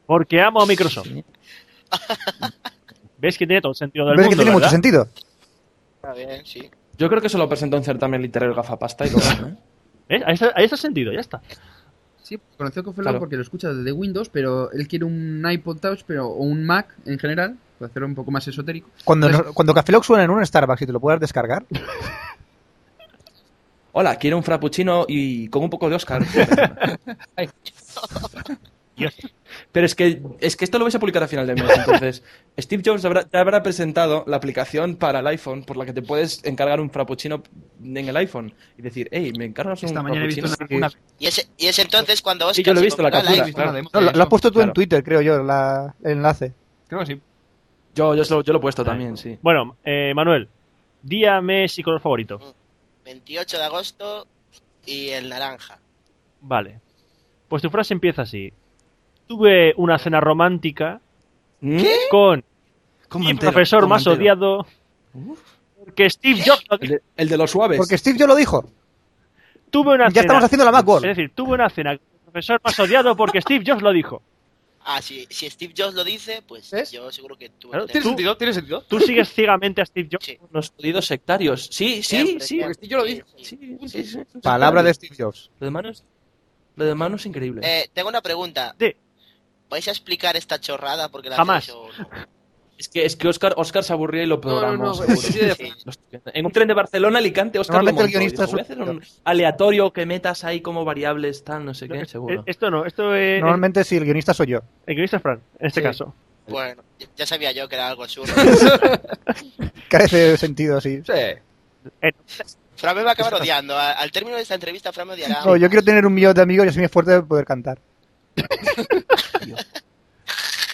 Speaker 2: porque amo a Microsoft. ¿Ves que tiene todo el sentido del
Speaker 3: ¿Ves que
Speaker 2: mundo,
Speaker 3: tiene mucho
Speaker 2: ¿verdad?
Speaker 3: sentido?
Speaker 5: Está bien, sí.
Speaker 6: Yo creo que se lo presentó en certamen literario gafapasta y todo. ¿eh?
Speaker 2: ¿Ves? Ahí está, ahí está el sentido, ya está.
Speaker 1: Sí, conoció a Café Lock
Speaker 6: Claro.
Speaker 1: porque lo escucha desde Windows, pero él quiere un iPod Touch pero, o un Mac en general, para hacerlo un poco más esotérico.
Speaker 3: Cuando,
Speaker 1: Pues-
Speaker 3: no- cuando Café Lock suena en un Starbucks y te lo puedas descargar,
Speaker 6: Hola, quiero un frappuccino y con un poco de Oscar. Pero es que, es que esto lo vais a publicar a final de mes. Entonces, Steve Jobs habrá, te habrá presentado la aplicación para el iPhone por la que te puedes encargar un frappuccino en el iphone y decir, hey, me encargas un
Speaker 4: Esta mañana he visto
Speaker 6: frappuccino.
Speaker 4: una- una-
Speaker 5: Y es, y es entonces cuando Oscar
Speaker 6: Sí, yo lo he
Speaker 5: se
Speaker 6: visto, la
Speaker 5: compró
Speaker 6: captura.
Speaker 5: el iPhone.
Speaker 4: una demo
Speaker 3: No,
Speaker 4: de
Speaker 3: lo, lo has
Speaker 4: eso.
Speaker 3: puesto tú
Speaker 6: claro.
Speaker 3: en Twitter, creo yo, la- el enlace.
Speaker 4: Creo que sí.
Speaker 6: Yo, yo, se lo- yo lo he puesto también, sí.
Speaker 2: Bueno, eh, Manuel, día, mes y color favorito.
Speaker 5: 28 de agosto y el naranja.
Speaker 2: Vale. Pues tu frase empieza así. Tuve una cena romántica
Speaker 6: ¿Qué?
Speaker 2: con
Speaker 6: Con
Speaker 2: mi
Speaker 6: Mantero,
Speaker 2: profesor
Speaker 6: con
Speaker 2: más
Speaker 6: Mantero.
Speaker 2: odiado porque Steve Jobs lo
Speaker 6: El
Speaker 2: dijo.
Speaker 6: de, el de los
Speaker 2: Pues
Speaker 6: suaves.
Speaker 3: Porque Steve yo lo dijo.
Speaker 2: tuve una
Speaker 3: Ya
Speaker 2: cena.
Speaker 3: estamos haciendo la Macworld.
Speaker 2: Es decir, tuve una cena con mi profesor más odiado porque Steve Jobs lo dijo.
Speaker 5: Ah, si, si Steve Jobs lo dice, pues
Speaker 3: ¿Ves?
Speaker 5: yo seguro que tú...
Speaker 2: Claro,
Speaker 5: te-
Speaker 4: ¿Tiene sentido? ¿Tiene sentido?
Speaker 2: Tú sigues ciegamente a Steve Jobs.
Speaker 5: Sí,
Speaker 6: Unos jodidos sectarios. Sí, sí,
Speaker 5: siempre,
Speaker 6: sí.
Speaker 5: siempre.
Speaker 4: sí, yo lo digo.
Speaker 5: Sí, sí.
Speaker 6: Sí, sí, sí.
Speaker 3: Palabra de Steve Jobs.
Speaker 6: Lo de mano es, lo de mano es increíble.
Speaker 5: Eh, tengo una pregunta.
Speaker 2: Sí.
Speaker 5: ¿Vais a explicar esta chorrada? Porque la
Speaker 2: Jamás.
Speaker 5: hacéis o no?
Speaker 6: Es que, es que Oscar, Oscar se aburría y lo programó.
Speaker 4: no,
Speaker 6: seguro.
Speaker 4: sí, sí, sí.
Speaker 6: Los- En un tren de Barcelona, a Alicante, Oscar lo
Speaker 3: Normalmente el
Speaker 6: montó.
Speaker 3: guionista
Speaker 6: Dijo,
Speaker 3: es un-
Speaker 6: "Voy a hacer un aleatorio que metas ahí como variables, tal, no sé qué,
Speaker 2: Eh,
Speaker 6: seguro.
Speaker 2: Esto no, esto es.
Speaker 3: Normalmente si el guionista soy yo.
Speaker 2: El guionista es Fran, en este
Speaker 6: Sí.
Speaker 2: caso.
Speaker 5: Bueno, ya- ya sabía yo que era algo absurdo.
Speaker 3: Carece de sentido así.
Speaker 4: Sí.
Speaker 5: Fran me va a acabar odiando. A- Al término de esta entrevista, Fran me odiará.
Speaker 3: No, yo quiero tener un millón de amigos y así me esfuerzo de poder cantar.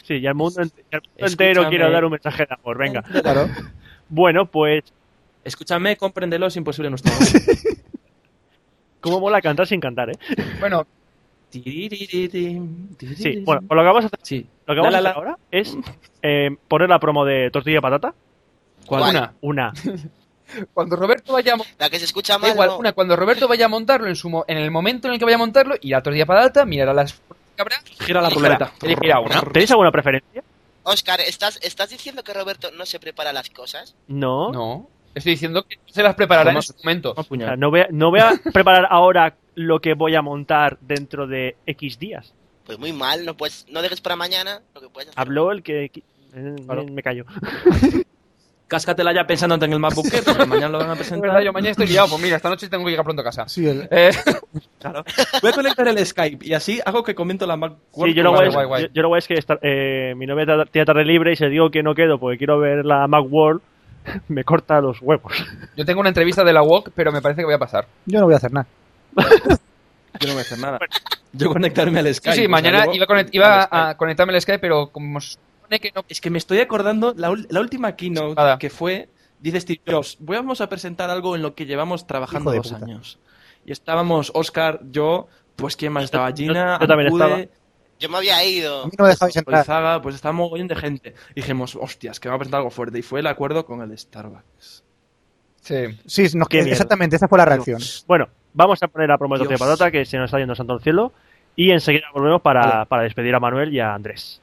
Speaker 2: Sí, y al mundo, ent- y al mundo
Speaker 6: Escúchame.
Speaker 2: entero quiero dar un mensaje de amor. Venga.
Speaker 3: Claro.
Speaker 2: Bueno, pues.
Speaker 6: Escúchame, compréndelo, es imposible no estar.
Speaker 2: ¿Cómo mola cantar sin cantar, eh?
Speaker 4: Bueno,
Speaker 2: Sí, bueno, pues lo que vamos a hacer,
Speaker 6: Sí.
Speaker 2: lo que vamos
Speaker 6: La,
Speaker 2: a
Speaker 6: la,
Speaker 2: hacer ahora es eh, poner la promo de tortilla de patata.
Speaker 6: ¿Cuál?
Speaker 5: Bueno,
Speaker 4: una.
Speaker 2: Una.
Speaker 4: Cuando Roberto vaya a mo-
Speaker 5: La que se escucha
Speaker 4: da
Speaker 5: mal.
Speaker 4: igual,
Speaker 5: no.
Speaker 4: una, cuando Roberto vaya a montarlo en su mo- en el momento en el que vaya a montarlo, irá otro día para data, mirará las que habrá,
Speaker 6: Gira la
Speaker 4: elegirá-
Speaker 6: ruleta.
Speaker 4: elegirá una.
Speaker 2: ¿Tenéis alguna preferencia?
Speaker 5: Oscar, ¿estás, ¿estás diciendo que Roberto no se prepara las cosas?
Speaker 2: No.
Speaker 4: No. Estoy diciendo que se las preparará en
Speaker 6: Vamos.
Speaker 4: ese momento.
Speaker 6: Toma
Speaker 2: O
Speaker 6: puñal.
Speaker 2: sea, no, voy a, no voy a preparar ahora lo que voy a montar dentro de X días.
Speaker 5: Pues muy mal, no puedes, no dejes para mañana lo que puedes hacer.
Speaker 2: Habló el que... que- eh, Me callo.
Speaker 6: Cáscatela ya pensando en el MacBook Air, porque mañana lo van a
Speaker 4: Es verdad,
Speaker 6: presentar.
Speaker 4: yo mañana estoy liado. Pues mira, esta noche tengo que llegar pronto a casa.
Speaker 3: Sí, el-
Speaker 4: Eh,
Speaker 6: Claro. Voy a conectar el Skype y así hago que comento la Mac.
Speaker 2: Sí, yo lo
Speaker 4: no
Speaker 2: guay
Speaker 4: guay,
Speaker 2: es,
Speaker 4: guay, guay.
Speaker 2: yo- yo lo guay es que esta- eh, mi novia ta- tiene tarde libre y se digo que no quedo porque quiero ver la Macworld, me corta los huevos.
Speaker 4: Yo tengo una entrevista de la WOC, pero me parece que voy a pasar.
Speaker 3: Yo no voy a hacer nada.
Speaker 6: Yo no voy a hacer nada. Yo conectarme al
Speaker 4: Sí,
Speaker 6: Skype.
Speaker 4: sí,
Speaker 6: o sea,
Speaker 4: mañana
Speaker 6: luego-
Speaker 4: iba, a conect- iba
Speaker 6: al Skype.
Speaker 4: a conectarme al Skype, pero como se supone que no.
Speaker 6: Es que me estoy acordando la, ul- la última keynote
Speaker 4: Nada.
Speaker 6: que fue, dice Steve Jobs, vamos a presentar algo en lo que llevamos
Speaker 3: Hijo
Speaker 6: trabajando
Speaker 3: de
Speaker 6: dos
Speaker 3: puta.
Speaker 6: años. Y estábamos Oscar, yo, pues quién más estaba, Gina,
Speaker 2: yo también
Speaker 6: Alcude,
Speaker 2: estaba. Ah.
Speaker 5: Yo me había ido.
Speaker 3: A mí no me dejabais entrar.
Speaker 6: Olizaga, pues estábamos mogollón de gente. Y dijimos, hostias, que va a presentar algo fuerte. Y fue el acuerdo con el Starbucks.
Speaker 4: Sí.
Speaker 3: Sí, nos-
Speaker 2: Qué mierda.
Speaker 3: exactamente, esa fue la reacción.
Speaker 2: Bueno, vamos a poner la promo de tortilla de
Speaker 6: Dios.
Speaker 2: patata que se nos está yendo santo al cielo y enseguida volvemos para,
Speaker 6: Vale.
Speaker 2: para despedir a Manuel y a Andrés.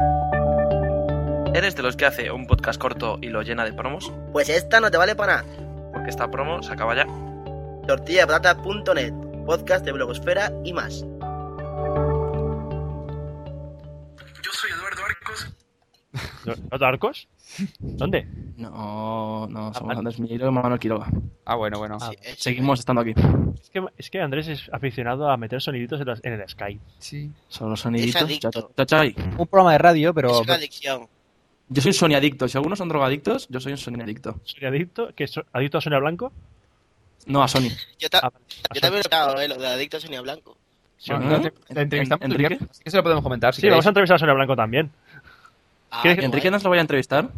Speaker 6: ¿Eres de los que hace un podcast corto y lo llena de promos?
Speaker 5: Pues esta no te vale para nada.
Speaker 6: Porque esta promo se acaba ya.
Speaker 5: Tortilladepatata.net, podcast de blogosfera y más.
Speaker 9: Yo soy Eduardo Arcos.
Speaker 2: ¿Los arcos? ¿Dónde?
Speaker 6: No, no,
Speaker 2: Ah, vale.
Speaker 6: somos Andrés Mineiro y Manuel Quiroga.
Speaker 4: Ah, bueno, bueno.
Speaker 5: Sí, eh,
Speaker 6: Seguimos estando aquí.
Speaker 2: Es que, es que Andrés es aficionado a meter soniditos en, las- en el Skype.
Speaker 4: Sí.
Speaker 6: Son los
Speaker 5: Es
Speaker 6: soniditos.
Speaker 5: adicto.
Speaker 6: Chacho- chachai.
Speaker 3: Un programa de radio, pero
Speaker 5: es una adicción.
Speaker 6: Yo soy un soniadicto. Si algunos son drogadictos, yo soy un soniadicto.
Speaker 2: ¿Soy adicto? ¿Que so- ¿Adicto a Sonia Blanco?
Speaker 6: No a Sony.
Speaker 5: Yo, ta-
Speaker 2: Ah, vale.
Speaker 5: yo también he notado eh, lo de adicto a Sonia Blanco.
Speaker 2: Sí,
Speaker 6: Ah,
Speaker 2: ¿no?
Speaker 6: ¿eh?
Speaker 4: La entrevistamos,
Speaker 6: En- Enrique.
Speaker 4: Enrique. Así que se lo podemos comentar. Si
Speaker 2: Sí, vamos a
Speaker 4: queréis.
Speaker 2: entrevistar a Sonia Blanco también.
Speaker 5: Ah,
Speaker 2: ¿Quieres que-
Speaker 5: qué
Speaker 6: Enrique
Speaker 5: guay.
Speaker 6: nos lo voy a entrevistar.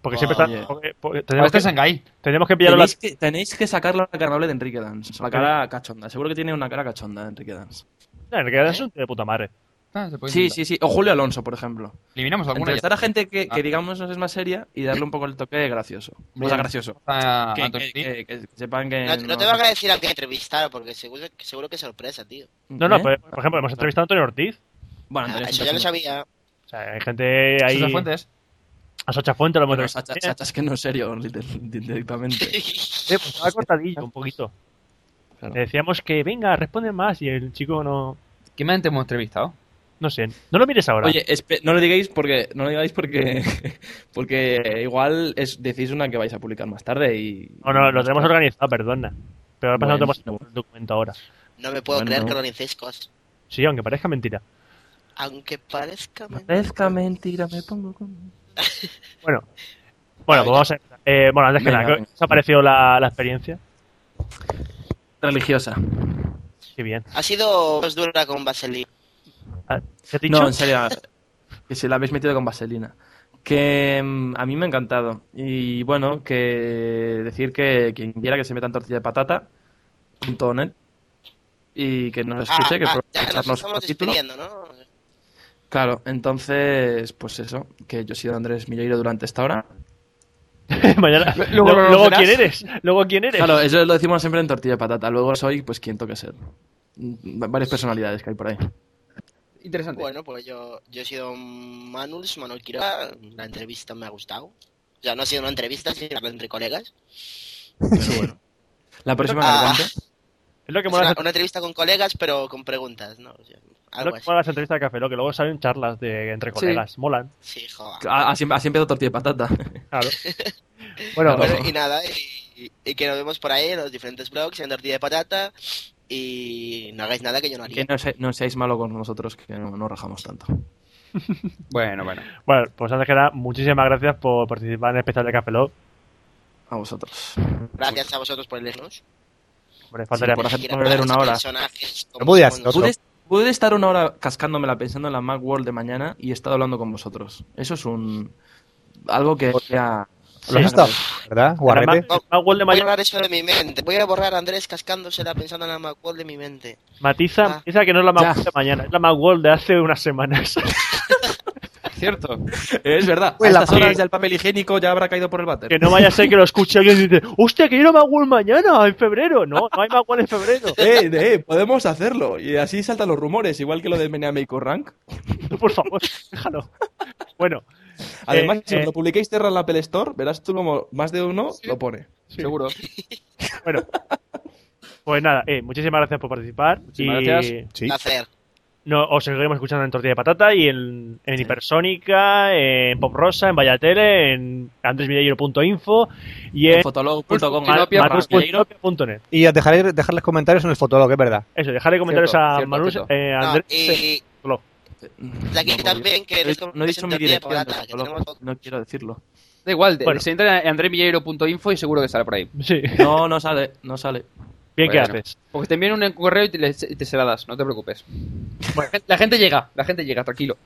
Speaker 2: Porque
Speaker 5: Ah,
Speaker 2: siempre
Speaker 6: bien.
Speaker 2: está. porque- porque
Speaker 4: Ah,
Speaker 2: tenemos,
Speaker 4: está
Speaker 2: que,
Speaker 4: en Shanghái.
Speaker 2: tenemos que pillarlo.
Speaker 6: Tenéis
Speaker 2: las-
Speaker 6: que, tenéis que sacar la carnable de Enrique Dance. La cara cachonda. Seguro que tiene una cara cachonda Enrique Dance.
Speaker 2: No, en realidad
Speaker 6: ¿Eh?
Speaker 2: es un tío de puta madre.
Speaker 4: Ah, se puede
Speaker 6: Sí,
Speaker 4: intentar.
Speaker 6: sí, sí. O Julio Alonso, por ejemplo.
Speaker 4: Eliminamos Pues alguna.
Speaker 6: Entrevistar a gente que, que
Speaker 4: Ah.
Speaker 6: digamos no es más seria y darle un poco el toque de gracioso.
Speaker 4: Hombre,
Speaker 6: O sea, gracioso.
Speaker 4: Ah,
Speaker 6: Que,
Speaker 4: Anthony.
Speaker 6: que- que- que sepan que...
Speaker 5: No, no te van a decir a qué entrevistar, porque seguro, seguro que es sorpresa, tío.
Speaker 2: No, no,
Speaker 6: ¿Eh?
Speaker 4: pues,
Speaker 2: pero, por ejemplo, hemos entrevistado a Antonio Ortiz.
Speaker 6: Bueno,
Speaker 5: Ah,
Speaker 6: Antonio
Speaker 5: eso ya
Speaker 6: Sacha-
Speaker 5: lo sabía.
Speaker 2: O sea, hay gente ahí.
Speaker 4: Sus fuentes.
Speaker 2: A Sacha Fuente lo hemos
Speaker 6: Bueno,
Speaker 2: entrevistado.
Speaker 6: Sacha- Sacha es que no es serio liter- directamente.
Speaker 2: Eh, pues estaba cortadillo un poquito.
Speaker 6: Claro.
Speaker 2: Le decíamos que venga, responde más y el chico no.
Speaker 4: ¿Qué más hemos entrevistado?
Speaker 2: No sé. No lo mires ahora.
Speaker 6: Oye, espe- no lo digáis porque no lo digáis porque porque igual es, decís una que vais a publicar más tarde y
Speaker 2: no, no, lo tenemos organizado, perdona. Pero ahora pasa no
Speaker 6: Bueno,
Speaker 2: tenemos el documento ahora.
Speaker 5: No me puedo
Speaker 6: Bueno.
Speaker 5: creer que organicéis cosas.
Speaker 2: Sí, aunque parezca mentira.
Speaker 5: Aunque parezca mentira.
Speaker 6: Parezca mentira, me pongo con...
Speaker 2: Bueno, bueno, pues vamos a. eh, bueno, antes que
Speaker 6: Venga,
Speaker 2: nada, ¿qué
Speaker 6: venga.
Speaker 2: os ha parecido la, la experiencia?
Speaker 6: Religiosa.
Speaker 2: Qué bien.
Speaker 5: Ha sido más dura con Vaseline.
Speaker 2: Ah, ¿Qué has dicho?
Speaker 6: No, en serio, que se la habéis metido con vaselina. Que mm, a mí me ha encantado. Y bueno, que decir que quien quiera que se meta en tortilla de patata, punto net, y que nos escuche, que por
Speaker 5: Ah, ya nos
Speaker 6: escucharnos
Speaker 5: estamos
Speaker 6: el capítulo.
Speaker 5: despidiendo, ¿no?
Speaker 6: Claro, entonces, pues eso, que yo he sido Andrés Milleiro durante esta hora.
Speaker 2: Mañana.
Speaker 6: luego
Speaker 2: Luego,
Speaker 6: lo
Speaker 2: luego
Speaker 6: conocerás.
Speaker 2: ¿quién eres? Luego, ¿quién eres?
Speaker 6: Claro, eso lo decimos siempre en tortilla de patata. Luego soy, pues, quien toque ser. Mm, Varias personalidades que hay por ahí.
Speaker 4: Interesante.
Speaker 5: Bueno, pues yo, yo he sido Manuls, Manuel Quiroga. La entrevista me ha gustado. O sea, no ha sido una entrevista, sino una entre colegas.
Speaker 6: La próxima
Speaker 5: Ah.
Speaker 6: garganta.
Speaker 2: es lo que
Speaker 5: Es
Speaker 2: mola
Speaker 5: una,
Speaker 2: las-
Speaker 5: una entrevista con colegas, pero con preguntas, ¿no? O sea,
Speaker 2: es lo
Speaker 5: algo
Speaker 2: que
Speaker 5: así.
Speaker 2: mola las entrevistas de café, lo que luego salen charlas de entre
Speaker 6: Sí.
Speaker 2: colegas. Molan,
Speaker 5: Sí, joder.
Speaker 6: Ah, Así, así empezó tortilla de patata.
Speaker 2: claro. Bueno,
Speaker 6: Claro.
Speaker 5: Bueno, y nada, y, y que nos vemos por ahí en los diferentes blogs, en Tortilla de Patata. Y no hagáis nada que yo no haría.
Speaker 6: Que no, se- no seáis malo con nosotros, que no, no rajamos tanto.
Speaker 4: Bueno, bueno.
Speaker 2: bueno, pues antes que nada, muchísimas gracias por participar en el especial de Café Lock.
Speaker 6: A vosotros.
Speaker 5: Gracias a vosotros por elegirnos.
Speaker 2: Hombre, faltaría
Speaker 6: Sí, por hacer-
Speaker 5: Y
Speaker 6: por beber
Speaker 5: a los
Speaker 6: una hora.
Speaker 5: personajes como
Speaker 3: No podías,
Speaker 5: son
Speaker 3: no
Speaker 5: los-
Speaker 6: Pude, pude estar una hora cascándomela pensando en la Macworld de mañana y he estado hablando con vosotros. Eso es un. Algo que. ya-
Speaker 3: Lo has estado, ¿verdad? Guarrete.
Speaker 2: Además, Magwell de
Speaker 5: Voy a
Speaker 2: Mayor-
Speaker 5: borrar eso de mi mente. Voy a borrar a Andrés cascándosela pensando en la Macworld de mi mente.
Speaker 2: matiza,
Speaker 5: Ah.
Speaker 2: matiza que no es la Magwell de mañana, es la Magwell de hace unas semanas.
Speaker 4: Cierto.
Speaker 6: Es verdad.
Speaker 3: Pues
Speaker 6: a
Speaker 3: la
Speaker 6: estas horas
Speaker 3: sí.
Speaker 6: ya el papel higiénico ya habrá caído por el váter.
Speaker 2: que no vaya a ser que lo escuche alguien y dice, hostia, que hay una Magwell mañana, en febrero. No, no hay Magwell en febrero.
Speaker 6: Eh, eh, podemos hacerlo. Y así saltan los rumores, igual que lo de Menea Make Rank.
Speaker 2: Por favor, déjalo. Bueno,
Speaker 6: Además,
Speaker 2: Eh,
Speaker 6: si
Speaker 2: eh.
Speaker 6: lo publiquéis Terra en la Apple Store, verás tú como más de uno lo pone.
Speaker 4: Seguro.
Speaker 2: bueno. Pues nada, eh, muchísimas gracias por participar.
Speaker 4: Muchísimas
Speaker 2: y
Speaker 4: gracias.
Speaker 3: Sí.
Speaker 5: Placer.
Speaker 2: No, os seguiremos escuchando en Tortilla de Patata y en, en Hipersónica, en Pop Rosa, en Vallatele, en andresmillero.info y en
Speaker 6: Fotolog.com.
Speaker 4: Pues, Fotolog.
Speaker 2: ma-
Speaker 4: Marcos
Speaker 2: marcos.net.
Speaker 3: Y os dejaré dejarles comentarios en el fotolog, es verdad.
Speaker 2: Eso, dejaré comentarios
Speaker 4: Cierto,
Speaker 2: a
Speaker 4: cierto,
Speaker 2: Manu,
Speaker 4: cierto.
Speaker 2: eh,
Speaker 5: No,
Speaker 2: Andrés.
Speaker 5: y
Speaker 2: Polo.
Speaker 5: de Pues aquí también que
Speaker 6: No he-
Speaker 5: eres como
Speaker 6: no he dicho mi
Speaker 5: presentador de
Speaker 6: dirección,
Speaker 5: Patata, que
Speaker 6: Fotolog,
Speaker 5: tenemos-
Speaker 6: no quiero decirlo.
Speaker 4: Da igual, de-
Speaker 2: Bueno.
Speaker 4: se entra en andremilleiro.info y seguro que sale por ahí.
Speaker 2: Sí,
Speaker 6: No, no sale, no sale.
Speaker 2: bien que
Speaker 4: Bueno.
Speaker 2: haces.
Speaker 4: Porque te envían un correo y te, le- y te se la das, no te preocupes. La gente llega, la gente llega, tranquilo.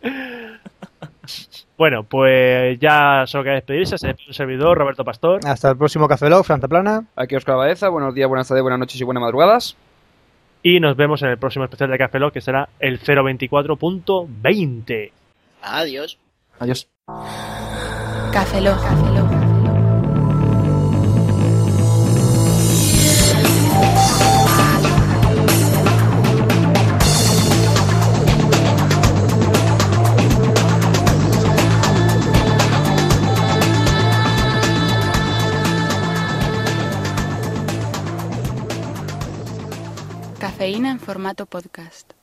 Speaker 2: Bueno, pues ya solo queda despedirse. Se despide un servidor, Roberto Pastor.
Speaker 3: Hasta el próximo Café Log, Franta Plana.
Speaker 4: Aquí Oscar Baeza, buenos días, buenas tardes, buenas noches y buenas madrugadas.
Speaker 2: Y nos vemos en el próximo especial de Café Lock, que será el 024.20.
Speaker 5: Adiós.
Speaker 6: Adiós.
Speaker 10: Café Lock. Cafeína en formato podcast.